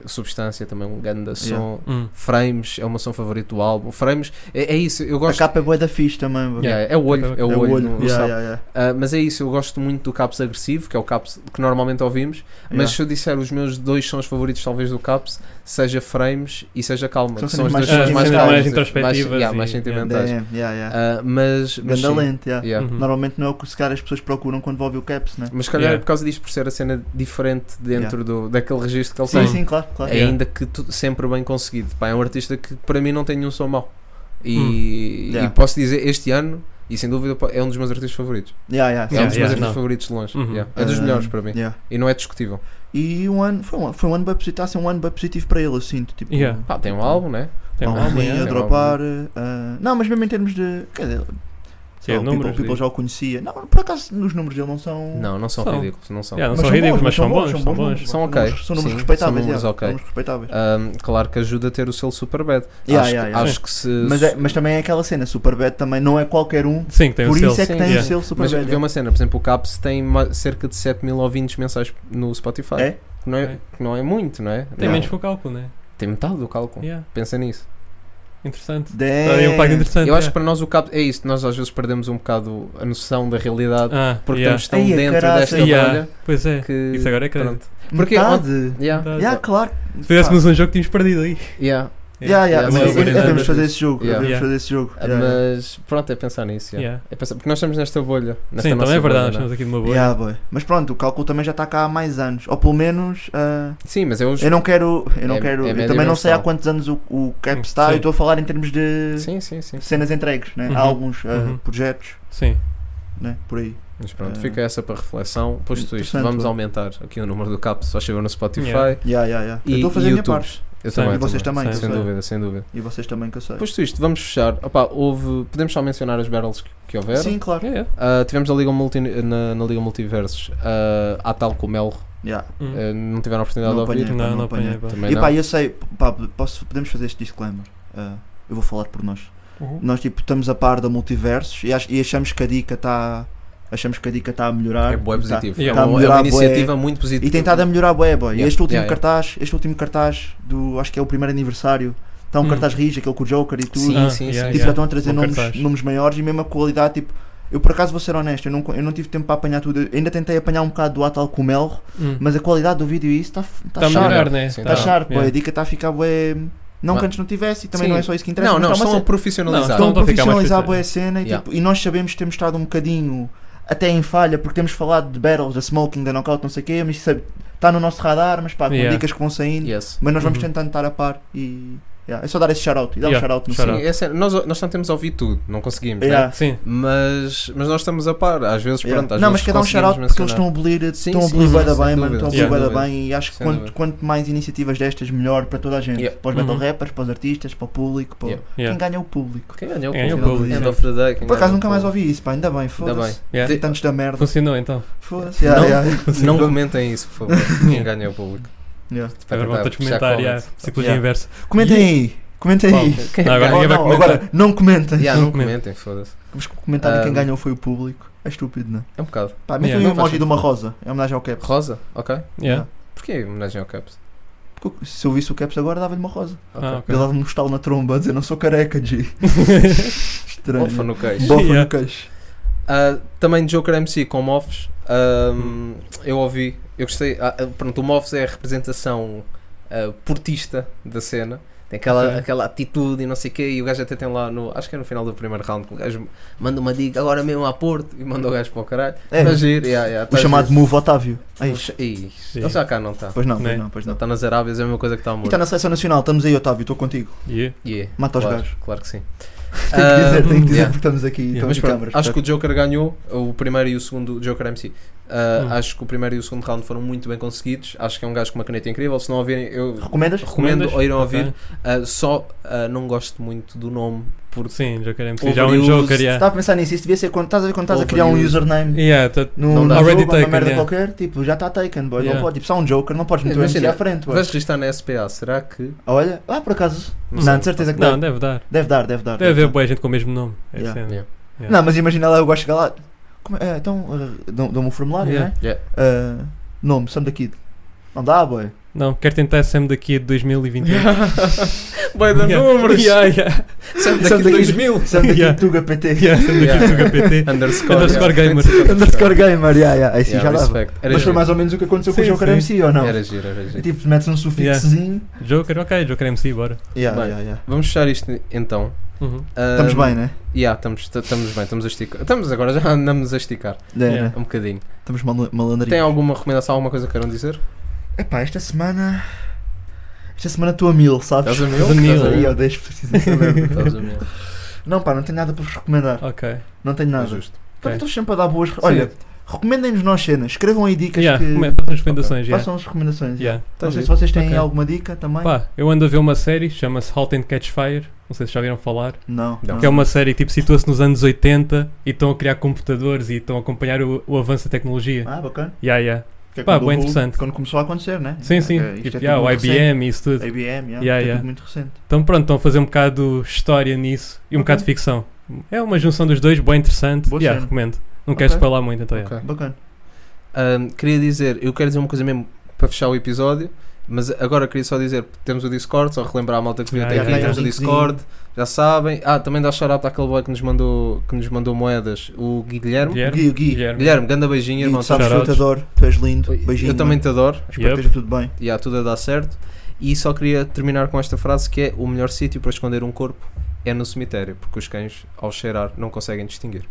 F: substância também, um grande som.
G: Hum.
F: Frames é o meu som favorito do álbum. Frames, é, é isso, eu
E: A
F: gosto.
E: capa é boa da fixe também, bro.
F: Yeah, é o olho, é o
E: É
F: olho, não- não
E: yeah,
F: sabe.
E: yeah, yeah.
F: Ah, mas é isso, eu gosto muito do Caps agressivo, que é o Caps que normalmente ouvimos. Mas se eu disser os meus dois sons favoritos, talvez do Caps, seja Frames e seja Calma,
E: São
F: que são os
E: cenas
F: dois
E: mais
F: sons mais,
E: sentimentais.
F: calmos,
E: Mais
G: introspectivas
F: mais, yeah,
G: e-
F: mais
G: yeah.
F: sentimentais.
E: Damn, yeah, yeah.
F: é Ah, mas, mas
E: Ganda
F: sim,
E: lente, yeah.
F: yeah.
G: Uhum.
E: Normalmente não é o que se calhar as pessoas procuram quando vão ouvir o Caps, né?
F: Mas se calhar
G: Yeah.
F: é por causa disto, por ser a cena diferente dentro do, daquele registro que ele
E: Sim,
F: tem. É
E: sim, claro, claro.
G: Yeah.
F: Ainda que tu- sempre bem conseguido. Pá, é um artista que para mim não tem nenhum som mau. E,
G: Hum.
F: e
E: Yeah.
F: posso dizer, este ano, e sem dúvida, pá, é um dos meus artistas favoritos.
E: Yeah, yeah,
F: é um
E: sim.
F: dos
G: yeah,
F: meus artistas
G: não.
F: favoritos de longe.
G: Uhum.
F: Yeah. É dos
E: Ah,
F: melhores para mim.
E: yeah.
F: E não é discutível.
E: E um ano, foi um, foi um ano bem positivo, está a ser um ano bem positivo para ele, eu sinto. Tipo,
G: Yeah.
F: Pá, tem um álbum, né?
G: Tem
E: um
G: um-
E: álbum aí
F: yeah.
E: a
F: Tem um
E: dropar. ah, não, mas mesmo em termos de. Quer dizer, sei lá, o people,
G: números,
E: o people
G: digo.
E: já o conhecia. Não, por acaso os números dele não são.
F: Não, não são,
G: São.
F: ridículos. Não são.
G: Yeah, não são ridículos, mas são bons, são bons.
E: números,
F: São
E: bons números.
F: ok,
E: São números
F: sim,
E: respeitáveis,
F: são números
E: yeah,
F: ok.
E: são números respeitáveis.
F: Ahm, claro que ajuda a ter o selo super bad.
E: Yeah,
F: acho
E: yeah,
F: que,
E: yeah.
F: acho que se.
E: Mas, é- mas também é aquela cena, Superbad também não é qualquer um,
G: Sim, que tem
E: por
G: o
E: isso
G: selo.
E: é que
F: sim,
E: tem o
G: yeah.
E: selo
F: Mas
E: Superbad.
F: vê uma cena, por exemplo, o Caps tem ma- cerca de 7 mil ouvintes mensais no Spotify.
E: É?
F: Que não é,
G: É.
F: que não é muito, não é?
G: Tem
F: Não.
G: menos que o cálculo, né?
F: Tem metade do cálculo.
G: Yeah.
F: Pensa nisso.
G: Interessante. Está aí um facto
E: Damn.
G: interessante.
F: Eu acho que
G: yeah.
F: para nós o cabo é isso, nós às vezes perdemos um bocado a noção da realidade
G: Ah,
F: porque
G: yeah.
F: estamos tão
E: Ai, a
F: dentro
E: caraca.
F: desta
G: Yeah.
F: bolha
G: Pois é.
F: que.
G: Isso agora é que
F: Pronto. Porque
E: Metade.
F: Yeah,
G: Tá.
E: Yeah, claro.
G: Se um- tivéssemos um jogo, tínhamos perdido aí.
F: yeah.
E: Yeah, yeah.
F: Yeah,
E: Mas
F: mas-
E: é- é- devemos fazer esse jogo.
F: Yeah.
E: Devemos
G: Yeah.
E: fazer esse jogo.
F: Ah,
E: Yeah,
F: Mas pronto, é pensar nisso. yeah.
G: Yeah.
F: É pensar- porque nós estamos nesta bolha. Nesta
G: Sim,
F: nossa
G: também é verdade,
F: bolha,
G: nós
F: não é?
G: estamos aqui numa boa.
E: Yeah, boy. Mas pronto, o cálculo também já está cá há mais anos. Ou pelo menos. ah,
F: Sim, mas eu.
E: eu não quero. Eu, não
F: É-
E: quero,
F: é
E: eu
F: médio
E: também não sei há
F: mensal.
E: quantos anos o, o Cap está.
G: Sim.
E: Eu estou a falar em termos de
F: Sim, sim, sim.
E: cenas entregues. Né?
G: Uhum.
E: Há alguns ah,
G: Uhum.
E: projetos
G: Sim.
E: né? por aí.
F: Mas pronto,
E: Ah.
F: fica essa para reflexão. Posto isto,
E: Interessante,
F: vamos
E: bom.
F: aumentar aqui o número do CAP, só chegou no Spotify.
G: Yeah.
E: Yeah, yeah, yeah. eu
F: E-
E: estou a fazer
F: e
E: a minha
F: YouTube.
E: parte.
F: Eu
G: Sim.
F: também.
E: E vocês também,
F: Sem
E: que eu sei.
F: dúvida, sem dúvida.
E: E vocês também que eu sei.
F: Posto isto, vamos fechar. Opa, houve. Podemos só mencionar as battles que, que houveram.
E: Sim, claro.
G: Yeah, yeah.
F: Ah, tivemos a Liga Multi, na, na Liga Multiversos ah, à tal como Melro.
E: Yeah.
G: Hum.
F: Ah, não tiveram a oportunidade
E: Não
F: de ouvir.
E: apanhei.
G: Não, não
E: não
G: apanhei.
E: apanhei.
G: pá.
F: Também
E: E
F: não.
E: pá, eu sei, pá, posso, podemos fazer este disclaimer. Ah, eu vou falar por nós.
G: Uhum.
E: Nós tipo, estamos a par da multiversos e, ach- e achamos que a dica está. Achamos que a dica está a melhorar.
F: É bué
E: Tá-
F: positivo.
G: Yeah.
F: É, uma, é
E: Tá
F: uma
E: a melhorar,
F: iniciativa muito positiva.
E: E tem estado a melhorar bué, boy.
F: tipo, Yeah.
E: Este último
F: Yeah, yeah.
E: cartaz, este último cartaz do. acho que é o primeiro aniversário. Está um
G: Hum.
E: cartaz rijo, aquele com o Joker e tudo.
F: Sim,
G: Ah,
F: sim,
G: yeah,
E: Tipo,
F: yeah.
E: já estão a trazer
G: Bom
E: nomes,
G: cartaz.
E: nomes maiores e mesmo a qualidade, tipo. Eu por acaso vou ser honesto, eu não, co- eu não tive tempo para apanhar tudo. Eu ainda tentei apanhar um bocado do Atal com o Melro,
G: Hum.
E: mas a qualidade do vídeo e isso está tá
G: Está a
E: sharp.
G: melhorar, né?
F: Sim,
E: Está
F: Tá.
E: sharp, pô,
G: yeah.
E: a dica está a ficar bué. Não
F: Mas-
E: que antes não tivesse e também
F: Sim.
E: não é só isso que interessa.
F: Não,
E: mas
F: não, um então,
E: tá uma
F: estão a
E: cena-
F: profissionalizar.
G: Não,
E: estão a
G: estão a ficar mais
E: profissionalizar
G: profissionais.
E: bué a cena e,
F: Yeah.
E: tipo, e nós sabemos que temos estado um bocadinho até em falha porque temos falado de battles, da smoking, da knockout, não sei o quê, mas isso está no nosso radar, mas pá, com
G: Yeah.
E: dicas que vão saindo.
F: Yes.
E: Mas nós vamos
G: Uhum.
E: tentando estar a par e. yeah, É só dar esse shout-out e dar
G: Yeah,
E: um shout-out no
G: shout
E: fim.
G: out.
F: Sim, é sério, nós, nós tentamos ouvir tudo, não conseguimos. né?
E: Yeah,
G: Sim.
F: Mas, mas nós estamos a par. Às vezes,
E: yeah.
F: pronto, às
E: Não, mas
F: vezes
E: quer dar um shout-out
F: conseguimos
E: porque eles estão a
F: mencionar.
E: abolir,
F: Sim,
E: estão a
F: sim,
E: abolir
F: sim,
E: bué da
F: sem
E: bem, mano,
F: dúvida.
E: estão a abolir
G: Yeah.
E: bué da
F: Sem
E: bem e acho que
F: Sem
E: quanto,
F: dúvida.
E: quanto mais iniciativas destas, melhor para toda a gente.
F: Yeah.
E: Para os battle
G: Uhum.
E: rappers, para os artistas, para o público, para
F: Yeah.
E: quem
G: Yeah.
E: ganha é o público.
F: Quem ganhou
G: Ganhou
F: público?
G: o público,
F: End
G: sim.
F: of the day, quem
E: Por acaso
F: ganhou
E: nunca
F: o
E: mais
F: público.
E: ouvi isso, pá, ainda bem, foda-se.
G: Yeah.
F: bem.
E: Tantos da merda.
G: Funcionou então.
E: Foda-se. Yeah,
F: Não.
E: yeah,
F: [LAUGHS] Não comentem isso, por
G: [LAUGHS]
F: favor. Quem ganhou o público?
E: yeah.
F: Para
G: Agora vão
F: tentar
G: todos
F: puxar
G: É comentar. yeah.
F: comments.
G: Psicologia
E: Yeah.
G: inversa.
E: Comentem aí, comentem aí.
F: Quem
G: Não, agora
E: Ou
F: ganhou?
G: ninguém vai
E: não,
G: comentar.
E: agora, não comentem.
F: Yeah, não
G: Não comenta.
F: comentem, foda-se.
E: Mas comentarem quem
F: Um,
E: ganhou foi o público. É estúpido, não é?
F: É um bocado.
E: Pá, metem
G: yeah,
E: um
G: não faz
E: emoji de uma rosa, em homenagem ao Caps.
F: Rosa? Ok.
G: Yeah.
F: Porquê em homenagem ao Caps?
E: Porque se eu visse o Caps agora, dava-lhe uma rosa.
G: Ah, ok.
E: Ele dava-me um estalo na tromba a dizer, não sou careca,
G: [LAUGHS]
E: G. Estranho. é?
F: Ofa no queixo.
E: Bofa
G: Yeah.
E: no queixo.
F: Ah, também Joker MC com Moffs. Ahm,
E: Hum.
F: eu ouvi, eu gostei. ah, ah, pronto, o Moffs é a representação ah, portista da cena. Tem aquela,
G: Ok.
F: aquela atitude e não sei o quê. E o gajo até tem lá no. Acho que é no final do primeiro round que o gajo manda uma dica agora mesmo a Porto e manda o gajo para o caralho.
E: É.
F: Tá giro, yeah, yeah,
E: O
F: tá
E: chamado
F: giro.
E: Move Otávio. Aí.
F: O cha- Ih, Ele já cá não está.
E: Pois não,
G: Né?
E: pois não, pois não.
F: Está nas Arábias, é a mesma coisa que está a
E: E
F: morrer.
E: está na seleção nacional, estamos aí, Otávio, estou contigo.
G: Yeah.
F: Yeah,
E: Mata Tá os
F: claro,
E: gajos.
F: claro que sim. Ah,
E: Tenho que dizer,
F: Ahm,
E: tenho que dizer
F: yeah.
E: porque estamos aqui.
G: Yeah,
E: estamos
F: Mas
E: em
F: pronto,
E: câmaras,
F: acho que o
E: portanto.
F: Joker ganhou, o primeiro e o segundo Joker MC. Uh,
G: Hum.
F: Acho que o primeiro e o segundo round foram muito bem conseguidos. Acho que é um gajo com uma caneta incrível. Se não ouvirem, eu
E: Recomendas?
F: recomendo ou irão
G: Ok.
F: ouvir. Uh, só uh, não gosto muito do nome, porque
G: Sim, Joker MC. Já é um
F: Overused.
G: Joker, yeah.
E: Estava a pensar nisso, isso devia ser quando estás a ver quando estás a criar um
F: Overused.
E: username
G: Yeah, tá-
E: no,
F: Não
E: no
F: dá.
E: jogo,
G: Already
E: ou numa
G: taken,
E: merda
G: yeah.
E: qualquer, tipo, já está taken, boy. Não
G: Yeah.
E: pode, tipo, só um Joker, não podes meter o MC
F: Imagina,
E: à frente, boy.
F: vais registrar na SPA. Será
E: [LAUGHS]
F: que.
E: Olha, ah, por acaso.
F: Não
E: Não,
F: sei.
E: de certeza que
G: Não, deve
E: deve.
G: dar.
E: Deve dar, deve dar.
G: Deve
E: deve
G: haver
E: dar.
G: boa gente com o mesmo nome. É
E: Yeah.
G: cena.
F: Yeah.
G: Yeah.
E: Não, mas imagina lá, eu gosto de chegar lá. Como é, então, eh, dão- dão-me um formulário,
G: Yeah.
E: né?
F: Yeah.
E: Eh, nome, Sam da Kid. Não dá, boy.
G: Não, quero tentar Sam daqui a 2021.
F: Vai dar números!
G: Yeah, yeah.
F: Sempre
E: Sam
F: daqui
E: da
F: de
E: Kid-
F: 2000!
G: [LAUGHS]
E: Sam da
G: Yeah.
E: Kid Tuga PT.
G: Yeah, Sam daqui
F: Yeah.
G: do HPT.
F: Underscore,
G: Underscore
F: yeah.
G: gamer.
E: [LAUGHS] Underscore gamer, yeah, yeah. aí sim
F: Yeah,
E: já dava.
F: respect. Era
E: Mas foi
F: giro.
E: mais ou menos o que aconteceu com o
G: Sim,
E: Joker
G: sim.
E: MC, ou não?
F: Era giro, era
E: É
F: giro.
E: Tipo, metes um sufixozinho.
G: Joker, ok, Joker MC, bora.
E: Yeah,
F: Bem.
E: yeah, yeah.
F: Vamos fechar isto então.
G: Uhum.
E: Estamos
F: Um,
E: bem, né?
F: Yeah, estamos, estamos bem, estamos a esticar. Estamos agora, já andamos a esticar
E: É,
G: Yeah.
E: né?
F: um bocadinho.
E: Estamos mal- malandrinhos.
F: Tem alguma recomendação, alguma coisa que queiram dizer?
E: Epá, esta semana. Esta semana estou a mil, sabes?
F: Estás a mil?
G: Estás a mil.
F: Estás a
E: Aí
F: mil?
E: eu deixo preciso
F: [LAUGHS]
E: saber.
F: Estás a mil.
E: Não, pá, não tenho nada para vos recomendar.
G: Ok.
E: Não tenho
F: É
E: nada.
F: justo.
E: Também Estou sempre a dar boas. Olha, recomendem-nos nós cenas. Escrevam aí dicas
G: Yeah,
E: que.
G: como é? Façam as recomendações, yeah.
E: Façam as recomendações.
G: Yeah.
E: Não
F: giro.
E: sei se vocês têm
G: Ok.
E: alguma dica também.
G: Pá, eu ando a ver uma série, chama-se Halt and Catch Fire. Não sei se já viram falar.
E: Não.
F: Não.
E: não.
G: Que é uma série que tipo, situa-se nos anos 80 e estão a criar computadores e estão a acompanhar o, o avanço da tecnologia.
E: Ah, bacana.
G: Yeah, yeah.
E: Que é
G: Pá,
E: quando
G: bem
E: o-
G: interessante.
E: Quando começou a acontecer, né?
G: Sim, sim.
E: É, isto
G: tipo,
E: é
G: yeah,
E: tudo
G: o
E: muito
G: IBM e isso tudo.
E: recente. IBM, yeah,
G: Yeah,
E: isto é
G: yeah.
E: tudo muito recente.
G: Então pronto, estão a fazer um bocado história nisso e um
E: Ok.
G: bocado de ficção. É uma junção dos dois, bem interessante.
E: Boa
G: yeah,
E: cena.
G: recomendo. Não
E: Ok.
G: queres falar
F: Tá,
G: muito, então yeah.
F: Ok.
E: Bacana.
F: Ahm, queria dizer, eu quero dizer uma coisa mesmo para fechar o episódio. Mas agora queria só dizer, temos o Discord, só relembrar a malta que veio
G: Ah,
F: até
G: já
F: aqui,
G: tem
F: temos
E: um
F: o
E: linkzinho.
F: Discord, já sabem. Ah, também dá shout-out àquele boy que nos mandou, que nos mandou moedas, o Guilherme.
G: Guilherme,
E: Gui, Gui, Gui,
G: Guilherme.
F: Guilherme, ganda beijinho, irmão.
E: tu sabes que eu te
G: Shoutouts.
E: adoro, tu és lindo, beijinho.
F: eu também te adoro.
E: mano. Espero que esteja tudo bem.
F: e há tudo a dar certo. E só queria terminar com esta frase que é o melhor sítio para esconder um corpo é no cemitério, porque os cães, ao cheirar, não conseguem distinguir.